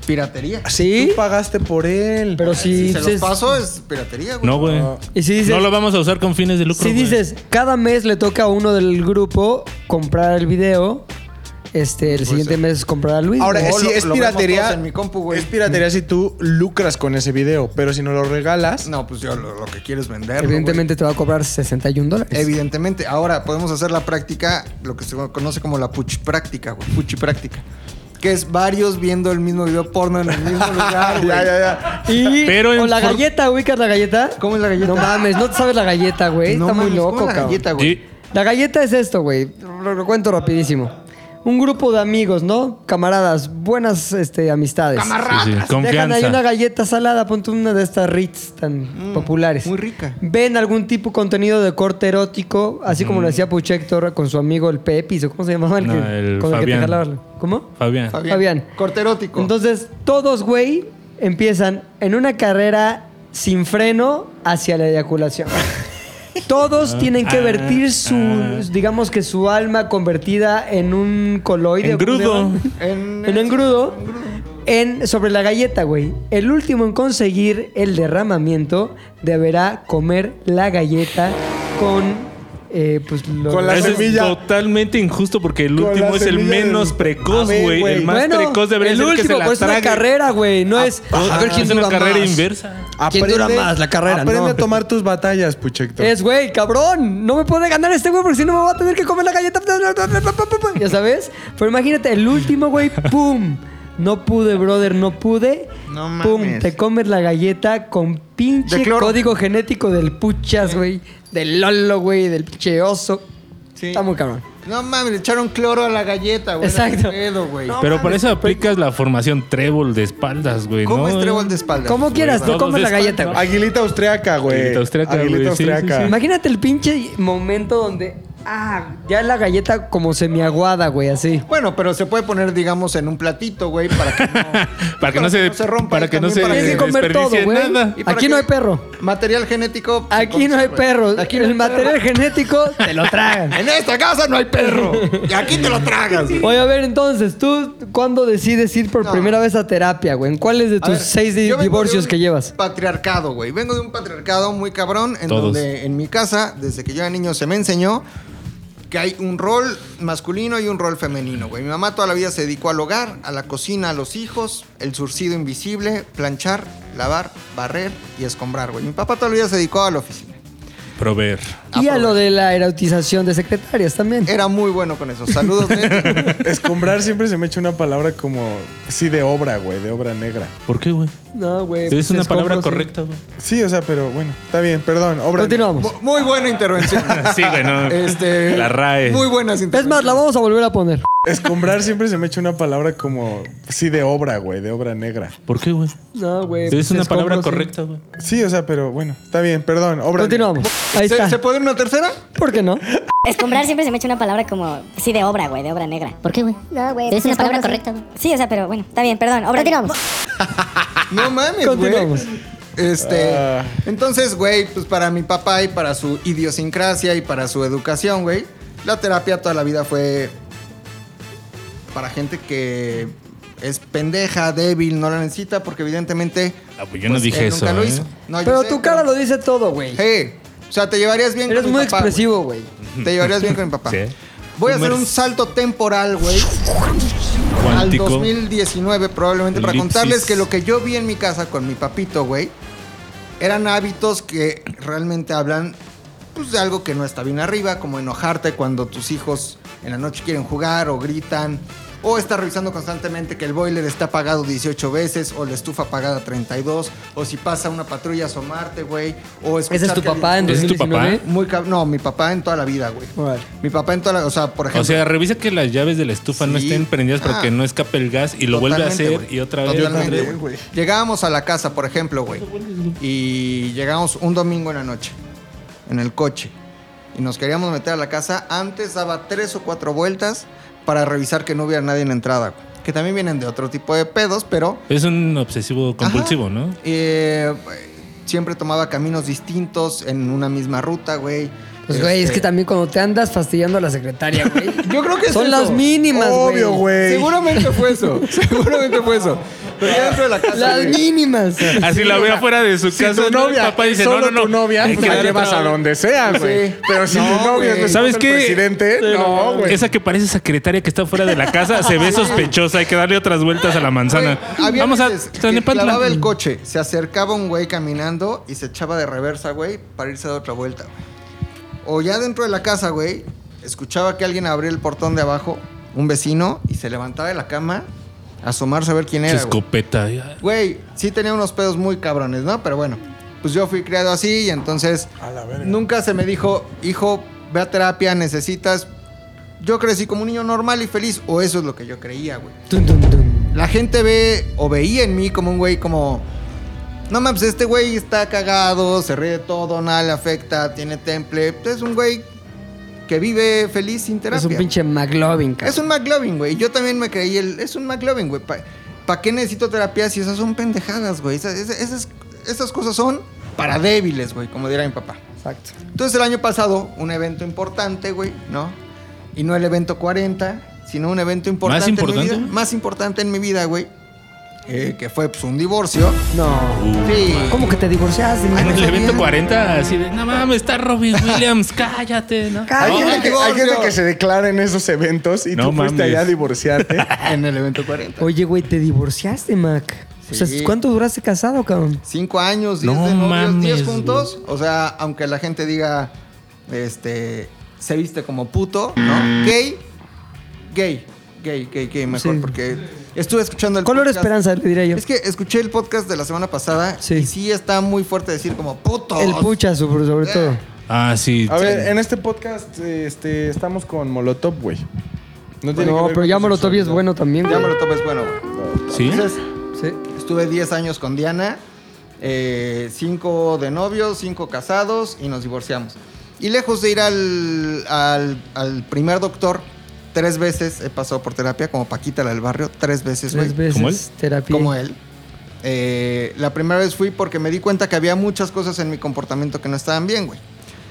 Speaker 4: Piratería.
Speaker 1: Sí,
Speaker 3: Tú pagaste por él.
Speaker 1: pero si,
Speaker 4: Si se los
Speaker 1: dices.
Speaker 4: paso es piratería, güey.
Speaker 2: No, güey.
Speaker 3: No.
Speaker 1: Y si dices.
Speaker 2: No lo vamos a usar con fines de lucro.
Speaker 1: Si
Speaker 2: güey.
Speaker 1: dices, cada mes le toca a uno del grupo comprar el video, este, el siguiente mes comprar a Luis.
Speaker 3: Ahora,
Speaker 1: ¿no?
Speaker 4: es-
Speaker 3: si
Speaker 4: lo-
Speaker 3: es
Speaker 4: lo vemos todos
Speaker 3: piratería.
Speaker 4: en mi compu, güey.
Speaker 3: es piratería si tú lucras con ese video, pero si no lo regalas.
Speaker 4: No, pues yo lo, lo que quiero es venderlo,
Speaker 1: evidentemente te va a cobrar 61 dólares.
Speaker 4: güey. Evidentemente. Ahora podemos hacer la práctica, lo que se conoce como la puchi práctica, güey. Puchi práctica. Que es varios viendo el mismo video porno en el mismo lugar,
Speaker 3: Ya,
Speaker 4: güey.
Speaker 3: ya, ya.
Speaker 1: y
Speaker 2: Pero en
Speaker 1: o la
Speaker 2: for-
Speaker 1: galleta, ubicas la galleta.
Speaker 4: ¿Cómo es la galleta?
Speaker 1: No mames, no te sabes la galleta, güey.
Speaker 4: No
Speaker 1: Está muy
Speaker 4: mames,
Speaker 1: loco,
Speaker 4: ¿cómo la
Speaker 1: cabrón.
Speaker 4: galleta, güey.
Speaker 2: Sí.
Speaker 1: La galleta es esto, güey. Lo, lo cuento rapidísimo. Un grupo de amigos, ¿no? Camaradas, buenas este, amistades.
Speaker 2: Sí, sí,
Speaker 1: Dejan
Speaker 2: Confianza.
Speaker 1: ahí una galleta salada, ponte una de estas Ritz tan populares.
Speaker 4: Mm, muy rica.
Speaker 1: Ven algún tipo de contenido de corte erótico, así como lo hacía Puchector con su amigo el Pepis, o cómo se llamaba el
Speaker 2: Mm. No,
Speaker 1: que,
Speaker 2: el
Speaker 1: con
Speaker 2: Fabián.
Speaker 1: que te jalaba. ¿Cómo?
Speaker 2: Fabián.
Speaker 1: Fabián.
Speaker 4: Corterótico.
Speaker 1: Entonces, todos, güey, empiezan en una carrera sin freno hacia la eyaculación. Todos tienen que
Speaker 2: ah,
Speaker 1: vertir su,
Speaker 2: ah.
Speaker 1: digamos que su alma convertida en un coloide.
Speaker 2: Engrudo.
Speaker 1: En, en engrudo. En, sobre la galleta, güey. El último en conseguir el derramamiento deberá comer la galleta con, eh, pues, lo-
Speaker 3: Con la
Speaker 2: Eso es
Speaker 3: semilla.
Speaker 2: totalmente injusto porque el
Speaker 3: Con la
Speaker 2: último es el
Speaker 3: semilla del-
Speaker 2: menos
Speaker 3: A
Speaker 2: precoz,
Speaker 3: ver,
Speaker 2: güey.
Speaker 3: güey.
Speaker 2: El más
Speaker 1: Bueno,
Speaker 2: precoz debería
Speaker 1: el
Speaker 2: ser el que
Speaker 1: último,
Speaker 2: se la
Speaker 1: pues, es una
Speaker 2: trague. Ah,
Speaker 1: carrera, güey. No es a ver quién
Speaker 2: es una
Speaker 1: dura
Speaker 2: carrera
Speaker 1: más.
Speaker 2: inversa.
Speaker 1: ¿Quién dura más, la carrera?
Speaker 3: Aprende
Speaker 1: No.
Speaker 3: a tomar tus batallas, Puchector.
Speaker 1: Es, güey, cabrón, no me puede ganar este güey porque si no me va a tener que comer la galleta. Ya sabes. Pero imagínate, el último, güey, pum. No pude, brother, no pude.
Speaker 4: No
Speaker 1: Pum,
Speaker 4: mames.
Speaker 1: te comes la galleta con pinche
Speaker 4: De cloro.
Speaker 1: código genético del puchas, güey. Del lolo, güey, del pinche oso.
Speaker 4: Sí.
Speaker 1: Está muy cabrón.
Speaker 4: No mames, le echaron cloro a la galleta, güey.
Speaker 1: Exacto.
Speaker 4: Qué pedo, güey.
Speaker 1: No
Speaker 2: Pero para
Speaker 1: mames,
Speaker 2: eso aplicas la formación trébol de espaldas, güey.
Speaker 4: ¿Cómo
Speaker 2: ¿no? eh.
Speaker 4: es trébol de espaldas?
Speaker 1: Como quieras, te
Speaker 2: Todos
Speaker 1: comes la
Speaker 2: de espalda.
Speaker 1: galleta, güey.
Speaker 3: Aguilita austriaca, güey.
Speaker 2: Aguilita austriaca, güey, sí, sí, sí.
Speaker 1: Imagínate el pinche momento donde. Ah, ya la galleta como semiaguada, güey, así.
Speaker 4: Bueno, pero se puede poner, digamos, en un platito, güey, para que no...
Speaker 2: para que no se,
Speaker 4: rompa.
Speaker 2: para
Speaker 4: y
Speaker 2: que no
Speaker 4: también
Speaker 2: se
Speaker 4: para
Speaker 1: Tienes que
Speaker 4: que-
Speaker 1: comer todo,
Speaker 2: desperdicie
Speaker 1: güey.
Speaker 2: nada.
Speaker 4: ¿Y para
Speaker 1: Aquí
Speaker 4: qué?
Speaker 1: no hay perro.
Speaker 4: Material genético... se
Speaker 1: Aquí no
Speaker 4: consume.
Speaker 1: hay perros.
Speaker 4: Aquí no
Speaker 1: el
Speaker 4: hay
Speaker 1: material genético te lo tragan.
Speaker 4: perro. En esta casa no hay perro. Y aquí te lo tragas. güey.
Speaker 1: Oye, a ver, entonces, ¿tú cuándo decides ir por
Speaker 4: No.
Speaker 1: primera vez a terapia, güey? ¿En cuáles de
Speaker 4: A
Speaker 1: tus
Speaker 4: ver,
Speaker 1: seis di-
Speaker 4: yo vengo
Speaker 1: divorcios
Speaker 4: de un
Speaker 1: que llevas?
Speaker 4: Patriarcado, güey. Vengo de un patriarcado muy cabrón en
Speaker 2: Todos.
Speaker 4: donde en mi casa, desde que yo era niño, se me enseñó que hay un rol masculino y un rol femenino, güey. Mi mamá toda la vida se dedicó al hogar, a la cocina, a los hijos, el surcido invisible, planchar, lavar, barrer y escombrar, güey. Mi papá toda la vida se dedicó a la oficina.
Speaker 2: Proveer.
Speaker 1: Y a lo de la erotización de secretarias también.
Speaker 4: Era muy bueno con eso. Saludos, Ned.
Speaker 3: Escombrar siempre se me echa una palabra como. Sí, de obra, güey, de obra negra.
Speaker 2: ¿Por qué, güey?
Speaker 1: No, güey.
Speaker 2: Es
Speaker 1: pues,
Speaker 2: una
Speaker 1: escombros,
Speaker 2: palabra
Speaker 1: sí.
Speaker 2: correcta, güey.
Speaker 3: Sí, o sea, pero bueno, está bien, perdón. Obra
Speaker 1: Continuamos.
Speaker 4: Mu- Muy buena intervención.
Speaker 2: Sí, güey, no.
Speaker 4: Este,
Speaker 2: La RAE.
Speaker 4: Muy buenas
Speaker 1: Es
Speaker 4: intervenciones.
Speaker 1: más, la vamos a volver a poner.
Speaker 3: negra. Escombrar siempre se me echa una palabra como. Sí, de obra, güey, de obra negra.
Speaker 2: ¿Por qué, güey?
Speaker 1: No, güey.
Speaker 2: Es
Speaker 1: pues,
Speaker 2: una
Speaker 1: escombros,
Speaker 2: palabra
Speaker 1: sí.
Speaker 2: correcta, güey.
Speaker 3: Sí, o sea, pero bueno, está bien, perdón. Obra
Speaker 1: Continuamos. Ahí
Speaker 4: ¿Se,
Speaker 1: está.
Speaker 4: ¿Se puede una tercera?
Speaker 1: ¿Por qué no?
Speaker 8: Escombrar siempre se me echa una palabra como, sí, de obra, güey, de obra negra.
Speaker 6: ¿Por qué, güey? No, güey. Es una palabra correcta, güey.
Speaker 8: Sí, o sea, pero bueno, está bien, perdón. Obra
Speaker 6: Continuamos.
Speaker 4: No mames,
Speaker 1: Continuamos.
Speaker 4: güey. Este,
Speaker 3: Ah.
Speaker 4: entonces, güey, pues para mi papá y para su idiosincrasia y para su educación, güey, la terapia toda la vida fue para gente que es pendeja, débil, no la necesita porque evidentemente
Speaker 2: Ah, pues yo no dije
Speaker 4: él nunca
Speaker 2: eso,
Speaker 4: lo
Speaker 2: ¿eh?
Speaker 4: hizo. No, yo
Speaker 1: Pero
Speaker 4: sé,
Speaker 1: tu cara lo dice todo, güey.
Speaker 4: Hey, o sea, te llevarías bien
Speaker 1: Eres
Speaker 4: con mi
Speaker 1: muy
Speaker 4: papá,
Speaker 1: expresivo, güey.
Speaker 4: güey. Te llevarías bien con mi papá.
Speaker 2: Sí.
Speaker 4: Voy a hacer
Speaker 2: Comer-
Speaker 4: un salto temporal, güey al
Speaker 2: Cuántico.
Speaker 4: 2019 probablemente para
Speaker 2: Elipsis.
Speaker 4: contarles que lo que yo vi en mi casa con mi papito, güey, eran hábitos que realmente hablan pues, de algo que no está bien arriba, como enojarte cuando tus hijos en la noche quieren jugar o gritan. O estar revisando constantemente que el boiler está apagado 18 veces, o la estufa apagada 32, o si pasa una patrulla a asomarte, güey, o
Speaker 1: Ese es
Speaker 4: escuchar
Speaker 1: tu
Speaker 4: que alguien-
Speaker 1: papá en
Speaker 2: ¿Ese es tu
Speaker 1: 2019.
Speaker 2: papá?
Speaker 4: Muy cab- No, mi papá en toda la vida, güey.
Speaker 1: Órale.
Speaker 4: Mi papá en toda la... O sea, por ejemplo...
Speaker 2: O sea, revisa que las llaves de la estufa no
Speaker 4: Sí.
Speaker 2: estén prendidas para
Speaker 4: Ah.
Speaker 2: que no escape el gas y lo vuelve a
Speaker 4: Totalmente,
Speaker 2: hacer
Speaker 4: güey.
Speaker 2: y otra vez.
Speaker 4: Totalmente,
Speaker 2: otra vez.
Speaker 4: güey. Llegábamos a la casa, por ejemplo, güey. Y llegamos un domingo en la noche, en el coche. Y nos queríamos meter a la casa. Antes daba tres o cuatro vueltas para revisar que no hubiera nadie en la entrada, güey. Que también vienen de otro tipo de pedos, pero
Speaker 2: Es un obsesivo compulsivo,
Speaker 4: Ajá.
Speaker 2: ¿no?
Speaker 4: eh, siempre tomaba caminos distintos en una misma ruta, güey.
Speaker 1: Pues, güey, es
Speaker 4: Este,
Speaker 1: que también cuando te andas fastidiando a la secretaria, güey.
Speaker 4: Yo creo que es
Speaker 1: Son
Speaker 4: eso.
Speaker 1: las mínimas, güey.
Speaker 3: Obvio, güey.
Speaker 4: Seguramente fue eso. Seguramente fue eso. Pero ya dentro de la casa.
Speaker 1: Las
Speaker 4: güey.
Speaker 1: mínimas.
Speaker 2: Así la ve afuera de su
Speaker 3: Si
Speaker 2: casa.
Speaker 3: tu
Speaker 2: ¿no? El
Speaker 3: novia,
Speaker 2: papá dice,
Speaker 3: solo
Speaker 2: no, no, no.
Speaker 3: tu novia,
Speaker 2: hay
Speaker 3: pues
Speaker 2: que
Speaker 3: la
Speaker 2: dar
Speaker 3: llevas
Speaker 2: otra-
Speaker 3: a donde sea, güey.
Speaker 4: Sí.
Speaker 3: Pero si
Speaker 4: No,
Speaker 3: tu novia
Speaker 4: güey.
Speaker 3: es
Speaker 2: ¿Sabes
Speaker 3: el
Speaker 2: qué?
Speaker 3: presidente, no, güey.
Speaker 2: Esa que parece secretaria que está fuera de la casa se ve sospechosa. Hay que darle otras vueltas a la manzana.
Speaker 4: Güey, había
Speaker 2: Vamos a
Speaker 4: veces que
Speaker 2: Tlanepantla.
Speaker 4: clavaba el coche, se acercaba un güey caminando y se echaba de reversa, güey, para irse a dar otra vuelta. O ya dentro de la casa, güey, escuchaba que alguien abría el portón de abajo, un vecino, y se levantaba de la cama, a asomarse a ver quién
Speaker 2: Su
Speaker 4: era. güey.
Speaker 2: escopeta.
Speaker 4: Güey, sí tenía unos pedos muy cabrones, ¿no? Pero bueno, pues yo fui criado así y entonces
Speaker 3: A la verga.
Speaker 4: nunca se me dijo, hijo, ve a terapia, necesitas. Yo crecí como un niño normal y feliz, o eso es lo que yo creía, güey.
Speaker 1: Tun, tun, tun.
Speaker 4: La gente ve o veía en mí como un güey como... No mames, este güey está cagado, se ríe de todo, nada le afecta, tiene temple. Pues es un güey que vive feliz sin terapia.
Speaker 1: Es un pinche McLovin, cabrón.
Speaker 4: Es un McLovin, güey. Yo también me creí el... Es un McLovin, güey. ¿Para qué necesito terapia si esas son pendejadas, güey? Esas, esas- esas- estas cosas son para débiles, güey, como dirá mi papá.
Speaker 1: Exacto.
Speaker 4: Entonces el año pasado, un evento importante, güey, ¿no? Y no el evento 40, sino un evento importante. en mi
Speaker 2: importante?
Speaker 4: vida- más importante en mi vida, güey. eh, que fue pues, un divorcio.
Speaker 1: No.
Speaker 4: Sí.
Speaker 1: ¿Cómo que te divorciaste? mi
Speaker 4: Ay,
Speaker 2: En
Speaker 1: amor?
Speaker 2: el evento
Speaker 4: sabía.
Speaker 2: 40, así de, no mames, está Robin Williams, cállate, ¿no?
Speaker 3: Hay,
Speaker 4: No,
Speaker 3: gente que, hay
Speaker 4: divorcio.
Speaker 3: gente que se declara en esos eventos y
Speaker 2: No
Speaker 3: tú fuiste
Speaker 2: mames.
Speaker 3: allá a divorciarte.
Speaker 4: En el evento 40.
Speaker 1: Oye, güey, te divorciaste, Mac. O
Speaker 4: Sí.
Speaker 1: sea, ¿cuánto duraste casado, cabrón?
Speaker 4: Cinco años, diez
Speaker 2: No
Speaker 4: de novios,
Speaker 2: mames,
Speaker 4: diez juntos. O sea, aunque la gente diga, este, se viste como puto, ¿no? Gay, gay, gay, gay, gay, mejor,
Speaker 1: Sí.
Speaker 4: porque estuve escuchando el
Speaker 1: Color
Speaker 4: podcast.
Speaker 1: esperanza, le diría yo.
Speaker 4: Es que escuché el podcast de la semana pasada
Speaker 1: Sí.
Speaker 4: y sí está muy fuerte decir como puto.
Speaker 1: El pucha, sobre, sobre
Speaker 4: Eh.
Speaker 1: todo.
Speaker 2: Ah, sí.
Speaker 3: A ver, en este podcast este, estamos con Molotov, güey. No, tiene que
Speaker 1: No,
Speaker 3: ver
Speaker 1: pero
Speaker 3: con
Speaker 1: ya
Speaker 3: tu
Speaker 1: Molotov es
Speaker 3: sexualidad.
Speaker 1: bueno también.
Speaker 4: Ya
Speaker 1: güey.
Speaker 4: me lo tomes bueno, güey.
Speaker 2: ¿Sí?
Speaker 4: Entonces,
Speaker 1: Sí.
Speaker 4: estuve 10 años con Diana, 5 de novios, 5 casados y nos divorciamos. Y lejos de ir al, al, al primer doctor, tres veces he pasado por terapia, como Paquita la del barrio, tres veces, güey.
Speaker 1: Tres veces
Speaker 2: ¿Como él?
Speaker 1: terapia.
Speaker 4: Como él. Eh, la primera vez fui porque me di cuenta que había muchas cosas en mi comportamiento que no estaban bien, güey.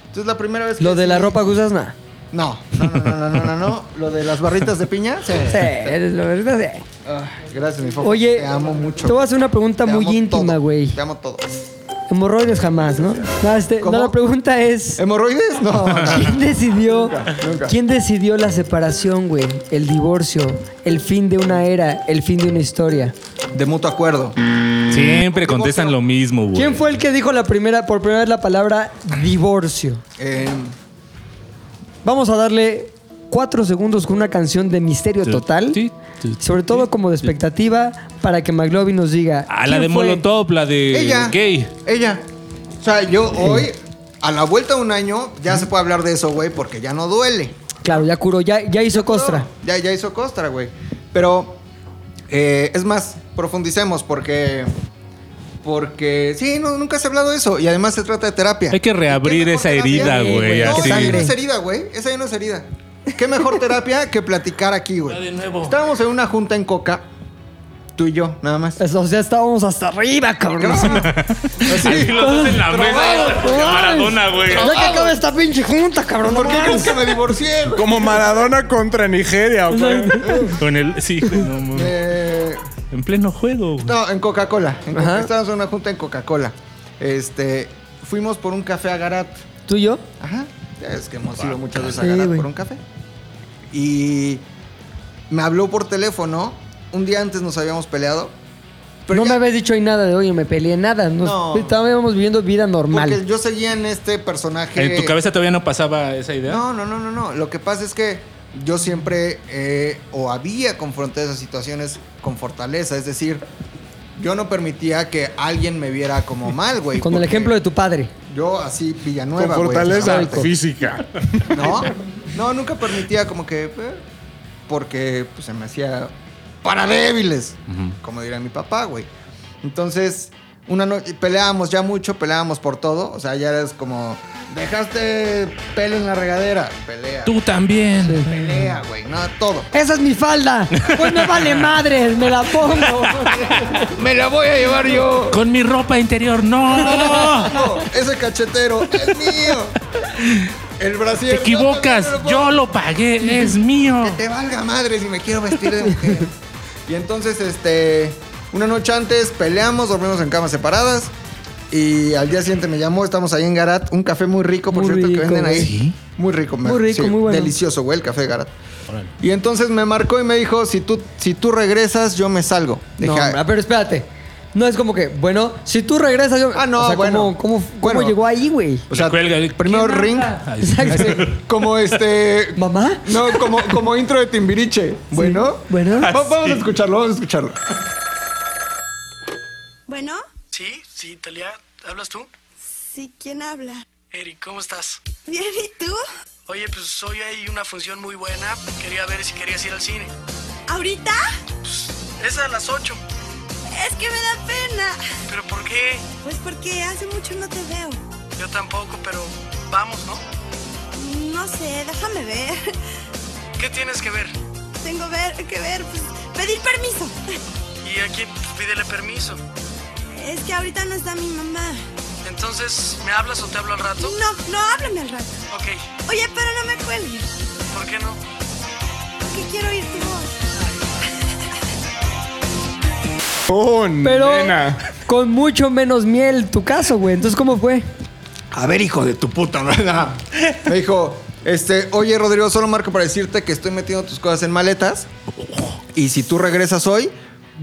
Speaker 4: Entonces la primera vez que
Speaker 1: Lo de la
Speaker 4: sí-
Speaker 1: ropa que usas, nada.
Speaker 4: No, no, no, no, no, no, no, no. Lo de las barritas de piña. Sí.
Speaker 1: Sí, eres la verdad. sí.
Speaker 4: Ah, gracias, mi fofo.
Speaker 1: Oye,
Speaker 4: te amo mucho.
Speaker 1: te voy a hacer una pregunta
Speaker 4: Te
Speaker 1: muy
Speaker 4: amo
Speaker 1: íntima,
Speaker 4: todo.
Speaker 1: güey.
Speaker 4: Te amo todo.
Speaker 1: Hemorroides jamás, ¿no? No, este,
Speaker 4: ¿Cómo?
Speaker 1: no, la pregunta es...
Speaker 4: ¿Hemorroides? No.
Speaker 1: ¿Quién decidió,
Speaker 4: nunca.
Speaker 1: ¿Quién decidió la separación, güey? El divorcio, el fin de una era, el fin de una historia.
Speaker 4: De mutuo acuerdo.
Speaker 2: Siempre contestan lo mismo, güey.
Speaker 1: ¿Quién fue el que dijo la primera, por primera vez la palabra divorcio?
Speaker 4: Eh,
Speaker 1: Vamos a darle cuatro segundos con una canción de misterio
Speaker 2: Tu,
Speaker 1: total.
Speaker 2: ti, tu,
Speaker 1: Sobre todo como de expectativa para que McLovin nos diga.
Speaker 2: Ah, la
Speaker 1: ¿quién
Speaker 2: de
Speaker 1: fue?
Speaker 2: Molotov, la de
Speaker 4: ella.
Speaker 2: gay.
Speaker 4: Ella. O sea, yo hoy, a la vuelta de un año, ya se puede hablar de eso, güey, porque ya no duele.
Speaker 1: Claro, ya curó, ya, ya hizo costra.
Speaker 4: No, ya, ya hizo costra, güey. Pero, eh, es más, profundicemos porque... Porque, sí, no, nunca se ha hablado de eso. Y además se trata de terapia.
Speaker 2: Hay que
Speaker 4: ¿Y qué
Speaker 2: reabrir
Speaker 4: mejor
Speaker 2: esa
Speaker 4: terapia?
Speaker 2: herida,
Speaker 1: Sí,
Speaker 2: güey.
Speaker 1: güey,
Speaker 4: No,
Speaker 2: así.
Speaker 4: esa ahí no
Speaker 1: sangre.
Speaker 4: es herida, güey. Esa ahí no es herida. ¿Qué mejor terapia que platicar aquí, güey?
Speaker 2: de nuevo.
Speaker 4: Estábamos en una junta en Coca, tú y yo, nada más.
Speaker 1: Eso, o sea, estábamos hasta arriba, cabrón.
Speaker 2: Así los dos en la mesa.
Speaker 1: Ay,
Speaker 2: Maradona, güey.
Speaker 1: Ya que acaba esta pinche junta, cabrón.
Speaker 4: ¿Por
Speaker 1: no
Speaker 4: qué
Speaker 1: mames.
Speaker 4: crees que me divorcié, güey?
Speaker 3: Como Maradona contra Nigeria, güey.
Speaker 2: Con el. Sí, güey, no, mames.
Speaker 4: Eh,
Speaker 2: En pleno juego, güey.
Speaker 4: no, en Coca-Cola. En Coca-
Speaker 1: Ajá.
Speaker 4: Estábamos en una junta en Coca-Cola. Este, fuimos por un café a Garat.
Speaker 1: ¿Tú y yo?
Speaker 4: Ajá. Ya es que hemos ido muchas veces a
Speaker 1: Sí,
Speaker 4: Garat
Speaker 1: güey.
Speaker 4: por un café. Y me habló por teléfono. Un día antes nos habíamos peleado.
Speaker 1: no
Speaker 4: ya-
Speaker 1: me habías dicho ahí nada de oye, me peleé nada. Nos-
Speaker 4: No.
Speaker 1: Estábamos viviendo vida normal.
Speaker 4: Porque yo seguía en este personaje.
Speaker 2: ¿En tu cabeza todavía no pasaba esa idea?
Speaker 4: No, no, no, no, no. Lo que pasa es que yo siempre eh, o había confrontado esas situaciones con fortaleza. Es decir, yo no permitía que alguien me viera como mal, güey.
Speaker 1: Con el
Speaker 4: porque
Speaker 1: ejemplo de tu padre.
Speaker 4: Yo así, Villanueva,
Speaker 3: Con
Speaker 4: güey,
Speaker 3: fortaleza
Speaker 4: exacto.
Speaker 3: física.
Speaker 4: No, no, nunca permitía como que... eh, porque pues, se me hacía para débiles, como diría mi papá, güey. Entonces, una noche peleábamos ya mucho, peleábamos por todo. O sea, ya es como, dejaste pelo en la regadera, pelea.
Speaker 2: Tú también.
Speaker 4: Pelea, güey, no, todo.
Speaker 1: ¡Esa es mi falda! Pues me vale madres, me la pongo.
Speaker 4: Me la voy a llevar yo.
Speaker 2: Con mi ropa interior, no.
Speaker 4: No, ese cachetero es mío. El brasier.
Speaker 2: Te
Speaker 4: no,
Speaker 2: equivocas.
Speaker 4: no, no, no,
Speaker 2: Yo lo pagué, es mío.
Speaker 4: Que te valga madre si me quiero vestir de mujer. y entonces, este, una noche antes peleamos, dormimos en camas separadas. Y al día siguiente me llamó, estamos ahí en Garat, un café muy rico, por
Speaker 1: Muy
Speaker 4: cierto, que
Speaker 1: rico,
Speaker 4: venden ahí.
Speaker 2: ¿Sí?
Speaker 4: Muy rico, me-
Speaker 1: Muy rico, muy bueno.
Speaker 4: Delicioso, güey, el café de Garat.
Speaker 2: Órale.
Speaker 4: Y entonces me marcó y me dijo, si tú, si tú regresas, yo me salgo. Dije,
Speaker 1: no,
Speaker 4: "Ah,
Speaker 1: hombre, pero espérate. No es como que, bueno, si tú regresas yo.
Speaker 4: Ah, no,
Speaker 1: o sea,
Speaker 4: bueno.
Speaker 1: ¿cómo, cómo, cómo
Speaker 4: Bueno.
Speaker 1: llegó ahí, güey?
Speaker 4: O sea,
Speaker 2: Le cuelga el-
Speaker 4: primero
Speaker 2: ¿Quién
Speaker 4: ring.
Speaker 2: habla? Ay,
Speaker 1: Exacto.
Speaker 4: Como este.
Speaker 1: ¿Mamá?
Speaker 4: No, como, como intro de Timbiriche. Bueno.
Speaker 1: Bueno.
Speaker 4: Va- vamos a escucharlo, vamos a escucharlo.
Speaker 9: Bueno,
Speaker 7: Sí, sí, Talia, ¿hablas tú?
Speaker 9: sí, ¿quién habla?
Speaker 7: Eric, ¿cómo estás?
Speaker 9: Bien, ¿y tú?
Speaker 7: Oye, pues hoy hay una función muy buena. Quería ver si querías ir al cine.
Speaker 9: ¿Ahorita?
Speaker 7: Es a las 8.
Speaker 9: Es que me da pena.
Speaker 7: ¿Pero por qué?
Speaker 9: Pues porque hace mucho no te veo.
Speaker 7: Yo tampoco, pero vamos, ¿no?
Speaker 9: No sé, déjame ver.
Speaker 7: ¿Qué tienes que ver?
Speaker 9: Tengo ver, que ver, pues, pedir permiso.
Speaker 7: ¿Y a quién? Pues, pídele permiso.
Speaker 9: Es que ahorita no está mi mamá.
Speaker 10: Entonces, ¿me hablas o te hablo al rato?
Speaker 9: No, no, háblame al rato.
Speaker 10: Ok,
Speaker 9: Oye, pero no me cuelgues,
Speaker 10: ¿por qué no?
Speaker 9: porque quiero oír tu voz.
Speaker 3: ¡Oh,
Speaker 1: Pero
Speaker 3: nena!
Speaker 1: con mucho menos miel tu caso, güey. Entonces, ¿cómo fue?
Speaker 4: A ver, hijo de tu puta, ¿verdad? Me dijo, este, oye, Rodrigo, solo marco para decirte que estoy metiendo tus cosas en maletas. Y si tú regresas hoy,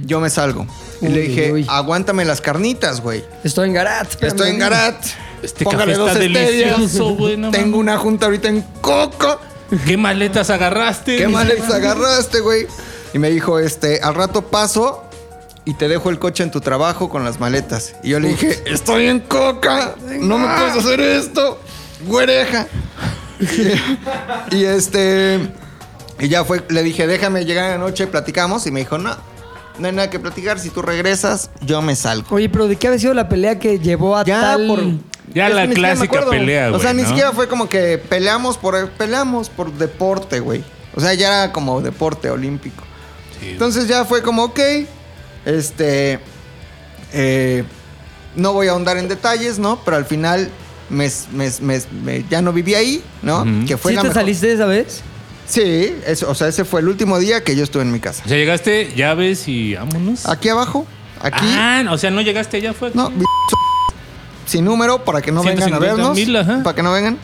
Speaker 4: yo me salgo. Y le
Speaker 1: Uy,
Speaker 4: dije,
Speaker 1: uy.
Speaker 4: aguántame las carnitas, güey.
Speaker 1: Estoy en Garat.
Speaker 4: Estoy en Garat.
Speaker 2: Este
Speaker 4: Póngale
Speaker 2: café
Speaker 4: dos
Speaker 2: está
Speaker 4: estrellas.
Speaker 2: delicioso, güey, no
Speaker 4: Tengo una junta ahorita en Coco.
Speaker 2: ¿Qué maletas agarraste?
Speaker 4: ¿Qué maletas agarraste, güey? Y me dijo, este, al rato paso y te dejo el coche en tu trabajo con las maletas. Y yo le dije, estoy en coca, no me puedes hacer esto, güereja. y este, y ya fue, le dije, déjame llegar en la noche, platicamos. Y me dijo, no, no hay nada que platicar, si tú regresas, yo me salgo.
Speaker 1: Oye, pero ¿de qué había sido la pelea que llevó a
Speaker 4: Ya
Speaker 1: tal...?
Speaker 4: por...
Speaker 2: Ya
Speaker 4: es que
Speaker 2: la
Speaker 4: ni siquiera me
Speaker 2: clásica
Speaker 4: acuerdo.
Speaker 2: pelea, güey.
Speaker 4: O sea, ni
Speaker 2: ¿no?
Speaker 4: siquiera fue como que peleamos por peleamos por deporte, güey. O sea, ya era como deporte olímpico.
Speaker 2: Sí.
Speaker 4: Entonces ya fue como, ok, este, eh, no voy a ahondar en detalles, ¿no? Pero al final me, me- me- me- ya no viví ahí, ¿no?
Speaker 2: Ujú.
Speaker 4: Que fue
Speaker 1: ¿Sí
Speaker 4: la
Speaker 1: te
Speaker 4: mejor-
Speaker 1: saliste esa vez?
Speaker 4: Sí, eso, o sea, ese fue el último día que yo estuve en mi casa.
Speaker 2: O sea, llegaste, llaves y vámonos.
Speaker 4: Aquí abajo, aquí,
Speaker 2: Ah, o sea, no llegaste allá, fue.
Speaker 4: no, sin número para que no vengan a
Speaker 2: 150
Speaker 4: vernos,
Speaker 2: mil, ajá.
Speaker 4: para que no vengan.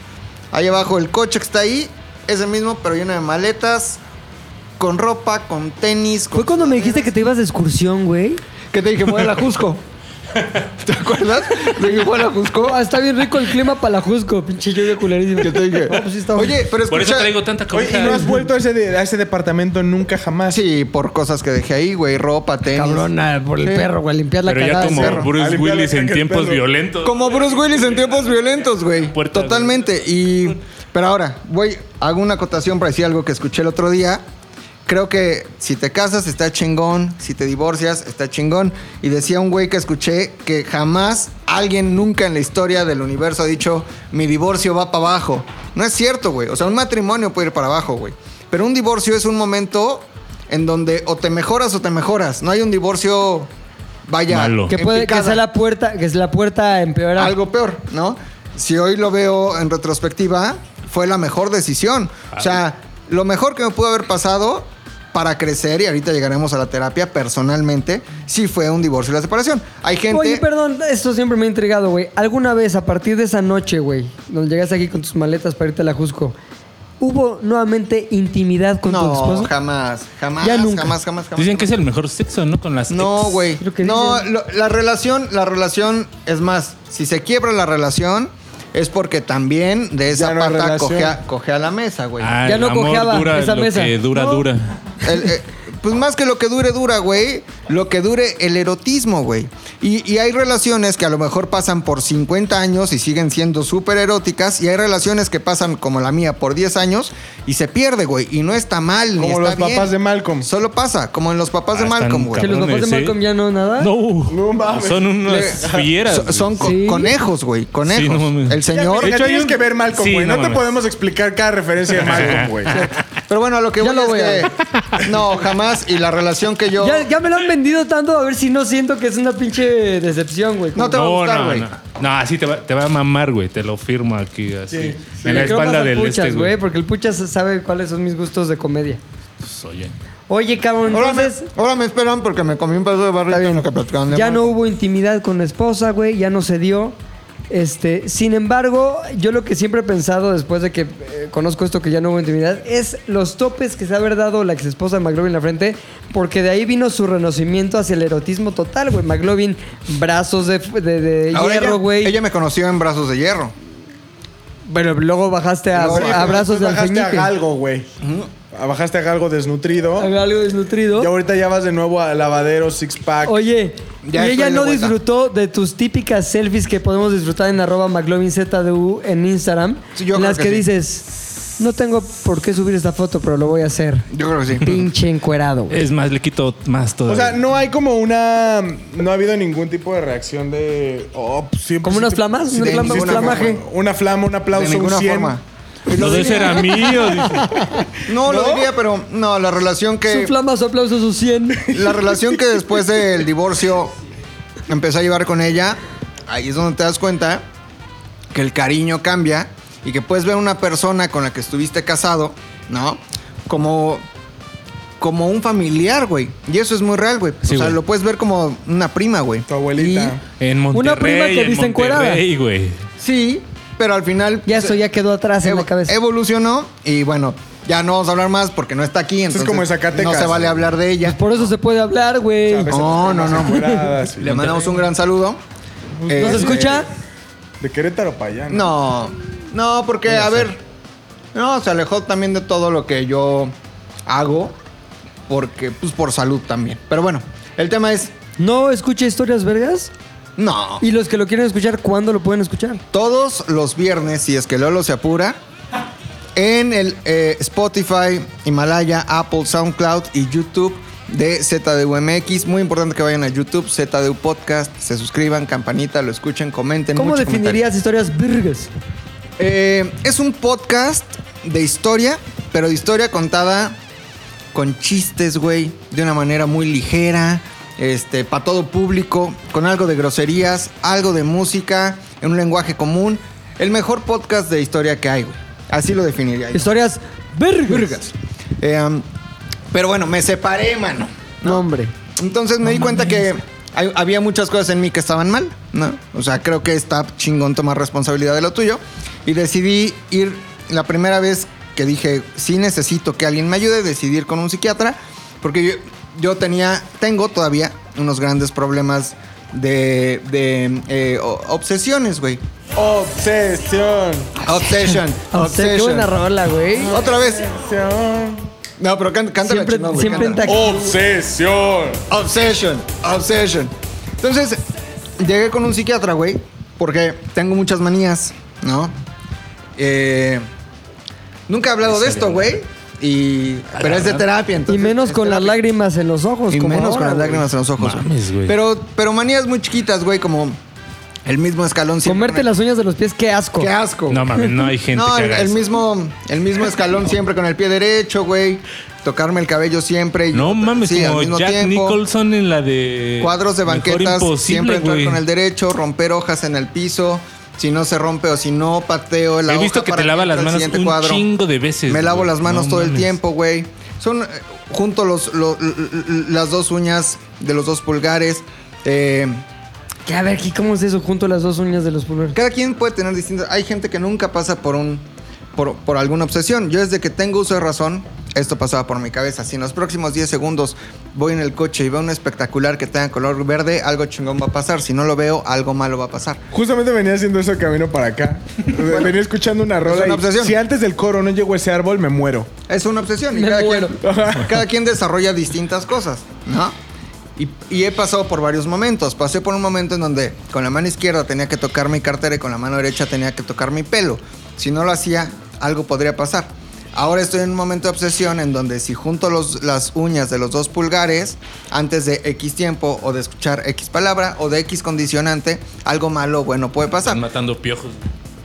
Speaker 4: Ahí abajo el coche que está ahí, ese mismo, pero lleno de maletas, con ropa, con tenis. con
Speaker 1: Fue cuando me dijiste que te ibas de excursión, güey.
Speaker 4: ¿Qué te dije?
Speaker 1: Pues,
Speaker 4: Voy a la Jusco. ¿Te acuerdas? Te dije, pues, voy a la Jusco.
Speaker 1: Ah, está bien rico el clima para la Jusco, pinche lluvia culerísima.
Speaker 4: ¿Qué te dije?
Speaker 1: No, pues sí está
Speaker 4: Oye, pero escucha...
Speaker 2: Por eso traigo tanta
Speaker 3: Oye,
Speaker 2: comida.
Speaker 3: ¿y no has vuelto a ese, de- a ese departamento nunca jamás?
Speaker 4: Sí, por cosas que dejé ahí, güey. Ropa, tenis.
Speaker 1: cabrona ah, por el
Speaker 4: eh, Sí.
Speaker 1: perro, güey, limpiar la
Speaker 2: Pero
Speaker 1: cagada
Speaker 2: ya
Speaker 1: de
Speaker 2: como
Speaker 1: perro.
Speaker 3: A
Speaker 2: Bruce
Speaker 3: limpiar Ah, la
Speaker 2: Willis en
Speaker 3: caca del
Speaker 2: tiempos
Speaker 3: perro.
Speaker 2: violentos.
Speaker 4: Como Bruce Willis en tiempos violentos, güey.
Speaker 2: Puerta, güey.
Speaker 4: Totalmente. Y. Pero ahora, voy, hago una acotación para decir algo que escuché el otro día. Creo que si te casas está chingón, si te divorcias está chingón. Y decía un güey que escuché que jamás alguien nunca en la historia del universo ha dicho mi divorcio va para abajo. No es cierto, güey. O sea, un matrimonio puede ir para abajo, güey. Pero un divorcio es un momento en donde o te mejoras o te mejoras. No hay un divorcio, vaya,
Speaker 2: Malo.
Speaker 1: Que
Speaker 4: en
Speaker 1: puede que
Speaker 4: picada
Speaker 1: sea la puerta, que es la puerta a
Speaker 2: Ah.
Speaker 1: empeorar.
Speaker 4: algo peor, ¿no? Si hoy lo veo en retrospectiva, fue la mejor decisión. O
Speaker 2: Ah.
Speaker 4: sea, lo mejor que me pudo haber pasado para crecer, y ahorita llegaremos a la terapia personalmente, sí fue un divorcio y la separación. Hay gente...
Speaker 1: Oye, perdón, esto siempre me ha intrigado, güey. ¿Alguna vez a partir de esa noche, güey, donde llegaste aquí con tus maletas para irte a la Jusco, hubo nuevamente intimidad con tu
Speaker 4: no,
Speaker 1: esposo?
Speaker 4: jamás, jamás,
Speaker 1: Ya nunca.
Speaker 4: jamás, jamás, jamás.
Speaker 2: Dicen que es el mejor sexo, ¿no? Con las
Speaker 4: No,
Speaker 2: ex.
Speaker 4: güey.
Speaker 1: Creo que
Speaker 4: No,
Speaker 1: dicen.
Speaker 4: lo- la relación, la relación, es más, si se quiebra la relación, es porque también de esa
Speaker 3: Ya no hay
Speaker 4: pata
Speaker 3: relación.
Speaker 4: coge a, coge a la mesa, güey.
Speaker 2: Ah,
Speaker 1: Ya
Speaker 2: el
Speaker 1: no
Speaker 2: amor
Speaker 1: cojeaba
Speaker 2: dura
Speaker 1: esa
Speaker 2: lo
Speaker 1: mesa.
Speaker 2: que dura,
Speaker 1: No.
Speaker 2: dura.
Speaker 4: El, eh, pues más que lo que dure, dura, güey. Lo que dure el erotismo, güey. Y, y hay relaciones que a lo mejor pasan por 50 años y siguen siendo súper eróticas. Y hay relaciones que pasan, como la mía, por 10 años y se pierde, güey. Y no está mal. ni
Speaker 3: Como
Speaker 4: está
Speaker 3: los
Speaker 4: bien.
Speaker 3: papás de Malcolm.
Speaker 4: Solo pasa, como en los papás
Speaker 2: Ah,
Speaker 4: de Malcolm,
Speaker 2: están
Speaker 4: güey.
Speaker 1: que los papás de
Speaker 2: cabrones, ¿eh?
Speaker 1: Malcolm ya no nada.
Speaker 2: No,
Speaker 3: No mames.
Speaker 2: Son unas fieras.
Speaker 4: So- son co-
Speaker 1: Sí.
Speaker 4: conejos, güey. Conejos.
Speaker 2: no mames.
Speaker 4: el señor.
Speaker 3: De
Speaker 2: hecho,
Speaker 3: hecho,
Speaker 2: hay
Speaker 3: tienes
Speaker 2: un-
Speaker 3: que ver Malcolm,
Speaker 2: Sí,
Speaker 3: güey.
Speaker 2: no
Speaker 3: No, te
Speaker 2: mames.
Speaker 3: podemos explicar cada referencia de Malcolm, güey.
Speaker 4: Pero bueno, a lo que
Speaker 1: Ya
Speaker 4: voy
Speaker 1: lo
Speaker 4: es
Speaker 1: voy a
Speaker 4: que- No, jamás. Y la relación que yo.
Speaker 1: Ya, ya me lo han vendido tanto, a ver si no siento que es una pinche decepción, güey.
Speaker 4: No te va a gustar, güey.
Speaker 2: No, no. No, así te va, te va a mamar, güey. Te lo firmo aquí, así.
Speaker 3: Sí,
Speaker 2: En la
Speaker 1: Le creo más
Speaker 2: espalda
Speaker 1: al
Speaker 2: del
Speaker 1: Puchas,
Speaker 2: este, güey.
Speaker 1: Porque el Puchas sabe cuáles son mis gustos de comedia.
Speaker 2: Pues, oye.
Speaker 1: Oye, cabrón,
Speaker 4: Ahora me,
Speaker 1: entonces
Speaker 4: ahora me esperan porque me comí un pedazo de barrita en lo que platicaban de
Speaker 1: ya
Speaker 4: Malcolm.
Speaker 1: no hubo intimidad con la esposa, güey, ya no se dio. Este, sin embargo, yo lo que siempre he pensado después de que eh, conozco esto que ya no hubo intimidad es los topes que se ha haber dado la ex esposa de McLovin en la frente, porque de ahí vino su renacimiento hacia el erotismo total, güey. McLovin, brazos de, de- de
Speaker 4: Ahora
Speaker 1: hierro,
Speaker 4: ella-
Speaker 1: güey.
Speaker 4: Ella me conoció en brazos de hierro.
Speaker 1: Bueno, luego bajaste a,
Speaker 4: Luego-
Speaker 1: a brazos de
Speaker 3: Bajaste a
Speaker 1: alfeñique.
Speaker 3: Galgo, güey. Bajaste a Galgo desnutrido.
Speaker 1: A algo desnutrido.
Speaker 3: Y ahorita ya vas de nuevo a lavadero, six pack.
Speaker 1: Oye,
Speaker 4: Ya
Speaker 1: y
Speaker 4: estoy
Speaker 1: ella
Speaker 4: de
Speaker 1: no
Speaker 4: vuelta.
Speaker 1: disfrutó de tus típicas selfies que podemos disfrutar en arroba McLovinZDU en Instagram.
Speaker 4: Sí, yo
Speaker 1: en
Speaker 4: creo
Speaker 1: las
Speaker 4: que
Speaker 1: que,
Speaker 4: sí.
Speaker 1: dices, no tengo por qué subir esta foto, pero lo voy a hacer.
Speaker 4: Yo creo que sí.
Speaker 1: Pinche encuerado,
Speaker 4: Eh,
Speaker 1: güey.
Speaker 2: Es más, le quito más todo.
Speaker 3: o sea, no hay como una. No ha habido ningún tipo de reacción de. Oh, pues siempre
Speaker 1: Como
Speaker 3: se
Speaker 1: unas
Speaker 3: te-
Speaker 1: flamas,
Speaker 3: se
Speaker 1: una
Speaker 3: te-
Speaker 1: flama,
Speaker 3: se
Speaker 1: un
Speaker 3: te-
Speaker 1: flamaje.
Speaker 3: Una flama, un
Speaker 4: De
Speaker 3: aplauso, un
Speaker 4: ninguna
Speaker 3: 100.
Speaker 4: forma.
Speaker 2: Lo de ese era mío. dice.
Speaker 4: No, lo
Speaker 3: ¿No?
Speaker 4: diría, pero no, la relación
Speaker 1: Su
Speaker 4: que.
Speaker 1: flama, su aplauso, su 100.
Speaker 4: La relación que después del divorcio empecé a llevar con ella, ahí es donde te das cuenta que el cariño cambia y que puedes ver a una persona con la que estuviste casado, ¿no? Como, como un familiar, güey. Y eso es muy real, güey.
Speaker 2: Sí,
Speaker 4: o sea,
Speaker 2: güey.
Speaker 4: lo puedes ver como una prima, güey.
Speaker 3: Tu abuelita.
Speaker 2: En Monterrey.
Speaker 1: Una prima que
Speaker 2: en
Speaker 1: viste encuerada.
Speaker 2: Monterrey, güey.
Speaker 4: Sí, pero al final...
Speaker 1: Ya eso ya quedó atrás en
Speaker 4: Evo-
Speaker 1: la cabeza.
Speaker 4: Evolucionó y bueno, ya no vamos a hablar más porque no está aquí.
Speaker 3: Eso es
Speaker 4: Entonces
Speaker 3: como en Zacatecas.
Speaker 4: No se vale hablar de ella.
Speaker 1: Por eso se puede hablar, güey.
Speaker 3: ¿Sabes?
Speaker 4: No, no, no.
Speaker 3: Encueradas, y-
Speaker 4: Le mandamos un gran saludo. Eh,
Speaker 1: Pues, ¿Nos escucha?
Speaker 3: De Querétaro para allá.
Speaker 4: No, no, porque a ver, no, se alejó también de todo lo que yo hago, porque pues por salud también. Pero bueno, el tema es,
Speaker 1: ¿No escucha historias vergas?
Speaker 4: no,
Speaker 1: ¿Y los que lo quieren escuchar, cuándo lo pueden escuchar?
Speaker 4: todos los viernes, si es que Lolo se apura, en el eh, Spotify, Himalaya, Apple, SoundCloud y YouTube de ZDUMX. Muy importante que vayan a YouTube, ZDU Podcast, se suscriban, campanita, lo escuchen, comenten.
Speaker 1: ¿Cómo
Speaker 4: mucho comentario.
Speaker 1: definirías historias vergas?
Speaker 4: Eh, es un podcast de historia, pero de historia contada con chistes, güey, de una manera muy ligera, este, para todo público, con algo de groserías, algo de música, en un lenguaje común. El mejor podcast de historia que hay, güey. Así lo definiría yo.
Speaker 1: Historias vergas.
Speaker 4: Vergas. Eh, um, pero bueno, me separé, mano.
Speaker 1: No, hombre.
Speaker 4: Entonces me di cuenta que hay- había muchas cosas en mí que estaban mal, ¿no? O sea, creo que está chingón tomar responsabilidad de lo tuyo. Y decidí ir, la primera vez que dije, sí necesito que alguien me ayude, decidí ir con un psiquiatra, porque yo, yo tenía, tengo todavía unos grandes problemas de, de, eh, o- obsesiones, güey.
Speaker 3: Obsesión.
Speaker 4: Obsession.
Speaker 1: O sea, qué buena
Speaker 4: obsession.
Speaker 1: rola, güey.
Speaker 4: Otra vez. No, pero can- cántala
Speaker 1: Siempre,
Speaker 4: chingón, güey,
Speaker 1: siempre
Speaker 4: cántala.
Speaker 1: en taxi.
Speaker 3: Obsesión.
Speaker 4: Obsession, obsession. Entonces, llegué con un psiquiatra, güey, porque tengo muchas manías, ¿no? Eh, nunca he hablado de esto, güey, y, pero es de terapia,
Speaker 1: Y
Speaker 4: entonces.
Speaker 1: menos
Speaker 4: es
Speaker 1: con las
Speaker 4: terapia.
Speaker 1: lágrimas en los ojos.
Speaker 4: Oh, Y
Speaker 1: como ahora,
Speaker 4: menos con las
Speaker 1: güey.
Speaker 4: lágrimas en los ojos. güey.
Speaker 2: Mames, güey.
Speaker 4: Pero, pero manías muy chiquitas, güey, como el mismo escalón. siempre
Speaker 1: Comerte
Speaker 4: con el-
Speaker 1: las uñas de los pies, qué asco.
Speaker 4: Qué asco.
Speaker 2: No mames, no hay gente
Speaker 4: No,
Speaker 2: que
Speaker 4: el,
Speaker 2: haga
Speaker 4: el
Speaker 2: eso.
Speaker 4: mismo, el mismo escalón siempre con el pie derecho, güey. Tocarme el cabello siempre. y-
Speaker 2: No mames,
Speaker 4: sí, al
Speaker 2: como
Speaker 4: mismo
Speaker 2: Jack
Speaker 4: tiempo.
Speaker 2: Nicholson en la de.
Speaker 4: Cuadros de
Speaker 2: Mejor
Speaker 4: banquetas,
Speaker 2: Imposible,
Speaker 4: siempre entrar
Speaker 2: güey.
Speaker 4: con el derecho, romper hojas en el piso. Si no se rompe o si no, pateo la
Speaker 2: He
Speaker 4: hoja
Speaker 2: visto que
Speaker 4: para
Speaker 2: te lava
Speaker 4: adentro
Speaker 2: las
Speaker 4: al
Speaker 2: manos
Speaker 4: siguiente
Speaker 2: un
Speaker 4: cuadro.
Speaker 2: chingo de veces.
Speaker 4: Me lavo
Speaker 2: güey.
Speaker 4: las manos
Speaker 2: No
Speaker 4: todo el
Speaker 2: mames.
Speaker 4: tiempo, güey. Son eh, junto los, lo- l- l- las dos uñas de los dos pulgares. Eh,
Speaker 1: Que a ver, ¿qué- ¿cómo es eso junto a las dos uñas de los pulgares?
Speaker 4: cada quien puede tener distintas. Hay gente que nunca pasa por un por, por alguna obsesión. Yo desde que tengo uso de razón, esto pasaba por mi cabeza. Si en los próximos 10 segundos voy en el coche y veo un espectacular que tenga color verde, algo chingón va a pasar. Si no lo veo, algo malo va a pasar.
Speaker 3: Justamente venía haciendo eso camino para acá. venía escuchando una rola.
Speaker 4: una
Speaker 3: y
Speaker 4: obsesión.
Speaker 3: si antes del coro no llego a ese árbol, me muero.
Speaker 4: Es una obsesión. Y
Speaker 1: Me
Speaker 4: cada,
Speaker 1: muero.
Speaker 4: quien, cada quien desarrolla distintas cosas, ¿no? Y, y he pasado por varios momentos. Pasé por un momento en donde con la mano izquierda tenía que tocar mi cartera y con la mano derecha tenía que tocar mi pelo. Si no lo hacía, algo podría pasar. Ahora estoy en un momento de obsesión en donde si junto los- las uñas de los dos pulgares, antes de X tiempo o de escuchar X palabra o de X condicionante, algo malo o bueno puede pasar.
Speaker 2: Están matando piojos.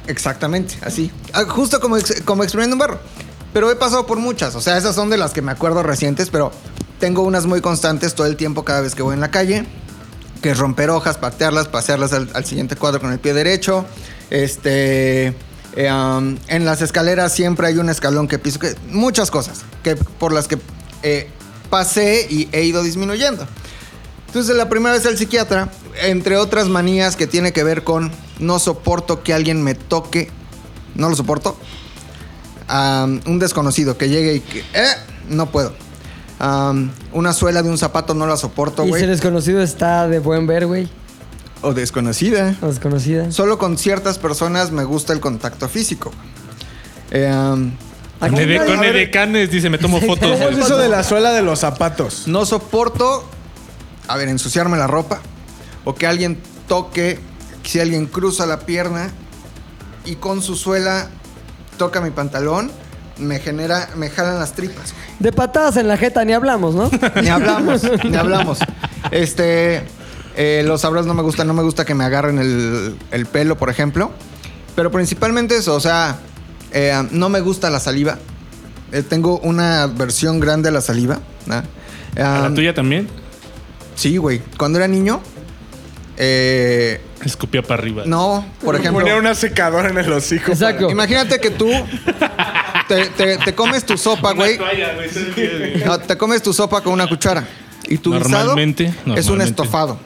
Speaker 4: Exactamente, así. Ah, Justo como, ex- como exprimiendo un barro. Pero he pasado por muchas. O sea, esas son de las que me acuerdo recientes, pero tengo unas muy constantes todo el tiempo cada vez que voy en la calle. Que es romper hojas, patearlas, pasearlas al, al siguiente cuadro con el pie derecho. Este. eh, um, en las escaleras siempre hay un escalón que piso. Que, muchas cosas que, por las que eh, pasé y he ido disminuyendo. Entonces, la primera vez al psiquiatra, entre otras manías que tiene que ver con no soporto que alguien me toque, no lo soporto, Am, un desconocido que llegue y que, eh, no puedo. Am, una suela de un zapato no la soporto,
Speaker 1: Y ese
Speaker 4: güey.
Speaker 1: desconocido está de buen ver, güey.
Speaker 4: O desconocida.
Speaker 1: o Desconocida.
Speaker 4: Solo con ciertas personas me gusta el contacto físico. Eh, am,
Speaker 1: Aquí
Speaker 2: Me de
Speaker 1: nadie-
Speaker 2: cone de canes, dice, me tomo fotos.
Speaker 3: ¿Cómo es
Speaker 2: güey.
Speaker 3: Pues eso de la suela de los zapatos?
Speaker 4: no soporto, a ver, ensuciarme la ropa o que alguien toque, si alguien cruza la pierna y con su suela toca mi pantalón, me genera, me jalan las tripas. güey.
Speaker 1: De patadas en la jeta ni hablamos, ¿no?
Speaker 4: Ni hablamos, ni hablamos. Este, eh, los abrazos no me gustan, no me gusta que me agarren el, el pelo, por ejemplo. Pero principalmente eso, o sea, eh, no me gusta la saliva. Eh, tengo una versión grande a la saliva. ¿no?
Speaker 2: ¿A
Speaker 4: Ah,
Speaker 2: la tuya también?
Speaker 4: Sí, güey. Cuando era niño, eh,
Speaker 2: Escupía para arriba.
Speaker 4: no, por ejemplo.
Speaker 3: Ponía una secadora en el hocico.
Speaker 1: Exacto.
Speaker 4: Imagínate que tú te, te- te comes tu sopa,
Speaker 2: Una
Speaker 4: güey.
Speaker 2: toalla, güey, ¿sabes qué?
Speaker 4: No, te comes tu sopa con una cuchara. Y tu
Speaker 2: Normalmente,
Speaker 4: guisado es un
Speaker 2: normalmente.
Speaker 4: estofado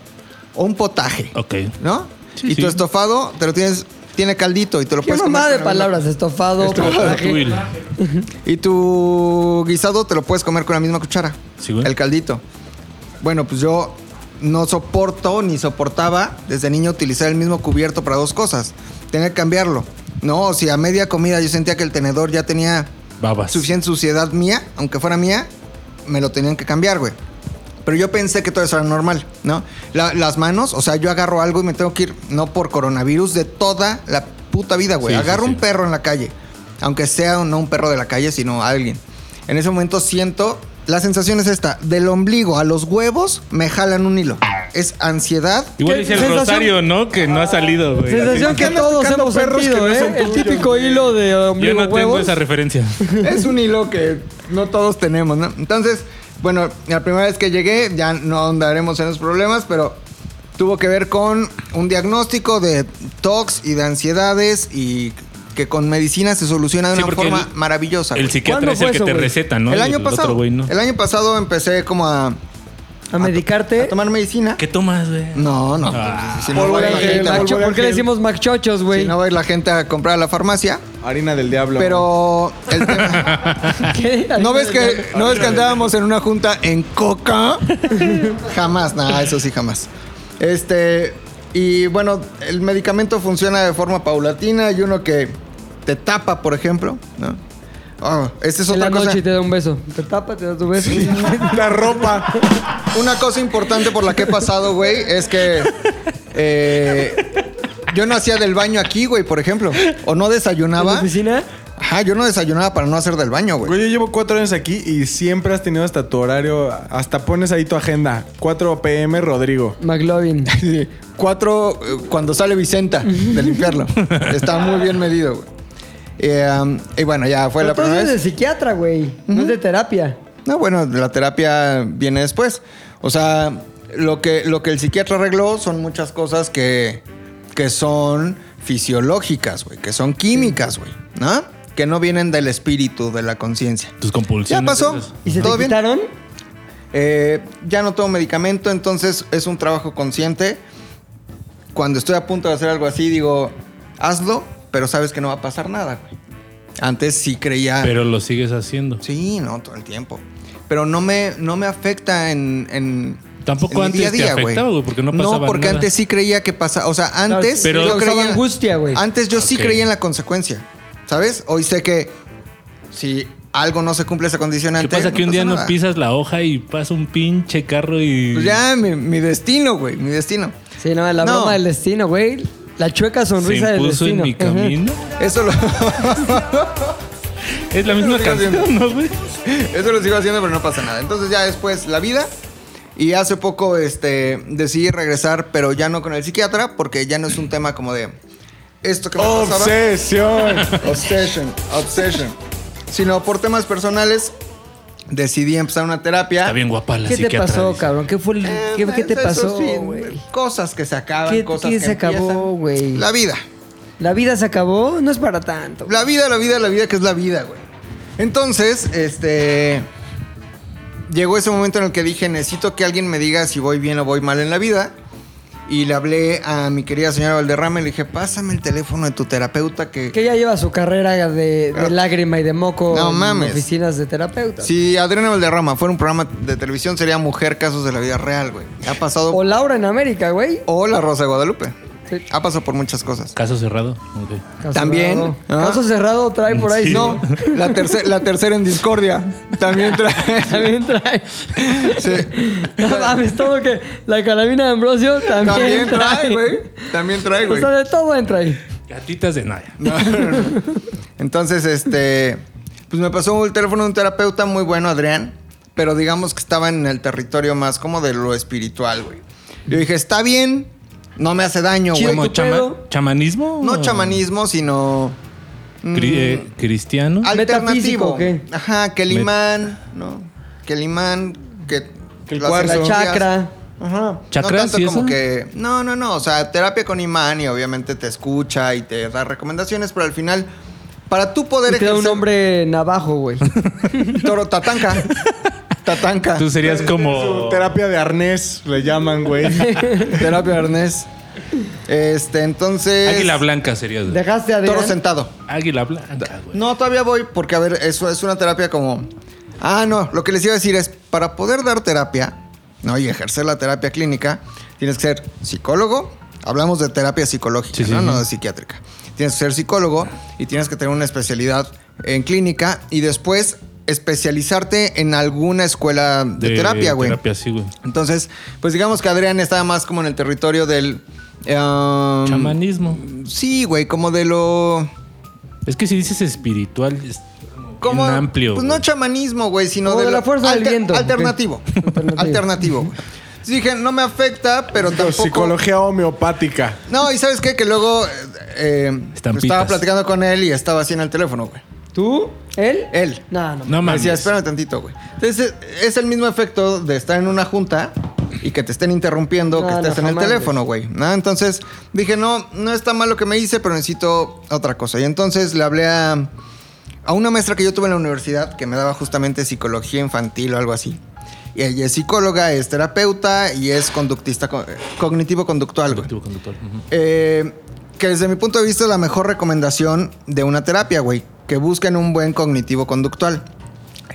Speaker 4: o un potaje.
Speaker 2: Ok.
Speaker 4: ¿No?
Speaker 2: Sí,
Speaker 4: y tu
Speaker 2: sí.
Speaker 4: estofado te lo tienes, tiene caldito y te lo
Speaker 1: Qué
Speaker 4: puedes comer.
Speaker 1: mamada de
Speaker 4: Pues con la misma-
Speaker 1: palabras, estofado, potaje.
Speaker 2: Ratatouille.
Speaker 4: Y tu guisado te lo puedes comer con la misma cuchara.
Speaker 2: Sí, güey.
Speaker 4: El caldito. Bueno, pues yo no soporto ni soportaba desde niño utilizar el mismo cubierto para dos cosas. Tenía que cambiarlo. No, si a media comida yo sentía que el tenedor ya tenía
Speaker 2: Babas.
Speaker 4: suficiente suciedad mía, aunque fuera mía, me lo tenían que cambiar, güey. Pero yo pensé que todo eso era normal, ¿no? La- las manos, o sea, yo agarro algo y me tengo que ir, no por coronavirus, de toda la puta vida, güey.
Speaker 2: Sí, sí,
Speaker 4: agarro
Speaker 2: sí.
Speaker 4: un perro en la calle, aunque sea no un perro de la calle, sino alguien. En ese momento siento, la sensación es esta, del ombligo a los huevos me jalan un hilo. Es ansiedad.
Speaker 2: Igual
Speaker 1: ¿Qué
Speaker 2: dice el
Speaker 1: sensación?
Speaker 2: rosario, ¿no? Que no ha salido, güey.
Speaker 1: Sensación que
Speaker 3: andas
Speaker 1: todos
Speaker 3: tocando
Speaker 1: hemos
Speaker 3: perros que
Speaker 1: sentido,
Speaker 3: no
Speaker 1: ¿eh?
Speaker 3: son
Speaker 1: El
Speaker 3: tuyos,
Speaker 1: típico
Speaker 3: güey.
Speaker 1: hilo de
Speaker 2: Yo
Speaker 1: ombligo
Speaker 2: no tengo
Speaker 1: huevos.
Speaker 2: esa referencia.
Speaker 4: es un hilo que no todos tenemos, ¿no? Entonces, bueno, la primera vez que llegué, ya no ahondaremos en los problemas, pero tuvo que ver con un diagnóstico de tox y de ansiedades y que con medicina se soluciona de
Speaker 2: Sí,
Speaker 4: una
Speaker 2: porque
Speaker 4: forma
Speaker 2: el-
Speaker 4: maravillosa.
Speaker 2: El
Speaker 4: güey.
Speaker 2: psiquiatra
Speaker 1: ¿Cuándo
Speaker 2: es el
Speaker 1: fue
Speaker 2: que
Speaker 1: eso,
Speaker 2: te
Speaker 1: güey?
Speaker 2: receta, ¿no?
Speaker 4: el
Speaker 2: Y
Speaker 4: año
Speaker 2: otro
Speaker 4: pasado,
Speaker 2: güey, ¿no?
Speaker 4: el año pasado empecé como a,
Speaker 1: A medicarte.
Speaker 4: a Mm. tomar medicina.
Speaker 2: ¿Qué tomas, güey?
Speaker 4: No, no.
Speaker 2: Ah.
Speaker 4: si, no va a ir la
Speaker 1: Porque
Speaker 4: gente a-
Speaker 1: macho- ¿Por qué le decimos macchochos,
Speaker 4: si
Speaker 1: güey?
Speaker 4: no va a ir la gente a comprar a la farmacia,
Speaker 3: Harina del diablo.
Speaker 4: pero el tema-
Speaker 1: ¿Qué?
Speaker 4: ¿No ves que, ¿no ves que andábamos en una junta en coca? jamás, nada, eso sí, jamás. Este, y bueno, el medicamento funciona de forma paulatina. Hay uno que te tapa, por ejemplo, ¿no? Ah, esta es
Speaker 1: En
Speaker 4: otra
Speaker 1: la
Speaker 4: cosa.
Speaker 1: noche y te da un beso. Te tapa, te da tu beso.
Speaker 3: La ropa.
Speaker 4: Una cosa importante por la que he pasado, güey, es que eh, yo no hacía del baño aquí, güey, por ejemplo. O no
Speaker 1: ¿En la
Speaker 4: desayunaba.
Speaker 1: oficina?
Speaker 4: Ajá, yo no desayunaba para no hacer del baño, güey.
Speaker 3: Güey, yo llevo cuatro años aquí y siempre has tenido hasta tu horario. Hasta pones ahí tu agenda. 4 p.m. Rodrigo.
Speaker 1: McLovin.
Speaker 4: Sí, Cuatro eh, cuando sale Vicenta de limpiarlo. Está muy bien medido, güey. Eh, um, y bueno, ya fue
Speaker 1: Pero
Speaker 4: la
Speaker 1: tú
Speaker 4: primera
Speaker 1: eres de
Speaker 4: vez.
Speaker 1: psiquiatra, güey. No es de terapia.
Speaker 4: No, bueno, la terapia viene después. O sea, lo que, lo que el psiquiatra arregló son muchas cosas que, que son fisiológicas, güey, que son químicas, güey, ¿no? Que no vienen del espíritu, de la conciencia.
Speaker 2: Tus
Speaker 4: Ya
Speaker 2: compulsiones.
Speaker 4: pasó.
Speaker 2: esas.
Speaker 1: ¿Y se
Speaker 4: ¿Todo
Speaker 1: te
Speaker 4: bien?
Speaker 1: quitaron?
Speaker 4: Eh, ya no tomo medicamento, entonces es un trabajo consciente. Cuando estoy a punto de hacer algo así, digo, hazlo, pero sabes que no va a pasar nada, güey. Antes sí creía.
Speaker 2: Pero lo sigues haciendo.
Speaker 4: Ah. Sí, no, todo el tiempo. Pero no me, no me afecta en. en-
Speaker 2: Tampoco
Speaker 4: en mi
Speaker 2: antes
Speaker 4: día a
Speaker 2: te
Speaker 4: día,
Speaker 2: afectaba, güey, porque no
Speaker 4: No,
Speaker 2: pasaba
Speaker 4: porque
Speaker 2: nada.
Speaker 4: antes sí creía que pasaba. O sea, antes.
Speaker 2: Pero-
Speaker 4: yo
Speaker 1: causaba
Speaker 4: creía-
Speaker 1: angustia, güey.
Speaker 4: Antes yo sí
Speaker 2: Ok.
Speaker 4: creía en la consecuencia. ¿Sabes? Hoy sé que si algo no se cumple esa
Speaker 2: ¿Qué
Speaker 4: condicionante.
Speaker 2: pasa que un
Speaker 4: pasa
Speaker 2: día no
Speaker 4: nada.
Speaker 2: pisas la hoja y pasa un pinche carro y.
Speaker 4: Pues ya, mi, mi destino, güey, mi destino.
Speaker 1: Sí, no, la
Speaker 4: No.
Speaker 1: broma del destino, güey. La chueca
Speaker 2: se
Speaker 1: sonrisa del
Speaker 2: impuso en
Speaker 1: destino.
Speaker 2: mi camino.
Speaker 4: Eso lo,
Speaker 2: Es la misma canción, ¿no, güey?
Speaker 4: eso lo sigo haciendo, pero no pasa nada. Entonces ya después la vida. Y hace poco este, decidí regresar, pero ya no con el psiquiatra, porque ya no es un tema como de esto que me pasaba.
Speaker 3: Obsesión.
Speaker 4: Obsession, obsession. Sino por temas personales, decidí empezar una terapia.
Speaker 2: Está bien guapa la
Speaker 1: ¿Qué te
Speaker 2: psiquiatra.
Speaker 1: pasó,
Speaker 2: dice.
Speaker 1: cabrón? ¿Qué fue el-
Speaker 4: Eh,
Speaker 1: qué, qué te
Speaker 4: eso
Speaker 1: pasó,
Speaker 4: sí,
Speaker 1: güey?
Speaker 4: Cosas que se acaban,
Speaker 1: ¿Qué-
Speaker 4: cosas
Speaker 1: qué
Speaker 4: que
Speaker 1: se acabó,
Speaker 4: empiezan.
Speaker 1: güey?
Speaker 4: La vida.
Speaker 1: ¿La vida se acabó? No es para tanto.
Speaker 4: La vida, la vida, la vida, que es la vida, güey. Entonces, este. Llegó ese momento en el que dije: Necesito que alguien me diga si voy bien o voy mal en la vida. Y le hablé a mi querida señora Valderrama y le dije: Pásame el teléfono de tu terapeuta. Que,
Speaker 1: Que ya lleva su carrera de, de lágrima y de moco
Speaker 4: Ah. No
Speaker 1: en
Speaker 4: mames.
Speaker 1: oficinas de terapeuta.
Speaker 4: si Adriana Valderrama fuera un programa de televisión, sería Mujer Casos de la Vida Real, güey. Ha pasado.
Speaker 1: O Laura en América, güey.
Speaker 4: o La Rosa de Guadalupe.
Speaker 1: Sí.
Speaker 4: Ha pasado por muchas cosas.
Speaker 2: Caso cerrado. Ok.
Speaker 1: Caso
Speaker 4: También,
Speaker 1: cerrado.
Speaker 4: ¿ah?
Speaker 1: Caso cerrado trae por ahí.
Speaker 2: Sí.
Speaker 1: No.
Speaker 4: La, terce- la tercera en discordia. También trae.
Speaker 1: También trae.
Speaker 4: Sí.
Speaker 1: No mames, todo que. La carabina de Ambrosio también,
Speaker 4: También trae,
Speaker 1: trae,
Speaker 4: güey. También trae,
Speaker 1: O
Speaker 4: güey.
Speaker 1: sea, de todo entra ahí.
Speaker 2: Gatitas de nada.
Speaker 4: Entonces, este. Pues me pasó el teléfono de un terapeuta muy bueno, Adrián. Pero digamos que estaba en el territorio más como de lo espiritual, güey. Yo dije, está bien, no me hace daño,
Speaker 1: Chido
Speaker 4: güey.
Speaker 2: ¿Como
Speaker 1: tu pedo.
Speaker 2: chamanismo?
Speaker 4: No chamanismo, sino. mm,
Speaker 2: Cri- eh, cristiano.
Speaker 1: ¿Metafísico o
Speaker 4: alternativo.
Speaker 1: qué?
Speaker 4: Ajá, que el
Speaker 2: Met-
Speaker 4: imán, ¿no? Que el imán, que.
Speaker 3: Que el
Speaker 4: las
Speaker 3: cuarzo.
Speaker 1: La
Speaker 4: energías-
Speaker 1: chacra.
Speaker 4: Ajá.
Speaker 2: ¿Chakras
Speaker 4: no tanto
Speaker 2: y
Speaker 4: como
Speaker 2: eso?
Speaker 4: que. No, no, no. O sea, terapia con imán y obviamente te escucha y te da recomendaciones, pero al final, para tú poder
Speaker 1: Y te da un
Speaker 4: ejercer-
Speaker 1: hombre navajo, güey.
Speaker 4: Toro Tatanca. Tatanca.
Speaker 2: Tú serías como.
Speaker 3: Terapia de arnés, le llaman, güey.
Speaker 4: Terapia Ernest. Este, entonces.
Speaker 2: Águila blanca serías, güey.
Speaker 1: Dejaste a
Speaker 4: Toro
Speaker 1: Adrián?
Speaker 4: sentado.
Speaker 2: Águila blanca, güey.
Speaker 4: No, todavía voy porque, a ver, eso es una terapia como... Ah, no, lo que les iba a decir es, para poder dar terapia, ¿no? Y ejercer la terapia clínica, tienes que ser psicólogo. Hablamos de terapia psicológica,
Speaker 2: Sí, sí,
Speaker 4: ¿no?
Speaker 2: sí.
Speaker 4: No de psiquiátrica. Tienes que ser psicólogo y tienes que tener una especialidad en clínica y después especializarte en alguna escuela de, terapia, güey.
Speaker 2: Terapia, sí, güey.
Speaker 4: Entonces, pues digamos que Adrián estaba más como en el territorio del... em,
Speaker 2: Chamanismo.
Speaker 4: Sí, güey, como de lo...
Speaker 2: Es que si dices espiritual, es
Speaker 4: Como,
Speaker 2: bien amplio.
Speaker 4: Pues
Speaker 2: güey.
Speaker 4: no chamanismo, güey, sino
Speaker 1: Como
Speaker 4: de
Speaker 1: de la
Speaker 4: lo-
Speaker 1: fuerza del
Speaker 4: alter-
Speaker 1: viento.
Speaker 4: Alternativo.
Speaker 1: Ok. Alternativo.
Speaker 4: alternativo. güey. Entonces Dije, no me afecta, pero tampoco.
Speaker 3: Psicología homeopática.
Speaker 4: No, y sabes qué? Que luego eh, eh,
Speaker 2: Estampitas.
Speaker 4: estaba platicando con él y estaba así en el teléfono, güey.
Speaker 1: ¿Tú? ¿Él?
Speaker 4: Él.
Speaker 1: No, no.
Speaker 2: No
Speaker 4: Me
Speaker 2: mames.
Speaker 4: decía, espérame tantito, güey. Entonces, eh, es el mismo efecto de estar en una junta y que te estén interrumpiendo,
Speaker 1: No,
Speaker 4: que estés
Speaker 1: no,
Speaker 4: en el
Speaker 1: jamás,
Speaker 4: teléfono, güey. ¿no? Entonces, dije, no, no está mal lo que me hice, pero necesito otra cosa. Y entonces le hablé a, a una maestra que yo tuve en la universidad que me daba justamente psicología infantil o algo así. Y ella es psicóloga, es terapeuta y es conductista co- eh, cognitivo-conductual, güey.
Speaker 2: Activo conductor. Ujú.
Speaker 4: Eh, que desde mi punto de vista es la mejor recomendación de una terapia, güey. Que busquen un buen cognitivo conductual.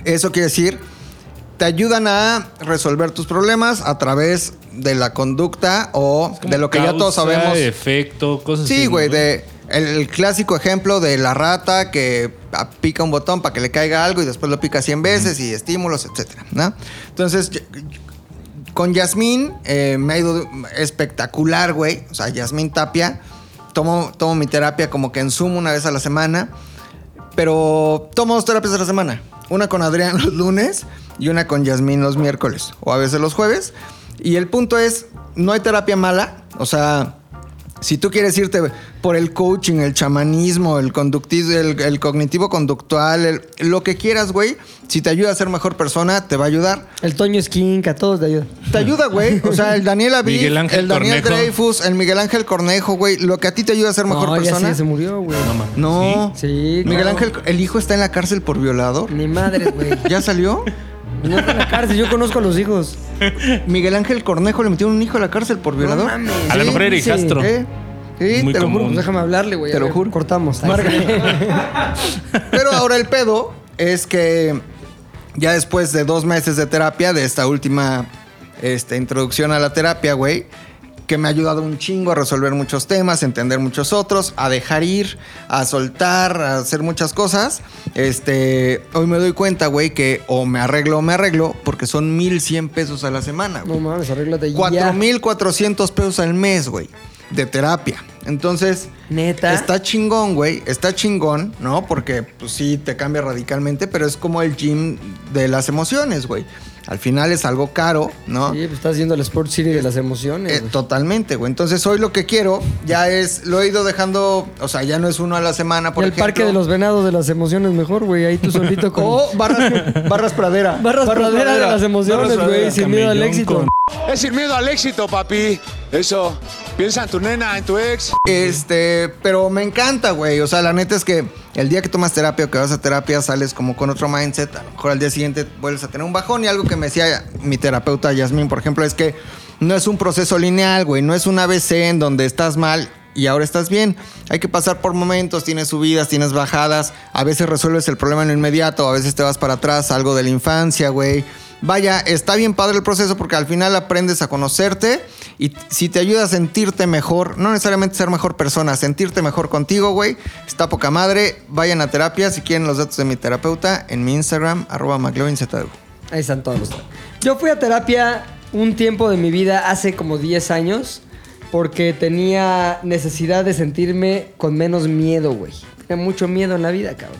Speaker 4: Eso quiere decir, te ayudan a resolver tus problemas a través de la conducta o de lo que ya todos
Speaker 2: Causa,
Speaker 4: sabemos.
Speaker 2: efecto, cosas así.
Speaker 4: Sí, güey, de el, el clásico ejemplo de la rata que a- pica un botón para que le caiga algo y después lo pica 100 veces y estímulos, etcétera, ¿no? Entonces, yo- yo- con Yasmín eh, me ha ido espectacular, güey. O sea, Yasmín Tapia. Tomo, tomo mi terapia como que en Zoom una vez a la semana. Pero tomo dos terapias a la semana. Una con Adrián los lunes y una con Yasmín los miércoles o a veces los jueves. Y el punto es, no hay terapia mala. O sea, si tú quieres irte por el coaching, el chamanismo, el, conducti- el, el cognitivo conductual, el- lo que quieras, güey, si te ayuda a ser mejor persona, te va a ayudar.
Speaker 1: El Toño Esquinca, todos de ayuda.
Speaker 4: Te ayuda, güey. O sea, el Daniel Aviv,
Speaker 2: Miguel Ángel
Speaker 4: el Daniel
Speaker 2: Cornejo.
Speaker 4: Dreyfus, el Miguel Ángel Cornejo, güey, lo que a ti te ayuda a ser mejor
Speaker 1: no,
Speaker 4: persona.
Speaker 1: ya sí, se murió, güey. No,
Speaker 4: No.
Speaker 1: Sí. Sí,
Speaker 4: Miguel
Speaker 1: claro.
Speaker 4: Ángel, el hijo está en la cárcel por violador.
Speaker 1: Ni madre, güey.
Speaker 4: ¿Ya salió?
Speaker 1: No está en la cárcel, yo conozco a los hijos.
Speaker 4: Miguel Ángel Cornejo le metió un hijo a la cárcel por violador.
Speaker 1: mames.
Speaker 2: A lo
Speaker 4: Sí,
Speaker 2: mejor era
Speaker 1: sí,
Speaker 2: hijastro.
Speaker 4: ¿eh? Sí,
Speaker 2: Muy
Speaker 4: te lo juro.
Speaker 2: común.
Speaker 1: Pues déjame hablarle, güey.
Speaker 4: Te
Speaker 1: A
Speaker 4: lo
Speaker 1: ver,
Speaker 4: juro.
Speaker 1: Cortamos. Ay,
Speaker 4: Marga.
Speaker 1: sí.
Speaker 4: Pero ahora el pedo es que ya después de dos meses de terapia, de esta última este, introducción a la terapia, güey, que me ha ayudado un chingo a resolver muchos temas, a entender muchos otros, a dejar ir, a soltar, a hacer muchas cosas. Este, hoy me doy cuenta, güey, que o me arreglo o me arreglo, porque son 1100 pesos a la semana, güey.
Speaker 1: No mames, arréglate ya.
Speaker 4: 4,400 pesos al mes, güey, de terapia. Entonces,
Speaker 1: Neta.
Speaker 4: está chingón, güey. Está chingón, ¿no? Porque, pues sí, te cambia radicalmente, pero es como el gym de las emociones, güey. Al final es algo caro, ¿no?
Speaker 1: Sí, pues estás haciendo el Sport City de las
Speaker 4: Eh,
Speaker 1: emociones. güey.
Speaker 4: totalmente, güey. Entonces, hoy lo que quiero ya es, lo he ido dejando, o sea, ya no es uno a la semana, por
Speaker 1: Y el
Speaker 4: ejemplo.
Speaker 1: parque de los venados de las emociones mejor, güey. Ahí tú solito con...
Speaker 4: O barras, barras pradera.
Speaker 1: Barras pradera de las emociones,
Speaker 2: Barras
Speaker 1: güey.
Speaker 2: pradera.
Speaker 1: Sin miedo al
Speaker 2: Camellón
Speaker 1: éxito.
Speaker 2: con-
Speaker 11: Es sin miedo al éxito, papi. Eso. Piensa en tu nena, en tu ex.
Speaker 4: Este, pero me encanta, güey. O sea, la neta es que el día que tomas terapia o que vas a terapia, sales como con otro mindset. A lo mejor al día siguiente vuelves a tener un bajón. Y algo que me decía mi terapeuta Yasmín, por ejemplo, es que no es un proceso lineal, güey. No es un ABC en donde estás mal y ahora estás bien. Hay que pasar por momentos, tienes subidas, tienes bajadas. A veces resuelves el problema en lo inmediato, a veces te vas para atrás, algo de la infancia, güey. Vaya, está bien padre el proceso porque al final aprendes a conocerte y t- si te ayuda a sentirte mejor, no necesariamente ser mejor persona, sentirte mejor contigo, güey, está poca madre. Vayan a terapia si quieren los datos de mi terapeuta en mi Instagram, arroba McLovinZW.
Speaker 1: Ahí están todos los Yo fui a terapia un tiempo de mi vida, hace como 10 años, porque tenía necesidad de sentirme con menos miedo, güey. Tenía mucho miedo en la vida, cabrón.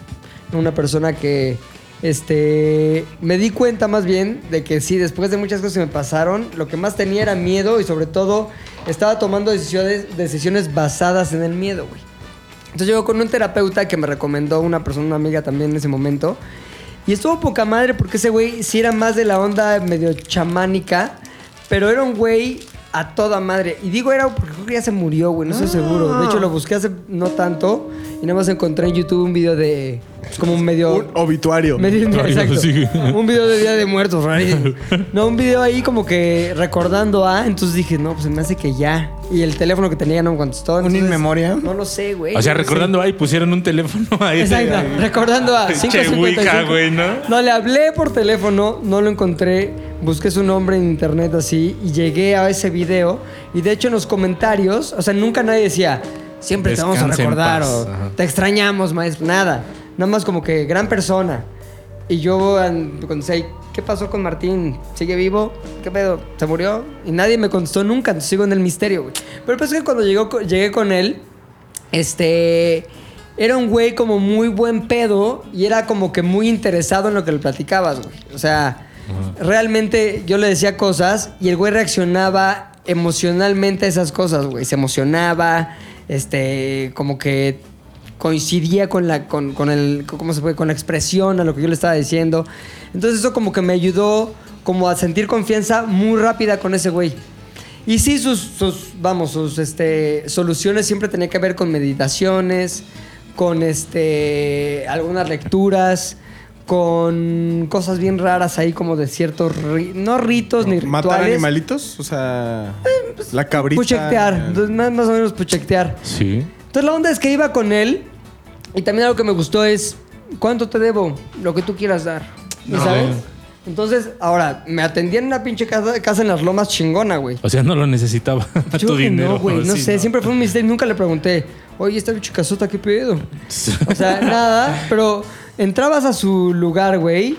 Speaker 1: Era Una persona que, este, me di cuenta más bien de que sí, después de muchas cosas que me pasaron, lo que más tenía era miedo y sobre todo estaba tomando decisiones, decisiones basadas en el miedo, güey. Entonces llego con un terapeuta que me recomendó una persona, una amiga también en ese momento. Y estuvo poca madre porque ese güey sí era más de la onda medio chamánica, Pero era un güey a toda madre. Y digo era porque creo que ya se murió, güey, no estoy seguro. De hecho, lo busqué hace no tanto y nada más encontré en YouTube un video de pues, como un medio...
Speaker 3: Un obituario.
Speaker 1: medio-
Speaker 2: Raro,
Speaker 1: exacto.
Speaker 2: oh, sí.
Speaker 1: Un video de Día de Muertos, rarísimo. No, un video ahí como que recordando a... Entonces dije, no, pues se me hace que ya. Y el teléfono que tenía ya no me contestó.
Speaker 4: ¿Un
Speaker 1: entonces-
Speaker 4: in memoria?
Speaker 1: No lo sé, güey.
Speaker 2: O sea,
Speaker 1: No lo sé.
Speaker 2: recordando ahí, pusieron un teléfono ahí.
Speaker 1: Exacto, recordando a
Speaker 2: Pinche
Speaker 1: 555.
Speaker 2: Wicca, güey, ¿no?
Speaker 1: No, le hablé por teléfono, no lo encontré, busqué su nombre en internet así y llegué a ese video y de hecho en los comentarios, o sea, nunca nadie decía, siempre te vamos a
Speaker 2: Descansa en
Speaker 1: recordar
Speaker 2: paz,
Speaker 1: o
Speaker 2: ajá.
Speaker 1: te extrañamos, maestro, nada, nada más como que gran persona. Y yo an- contesté, ¿qué pasó con Martín? ¿Sigue vivo? ¿Qué pedo? ¿Se murió? Y nadie me contestó nunca, entonces sigo en el misterio, güey. Pero pues que cuando llegó, co- llegué con él, este. Era un güey como muy buen pedo y era como que muy interesado en lo que le platicabas, güey. O sea, realmente yo le decía cosas y el güey reaccionaba emocionalmente a esas cosas, güey. Se emocionaba, este, como que coincidía con la, con, con el, ¿cómo se puede? Con la expresión a lo que yo le estaba diciendo. Entonces eso como que me ayudó como a sentir confianza muy rápida con ese güey. Y sí, sus, sus, vamos, sus este, soluciones siempre tenía que ver con meditaciones, con este, algunas lecturas, con cosas bien raras ahí como de ciertos, ri- no ritos ni rituales.
Speaker 3: ¿Matar animalitos? O sea,
Speaker 4: Pues,
Speaker 3: la cabrita.
Speaker 1: Puchectear, entonces, más, más o menos puchectear.
Speaker 2: Sí.
Speaker 1: Entonces la onda es que iba con él y también algo que me gustó es, ¿cuánto te debo? Lo que tú quieras dar. ¿Y sabes? Entonces, ahora, me atendía en una pinche casa, casa en las lomas chingona, güey.
Speaker 2: O sea, no lo necesitaba a
Speaker 1: Yo
Speaker 2: tu
Speaker 1: que
Speaker 2: dinero.
Speaker 1: No, güey, no
Speaker 2: sí,
Speaker 1: sé, siempre fue un misterio. Nunca le pregunté, oye, esta bicha casota, ¿qué pedo? o sea, nada, pero entrabas a su lugar, güey,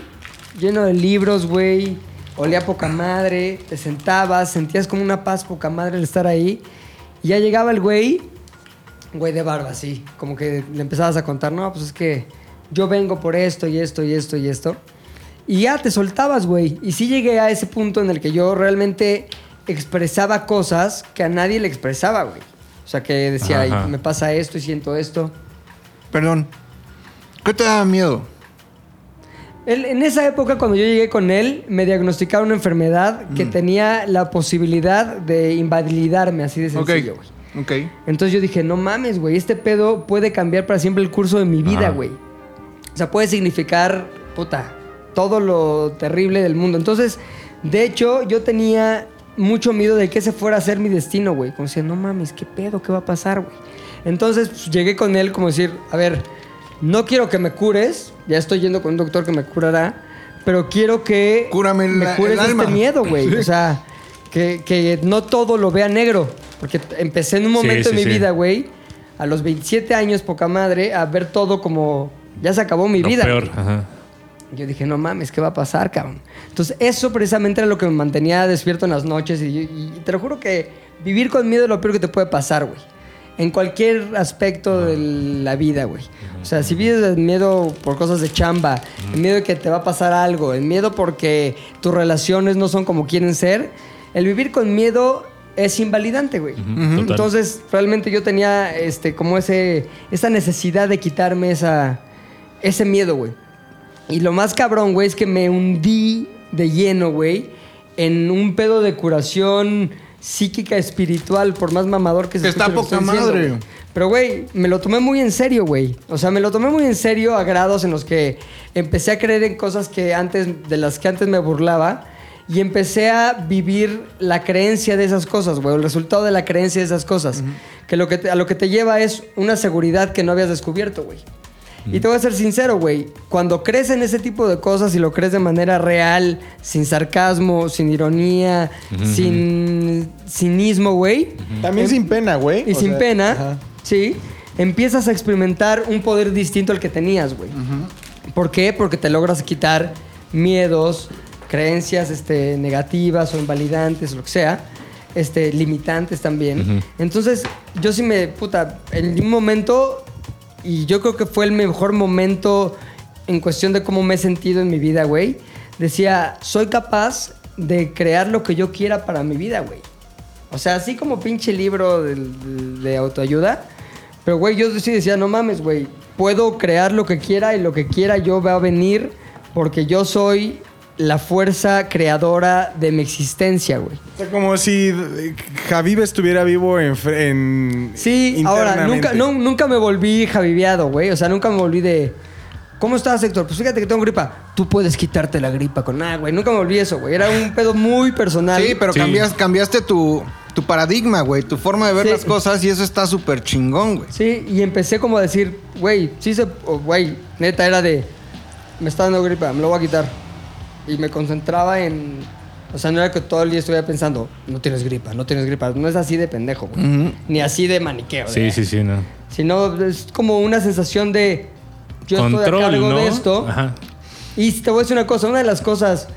Speaker 1: lleno de libros, güey, olía poca madre, te sentabas, sentías como una paz poca madre al estar ahí. Y ya llegaba el güey, güey de barba, así, como que le empezabas a contar, no, pues es que yo vengo por esto y esto y esto y esto. Y ya te soltabas, güey. Y sí llegué a ese punto en el que yo realmente expresaba cosas que a nadie le expresaba, güey. O sea, que decía,
Speaker 2: Ajá.
Speaker 1: "Ay, me pasa esto y siento esto.
Speaker 4: Perdón. ¿Qué te da miedo?
Speaker 1: Él- en esa época, cuando yo llegué con él, me diagnosticaron una enfermedad que tenía la posibilidad de invalidarme, así de
Speaker 4: Ok.
Speaker 1: sencillo, güey.
Speaker 4: Ok.
Speaker 1: Entonces yo dije, no mames, güey, este pedo puede cambiar para siempre el curso de mi vida,
Speaker 2: Ajá.
Speaker 1: güey. O sea, puede significar, puta, todo lo terrible del mundo. Entonces, de hecho, yo tenía mucho miedo de que ese fuera a ser mi destino, güey. Como decía, no mames, qué pedo, qué va a pasar, güey. Entonces pues, llegué con él como decir, a ver, no quiero que me cures, ya estoy yendo con un doctor que me curará, pero quiero que
Speaker 4: Cúrame el-
Speaker 1: me cures
Speaker 4: el
Speaker 1: de
Speaker 4: alma.
Speaker 1: este miedo, güey. O sea, que, que no todo lo vea negro. Porque empecé en un
Speaker 2: Sí,
Speaker 1: momento de
Speaker 2: sí,
Speaker 1: mi
Speaker 2: sí.
Speaker 1: vida, güey, a los 27 años, poca madre, a ver todo como ya se acabó mi
Speaker 2: Lo
Speaker 1: vida.
Speaker 2: peor, ajá.
Speaker 1: Yo dije, no mames, ¿qué va a pasar, cabrón? Entonces, eso precisamente era lo que me mantenía despierto en las noches. Y, y te lo juro que vivir con miedo es lo peor que te puede pasar, güey. En cualquier aspecto de la vida, güey. O sea, si vives el miedo por cosas de chamba, el miedo de que te va a pasar algo, el miedo porque tus relaciones no son como quieren ser, el vivir con miedo es invalidante, güey.
Speaker 2: Ujú. Total.
Speaker 1: Entonces, realmente yo tenía este, como ese, esa necesidad de quitarme esa, ese miedo, güey. Y lo más cabrón, güey, es que me hundí de lleno, güey, en un pedo de curación psíquica, espiritual, por más mamador que se
Speaker 4: Que está
Speaker 1: escuche lo que
Speaker 4: poca
Speaker 1: estoy diciendo,
Speaker 4: madre.
Speaker 1: güey. Pero, güey, me lo tomé muy en serio, güey. O sea, me lo tomé muy en serio a grados en los que empecé a creer en cosas que antes, de las que antes me burlaba. Y empecé a vivir la creencia de esas cosas, güey, el resultado de la creencia de esas cosas. Que, lo que te- a lo que te lleva es una seguridad que no habías descubierto, güey. Y te voy a ser sincero, güey. Cuando crees en ese tipo de cosas y lo crees de manera real, sin sarcasmo, sin ironía, sin cinismo, güey.
Speaker 3: También
Speaker 1: em-
Speaker 3: sin pena, güey.
Speaker 1: Y
Speaker 3: O
Speaker 1: sin
Speaker 3: sea,
Speaker 1: pena,
Speaker 3: ajá.
Speaker 1: sí. Empiezas a experimentar un poder distinto al que tenías, güey. ¿Por qué? Porque te logras quitar miedos, creencias este, negativas o invalidantes, o lo que sea, este, limitantes también. Entonces, yo sí me, puta, en un momento, y yo creo que fue el mejor momento en cuestión de cómo me he sentido en mi vida, güey, decía, soy capaz de crear lo que yo quiera para mi vida, güey. O sea, así como pinche libro del- de, autoayuda. Pero, güey, yo sí decía, no mames, güey. Puedo crear lo que quiera y lo que quiera yo va a venir porque yo soy la fuerza creadora de mi existencia, güey.
Speaker 3: O sea, como si Javib estuviera vivo en... fre- en-
Speaker 1: Sí, ahora, nunca,
Speaker 3: internamente.
Speaker 1: no- nunca me volví javiviado, güey. O sea, nunca me volví de. ¿Cómo estás, Héctor? Pues fíjate que tengo gripa. Tú puedes quitarte la gripa con nada, güey. Nunca me volví eso, güey. Era un pedo muy personal.
Speaker 4: Sí, pero
Speaker 2: Sí.
Speaker 4: cambias- cambiaste tu, tu paradigma, güey, tu forma de ver
Speaker 1: Sí.
Speaker 4: las cosas y eso está súper chingón, güey.
Speaker 1: Sí, y empecé como a decir, güey, sí se. o, Güey, neta, era de. Me está dando gripa, me lo voy a quitar. Y me concentraba en. O sea, no era que todo el día estuviera pensando, no tienes gripa, no tienes gripa. No es así de pendejo, güey. Ni así de maniqueo.
Speaker 2: Sí,
Speaker 1: de-
Speaker 2: sí, sí, no.
Speaker 1: Sino es como una sensación de. Yo estoy
Speaker 2: Control,
Speaker 1: a cargo
Speaker 2: ¿no?
Speaker 1: de esto.
Speaker 2: Ajá.
Speaker 1: Y te voy a decir una cosa, una de las cosas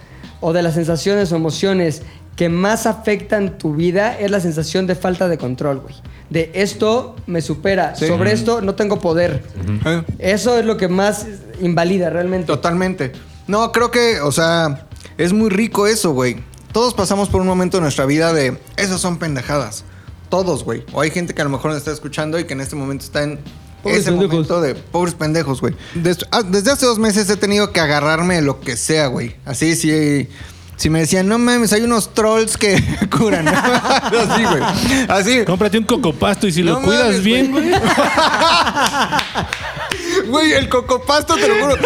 Speaker 1: o de las sensaciones o emociones que más afectan tu vida es la sensación de falta de control, güey. De esto me supera,
Speaker 4: Sí.
Speaker 1: sobre esto no tengo poder.
Speaker 4: Eh,
Speaker 1: Eso es lo que más invalida realmente.
Speaker 4: Totalmente. No, creo que, o sea, es muy rico eso, güey. Todos pasamos por un momento en nuestra vida de, esas son pendejadas. Todos, güey. O hay gente que a lo mejor nos está escuchando y que en este momento está en
Speaker 1: Pobres
Speaker 4: ese
Speaker 1: pendejos.
Speaker 4: momento de pobres pendejos, güey. Des- ah, desde hace dos meses he tenido que agarrarme de lo que sea, güey. Así, si, si me decían, no mames, hay unos trolls que curan. Así, güey. Así.
Speaker 2: Cómprate un cocopasto y si
Speaker 4: No
Speaker 2: lo cuidas
Speaker 4: mames,
Speaker 2: bien,
Speaker 4: güey.
Speaker 2: güey.
Speaker 4: Güey, el cocopasto, te lo juro.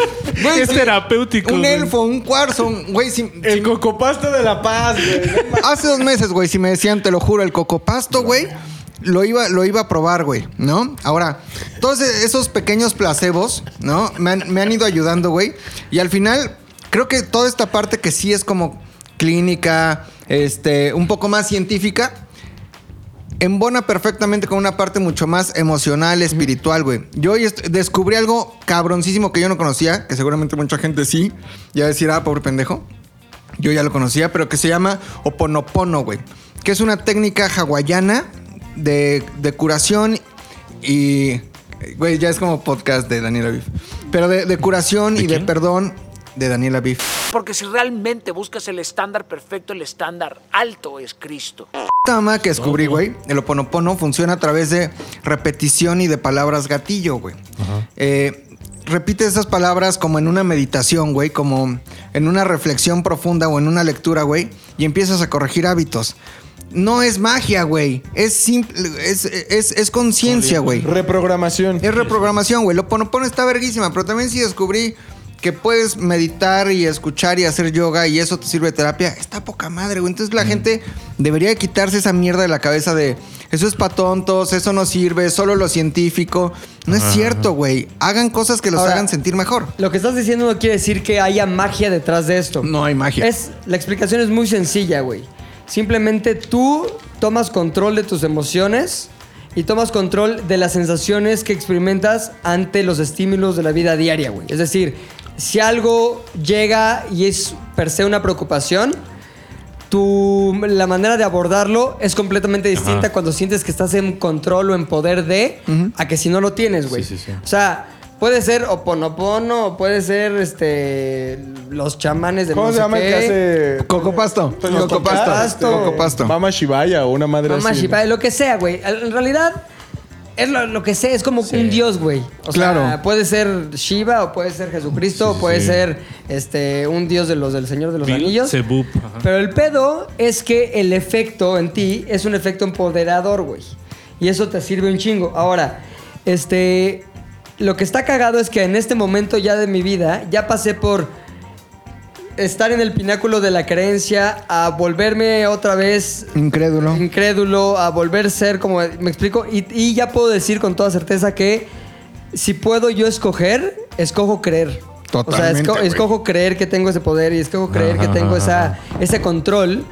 Speaker 4: Güey,
Speaker 2: Es
Speaker 4: sí.
Speaker 2: terapéutico,
Speaker 4: Un
Speaker 2: güey.
Speaker 4: elfo, un cuarzo, un- güey. Si, si-
Speaker 3: El cocopasto de la paz, güey.
Speaker 4: hace dos meses, güey, si me decían, te lo juro, el cocopasto, güey, lo iba, lo iba a probar, güey, ¿no? Ahora, todos e-, esos pequeños placebos, ¿no? Me han, me han ido ayudando, güey. Y al final, creo que toda esta parte que sí es como clínica, este, un poco más científica, embona perfectamente con una parte mucho más emocional, espiritual, güey. Yo hoy est- descubrí algo cabroncísimo que yo no conocía, que seguramente mucha gente sí, ya decir, ah, pobre pendejo. Yo ya lo conocía, pero que se llama Oponopono, güey. Que es una técnica hawaiana de, de curación y... Güey, ya es como podcast de Daniel Aviv. Pero de, de curación y de perdón de Daniel Aviv.
Speaker 12: Porque si realmente buscas el estándar perfecto, el estándar alto es Cristo.
Speaker 4: Esta mamá que descubrí, güey, el oponopono funciona a través de repetición y de palabras gatillo, güey. Eh, repite esas palabras como en una meditación, güey, como en una reflexión profunda o en una lectura, güey, y empiezas a corregir hábitos. No es magia, güey. Es simple, es, es, es conciencia, güey.
Speaker 3: Reprogramación.
Speaker 4: Es reprogramación, güey. Lo ponopono está verguísima, pero también sí descubrí que puedes meditar y escuchar y hacer yoga y eso te sirve de terapia. Está poca madre, güey. Entonces la gente debería de quitarse esa mierda de la cabeza de eso es para tontos, eso no sirve, solo lo científico. No es cierto, güey. Hagan cosas que los
Speaker 1: Ahora-
Speaker 4: hagan sentir mejor.
Speaker 1: Lo que estás diciendo no quiere decir que haya magia detrás de esto.
Speaker 4: No hay magia.
Speaker 1: Es, la explicación es muy sencilla, güey. Simplemente tú tomas control de tus emociones y tomas control de las sensaciones que experimentas ante los estímulos de la vida diaria, güey. Es decir, si algo llega y es per se una preocupación, tu, la manera de abordarlo es completamente distinta cuando sientes que estás en control o en poder de a que si no lo tienes, güey.
Speaker 2: Sí, sí, sí.
Speaker 1: O sea, puede ser Oponopono, o puede ser este los chamanes de
Speaker 3: ¿Cómo
Speaker 1: no
Speaker 3: se
Speaker 1: sé
Speaker 3: llama el que
Speaker 1: qué,
Speaker 3: hace...
Speaker 4: Cocopasto.
Speaker 3: Toño
Speaker 1: Cocopasto.
Speaker 3: Pasto?
Speaker 4: Cocopasto.
Speaker 3: Mama Shibaya o una madre
Speaker 1: Mamá
Speaker 3: así.
Speaker 1: Shibai, lo que sea, güey. En realidad, es lo, lo que sé, es como un dios, güey. O
Speaker 4: Claro.
Speaker 1: sea, puede ser Shiva, o puede ser Jesucristo, o puede
Speaker 2: sí.
Speaker 1: ser este, un dios de los del Señor de los
Speaker 2: Bill
Speaker 1: Anillos.
Speaker 2: Zebup, ajá.
Speaker 1: Pero el pedo es que el efecto en ti es un efecto empoderador, güey. Y eso te sirve un chingo. Ahora, este. Lo que está cagado es que en este momento ya de mi vida, ya pasé por estar en el pináculo de la creencia, a volverme otra vez
Speaker 4: Incrédulo.
Speaker 1: incrédulo, a volver a ser como, me explico, y, y ya puedo decir con toda certeza que si puedo yo escoger, escojo creer.
Speaker 4: Totalmente,
Speaker 1: O sea, esco-
Speaker 4: güey.
Speaker 1: escojo creer que tengo ese poder y escojo creer que
Speaker 2: Ajá,
Speaker 1: tengo esa,
Speaker 2: ajá,
Speaker 1: ese control,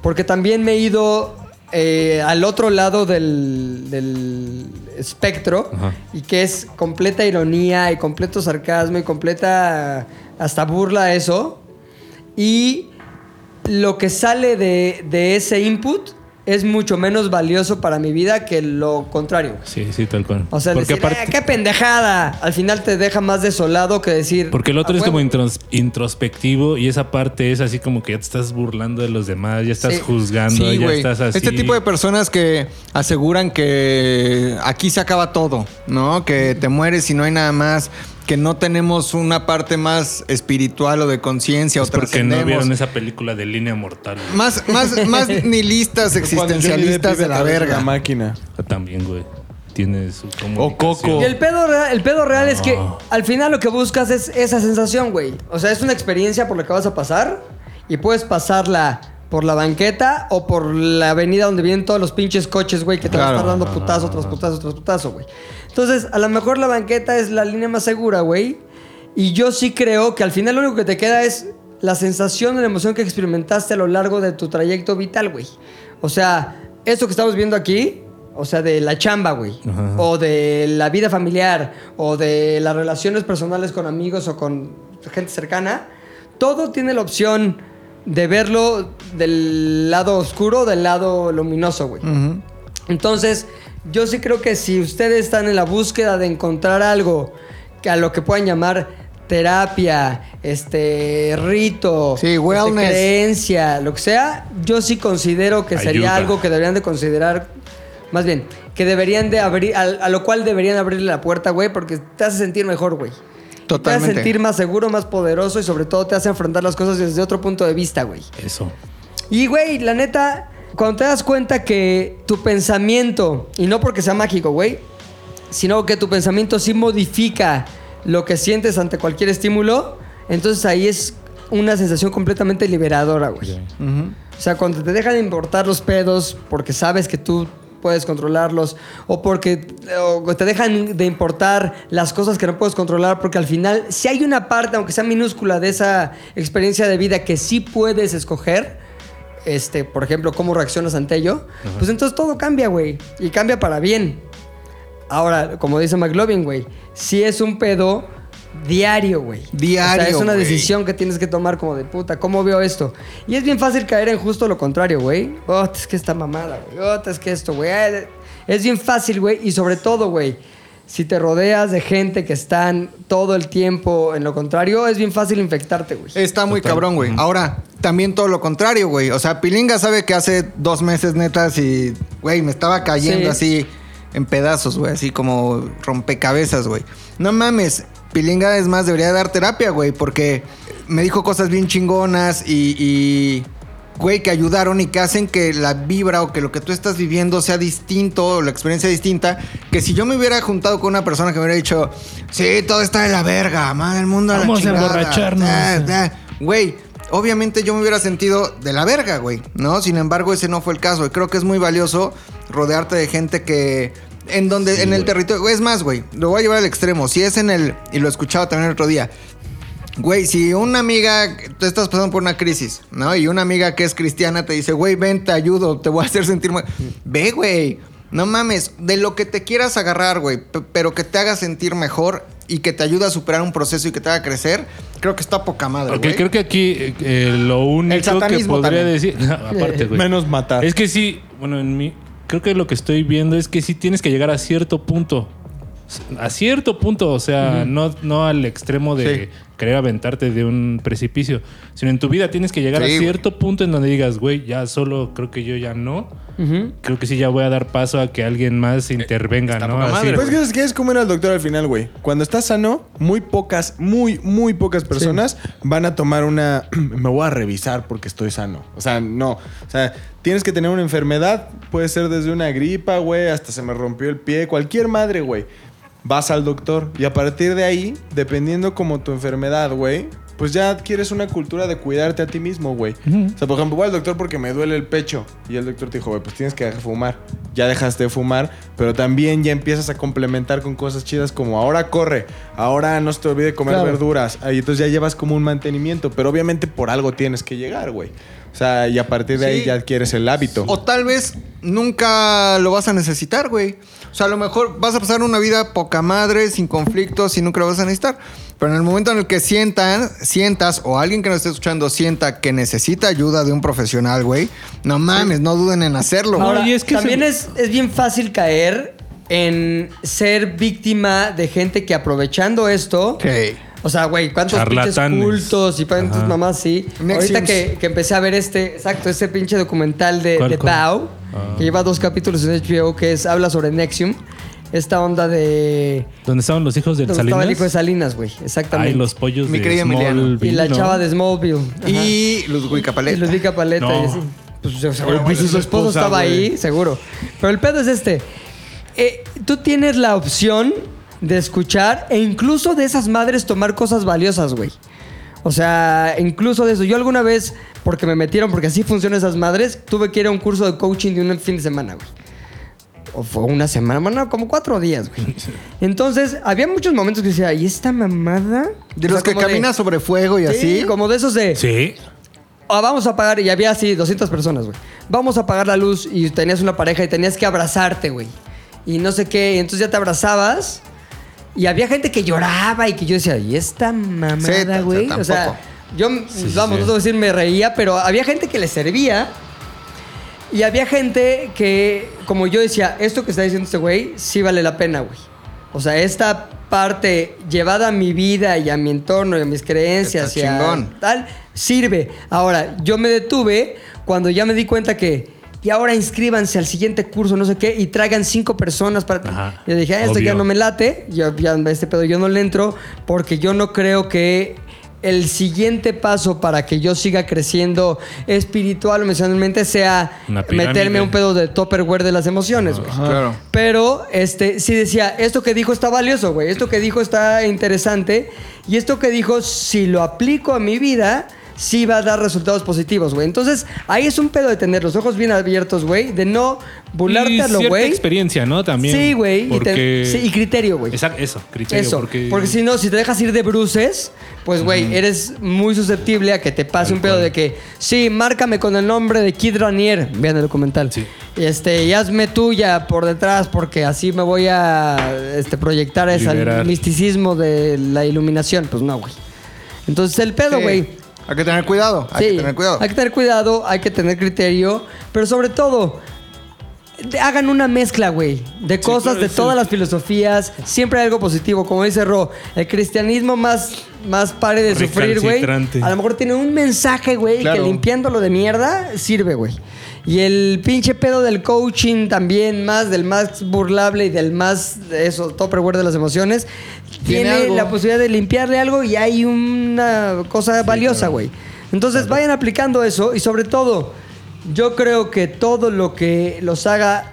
Speaker 1: porque también me he ido eh, al otro lado del, del espectro
Speaker 2: Ajá.
Speaker 1: y que es completa ironía y completo sarcasmo y completa hasta burla eso. Y lo que sale de, de ese input es mucho menos valioso para mi vida que lo contrario.
Speaker 2: Sí, sí, tal cual.
Speaker 1: O sea, el
Speaker 2: porque,
Speaker 1: decir, "Ah, qué pendejada. Al final te deja más desolado que decir.
Speaker 2: porque el otro
Speaker 4: Ah,
Speaker 1: "A
Speaker 2: es como
Speaker 1: huevo".
Speaker 2: intros- introspectivo y esa parte es así como que ya te estás burlando de los demás, ya estás
Speaker 1: Sí.
Speaker 2: juzgando,
Speaker 4: Sí,
Speaker 2: ya
Speaker 4: güey.
Speaker 2: estás así.
Speaker 4: Este tipo de personas que aseguran que aquí se acaba todo, ¿no? Que te mueres y no hay nada más, que no tenemos una parte más espiritual o de conciencia o
Speaker 2: Porque no
Speaker 4: trascendemos.
Speaker 2: vieron esa película de línea mortal. güey.
Speaker 4: más, más, más nihilistas existencialistas de la verga.
Speaker 3: máquina.
Speaker 2: También, güey. Tiene su comunicación.
Speaker 1: Y el pedo real, el pedo real es que al final lo que buscas es esa sensación, güey. O sea, es una experiencia por la que vas a pasar y puedes pasarla por la banqueta o por la avenida donde vienen todos los pinches coches, güey, que te van a
Speaker 4: Claro.
Speaker 1: estar dando putazo tras putazo tras putazo, güey. Entonces, a lo mejor la banqueta es la línea más segura, güey. Y yo sí creo que al final lo único que te queda es la sensación de la emoción que experimentaste a lo largo de tu trayecto vital, güey. O sea, esto que estamos viendo aquí, o sea, de la chamba, güey.
Speaker 2: Ajá.
Speaker 1: O de la vida familiar, o de las relaciones personales con amigos o con gente cercana. Todo tiene la opción de verlo del lado oscuro, o del lado luminoso, güey. Entonces, yo sí creo que si ustedes están en la búsqueda de encontrar algo que a lo que puedan llamar terapia, este rito, este,
Speaker 4: wellness.
Speaker 1: creencia, lo que sea, yo sí considero que sería
Speaker 2: Ayuda.
Speaker 1: algo que deberían de considerar, más bien, que deberían de abrir, al- a, lo cual deberían abrirle la puerta, güey, porque te hace sentir mejor, güey. Te hace
Speaker 4: Totalmente.
Speaker 1: sentir más seguro, más poderoso y sobre todo te hace enfrentar las cosas desde otro punto de vista, güey.
Speaker 2: Eso.
Speaker 1: Y, güey, la neta, cuando te das cuenta que tu pensamiento, y no porque sea mágico, güey, sino que tu pensamiento sí modifica lo que sientes ante cualquier estímulo, entonces ahí es una sensación completamente liberadora, güey. O sea, cuando te dejan de importar los pedos porque sabes que tú puedes controlarlos o porque o te dejan de importar las cosas que no puedes controlar porque al final si hay una parte aunque sea minúscula de esa experiencia de vida que sí puedes escoger este por ejemplo cómo reaccionas ante ello pues entonces todo cambia güey y cambia para bien ahora como dice McLovin güey si es un pedo diario güey
Speaker 4: Diario,
Speaker 1: o sea, es una
Speaker 4: güey.
Speaker 1: decisión decisión que tienes que tomar como de puta, ¿cómo veo esto? Y es bien fácil caer en justo lo contrario, güey. Oh, es que esta mamada, güey. Oh, es que esto, güey. Ay, Es bien fácil, güey. Y sobre todo, güey, si te rodeas de gente que están todo el tiempo en lo contrario, es bien fácil infectarte, güey.
Speaker 2: Eh,
Speaker 4: Está muy cabrón, güey. Ahora, también todo lo contrario, güey. O sea, Pilinga sabe que hace dos meses, netas, y, güey, me estaba cayendo así en pedazos, güey. Así como rompecabezas, güey. No mames, Pilinga es más, debería dar terapia, güey, porque me dijo cosas bien chingonas y- y güey, que ayudaron y que hacen que la vibra o que lo que tú estás viviendo sea distinto o la experiencia distinta, que si yo me hubiera juntado con una persona que me hubiera dicho, sí, todo está de la verga, madre, el mundo a la
Speaker 2: Vamos a
Speaker 4: chingada".
Speaker 2: emborracharnos.
Speaker 4: Ah, ah. Güey, obviamente yo me hubiera sentido de la verga, güey, ¿no? Sin embargo, ese no fue el caso y creo que es muy valioso rodearte de gente que... En donde, en el territorio, güey, es más, güey, lo voy a llevar al extremo. Si es en el, y lo escuchaba también el otro día, Güey, si una amiga, tú estás pasando por una crisis, ¿no? Y una amiga que es cristiana te dice, güey, ven, te ayudo, te voy a hacer sentir mal. Ve, güey, no mames, de lo que te quieras agarrar, güey, p- pero que te haga sentir mejor y que te ayude a superar un proceso y que te haga crecer, creo que está poca madre,
Speaker 2: Porque
Speaker 4: güey.
Speaker 2: creo que aquí eh, eh, lo
Speaker 4: El
Speaker 2: único que
Speaker 4: satanismo
Speaker 2: podría
Speaker 4: también.
Speaker 2: decir. aparte, güey.
Speaker 3: Menos matar.
Speaker 2: Es que sí, bueno, en mí, creo que lo que estoy viendo es que sí tienes que llegar a cierto punto. A cierto punto, o sea, no, no al extremo de querer aventarte de un precipicio, sino en tu vida tienes que llegar
Speaker 4: Sí,
Speaker 2: a
Speaker 4: güey.
Speaker 2: cierto punto en donde digas, güey, ya solo creo que yo ya no. Creo que sí ya voy a dar paso a que alguien
Speaker 1: Eh,
Speaker 2: más intervenga, ¿no?
Speaker 11: poca
Speaker 2: Así.
Speaker 11: madre,
Speaker 3: Pues que es que es como era el doctor al final, güey. Cuando estás sano, muy pocas, muy, muy pocas personas van a tomar una. Me voy a revisar porque estoy sano. O sea, no. O sea, tienes que tener una enfermedad. Puede ser desde una gripa, güey, hasta se me rompió el pie, cualquier madre, güey. Vas al doctor y a partir de ahí, dependiendo como tu enfermedad, güey, pues ya adquieres una cultura de cuidarte a ti mismo, güey. O sea, por ejemplo, voy al doctor porque me duele el pecho. Y el doctor te dijo, güey, pues tienes que dejar de fumar. Ya dejaste de fumar, pero también ya empiezas a complementar con cosas chidas como ahora corre, ahora no se te olvide comer
Speaker 1: Claro.
Speaker 3: verduras. Ahí entonces ya llevas como un mantenimiento, pero obviamente por algo tienes que llegar, güey. O sea, y a partir de ahí
Speaker 4: Sí.
Speaker 3: ya adquieres el hábito.
Speaker 4: O tal vez nunca lo vas a necesitar, güey. O sea, a lo mejor vas a pasar una vida poca madre, sin conflictos y nunca lo vas a necesitar. Pero en el momento en el que sientan, sientas o alguien que nos esté escuchando sienta que necesita ayuda de un profesional, güey, no mames, no duden en hacerlo, güey.
Speaker 1: Ahora,
Speaker 2: y es que
Speaker 1: también
Speaker 2: se-
Speaker 1: es, es bien fácil caer en ser víctima de gente que aprovechando esto...
Speaker 4: Sí.
Speaker 1: O sea, güey, ¿cuántos pinches
Speaker 2: Charlatanes.
Speaker 1: cultos y cuántas
Speaker 2: Ajá.
Speaker 1: mamás sí?
Speaker 4: Nexiums.
Speaker 1: Ahorita que, que empecé a ver este, exacto, este pinche documental de,
Speaker 2: ¿Cuál,
Speaker 1: de
Speaker 2: cuál?
Speaker 1: Pau,
Speaker 2: Ah.
Speaker 1: que lleva dos capítulos en HBO, que es, habla sobre Nexium. esta onda de...
Speaker 2: ¿Dónde estaban los hijos del
Speaker 1: donde estaba el hijo de
Speaker 2: Salinas?
Speaker 1: Salinas, güey. Exactamente.
Speaker 2: Ay, los pollos
Speaker 4: Mi
Speaker 2: de
Speaker 4: querido Emiliano.
Speaker 1: y
Speaker 2: Smallville,
Speaker 1: la
Speaker 2: ¿no?
Speaker 1: chava de Smallville.
Speaker 4: Y Ludwig Paleta.
Speaker 1: Y Ludwika Paleta
Speaker 2: No.
Speaker 1: y así. Pues, o sea,
Speaker 2: Pero,
Speaker 1: pues,
Speaker 2: güey,
Speaker 1: si
Speaker 2: es
Speaker 1: su
Speaker 2: su
Speaker 1: esposo
Speaker 2: esposa,
Speaker 1: estaba
Speaker 2: güey.
Speaker 1: ahí, seguro. Pero el pedo es este. Eh, tú tienes la opción de escuchar e incluso de esas madres tomar cosas valiosas, güey. O sea, incluso de eso. Yo alguna vez, porque me metieron, porque así funcionan esas madres, tuve que ir a un curso de coaching de un fin de semana, güey. O fue una semana, bueno, como cuatro días, güey. Entonces, había muchos momentos que decía, ¿y esta mamada?
Speaker 4: De
Speaker 1: O
Speaker 4: los
Speaker 1: sea,
Speaker 4: que
Speaker 1: como
Speaker 4: camina sobre fuego y
Speaker 1: Sí,
Speaker 4: así.
Speaker 1: como de esos de...
Speaker 2: Sí.
Speaker 1: Ah, vamos a pagar, y había así 200 personas, güey. Vamos a pagar la luz y tenías una pareja y tenías que abrazarte, güey. Y no sé qué, y entonces ya te abrazabas y había gente que lloraba y que yo decía, ¿y esta
Speaker 4: Sí,
Speaker 1: mamada,
Speaker 4: ta-
Speaker 1: güey?
Speaker 4: ta-
Speaker 1: o sea,
Speaker 4: tampoco.
Speaker 1: yo,
Speaker 2: sí,
Speaker 1: vamos, no
Speaker 2: sí.
Speaker 1: te voy a decir me reía, pero había gente que le servía y había gente que, como yo decía, esto que está diciendo este güey, sí vale la pena, güey. O sea, esta parte llevada a mi vida y a mi entorno y a mis creencias
Speaker 4: Está
Speaker 1: y a
Speaker 4: chingón.
Speaker 1: tal, sirve. Ahora, yo me detuve cuando ya me di cuenta que, y ahora inscríbanse al siguiente curso, no sé qué, y traigan cinco personas para...
Speaker 2: Ajá.
Speaker 1: Yo dije, "Ah, esto ya
Speaker 2: Obvio.
Speaker 1: no me late, ya, ya a este pedo yo no le entro, porque yo no creo que el siguiente paso para que yo siga creciendo espiritual o emocionalmente sea
Speaker 2: Una pirámide.
Speaker 1: meterme a un pedo de topperware de las emociones, güey.
Speaker 4: Claro.
Speaker 1: Pero este sí decía, esto que dijo está valioso, güey. Esto que dijo está interesante. Y esto que dijo, si lo aplico a mi vida, sí va a dar resultados positivos, güey. Entonces, ahí es un pedo de tener los ojos bien abiertos, güey. De no burlarte
Speaker 2: Y
Speaker 1: a lo
Speaker 2: cierta
Speaker 1: güey.
Speaker 2: experiencia, ¿no? También.
Speaker 1: Sí, güey. y te-
Speaker 2: Porque...
Speaker 1: sí, Y, criterio, güey.
Speaker 2: Exacto, eso, criterio.
Speaker 1: Eso, porque...
Speaker 2: porque...
Speaker 1: si no, si te dejas ir de bruces, pues güey, eres muy susceptible a que te pase
Speaker 2: Tal
Speaker 1: un pedo
Speaker 2: cual.
Speaker 1: de que, sí, márcame con el nombre de Kid Ranier, vean el documental.
Speaker 2: Sí.
Speaker 1: Este, y hazme tuya por detrás, porque así me voy a este, proyectar ese
Speaker 2: Liberar.
Speaker 1: misticismo de la iluminación. Pues no, güey. Entonces el pedo,
Speaker 4: Sí.
Speaker 1: güey.
Speaker 4: Hay que tener cuidado. Hay
Speaker 1: Sí,
Speaker 4: que tener cuidado.
Speaker 1: Hay que tener cuidado, hay que tener criterio, pero sobre todo, de- hagan una mezcla, güey, de cosas de todas las filosofías. Siempre hay algo positivo, como dice Ro, el cristianismo más, más pare de sufrir, güey.
Speaker 2: Recalcitrante.
Speaker 1: A lo mejor tiene un mensaje, güey,
Speaker 4: Claro.
Speaker 1: que limpiándolo de mierda sirve, güey. Y el pinche pedo del coaching también, más del más burlable y del más, de eso, topperware de las emociones,
Speaker 4: Tiene
Speaker 1: tiene,
Speaker 4: algo.
Speaker 1: la posibilidad de limpiarle algo y hay una cosa valiosa, güey. Entonces vayan aplicando eso y sobre todo, yo creo que todo lo que los haga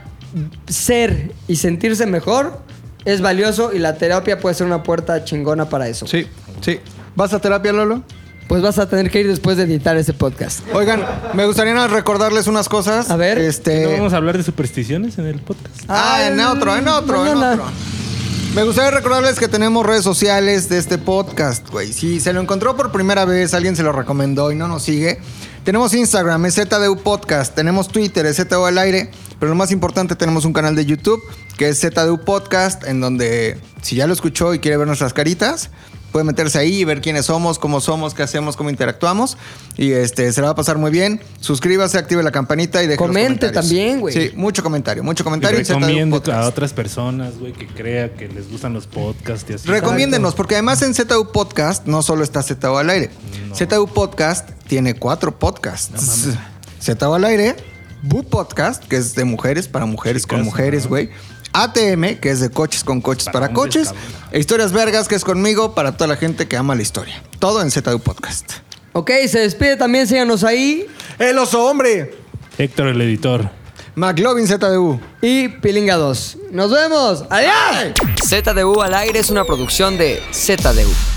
Speaker 1: ser y sentirse mejor es valioso y la terapia puede ser una puerta chingona para eso.
Speaker 4: Sí, sí. ¿Vas a terapia, Lolo?
Speaker 1: Pues vas a tener que ir después de editar ese podcast.
Speaker 4: Oigan, me gustaría nada más recordarles unas cosas.
Speaker 1: A ver.
Speaker 2: ¿No
Speaker 4: Este.
Speaker 2: vamos a hablar de supersticiones en el podcast?
Speaker 4: Ah, en otro, en otro,
Speaker 1: Mañana.
Speaker 4: en otro. Me gustaría recordarles que tenemos redes sociales de este podcast, güey. Si se lo encontró por primera vez, alguien se lo recomendó y no nos sigue. Tenemos Instagram, es ZDU Podcast. Tenemos Twitter, es ZDU al aire. Pero lo más importante, tenemos un canal de YouTube que es ZDU Podcast, en donde si ya lo escuchó y quiere ver nuestras caritas, puede meterse ahí y ver quiénes somos, cómo somos, qué hacemos, cómo interactuamos. Y este, se la va a pasar muy bien. Suscríbase, active la campanita y deje los
Speaker 1: Comente
Speaker 4: comentarios.
Speaker 1: también, güey.
Speaker 4: Sí, mucho comentario, mucho
Speaker 2: Y
Speaker 4: comentario. en ZDU
Speaker 2: recomiendo
Speaker 4: Podcast.
Speaker 2: a otras personas, güey, que crea que les gustan los podcasts y así.
Speaker 4: Recomiéndenos, porque además en ZU Podcast no solo está ZU al aire. ZU Podcast tiene cuatro podcasts. ZU al aire, Bu Podcast, que es de mujeres para mujeres con
Speaker 2: Chicas,
Speaker 4: mujeres,
Speaker 2: ajá.
Speaker 4: güey. ATM, que es de coches con coches para,
Speaker 2: Para hombres,
Speaker 4: coches.
Speaker 2: cabrón.
Speaker 4: E Historias Vergas, que es conmigo para toda la gente que ama la historia. Todo en ZU Podcast.
Speaker 1: Ok, se despide también, síganos ahí.
Speaker 4: El oso hombre.
Speaker 2: Héctor, el editor.
Speaker 4: McLovin ZDU.
Speaker 1: y Pilinga 2. ¡Nos vemos! ¡Adiós! ZDU al aire es una producción de ZDU.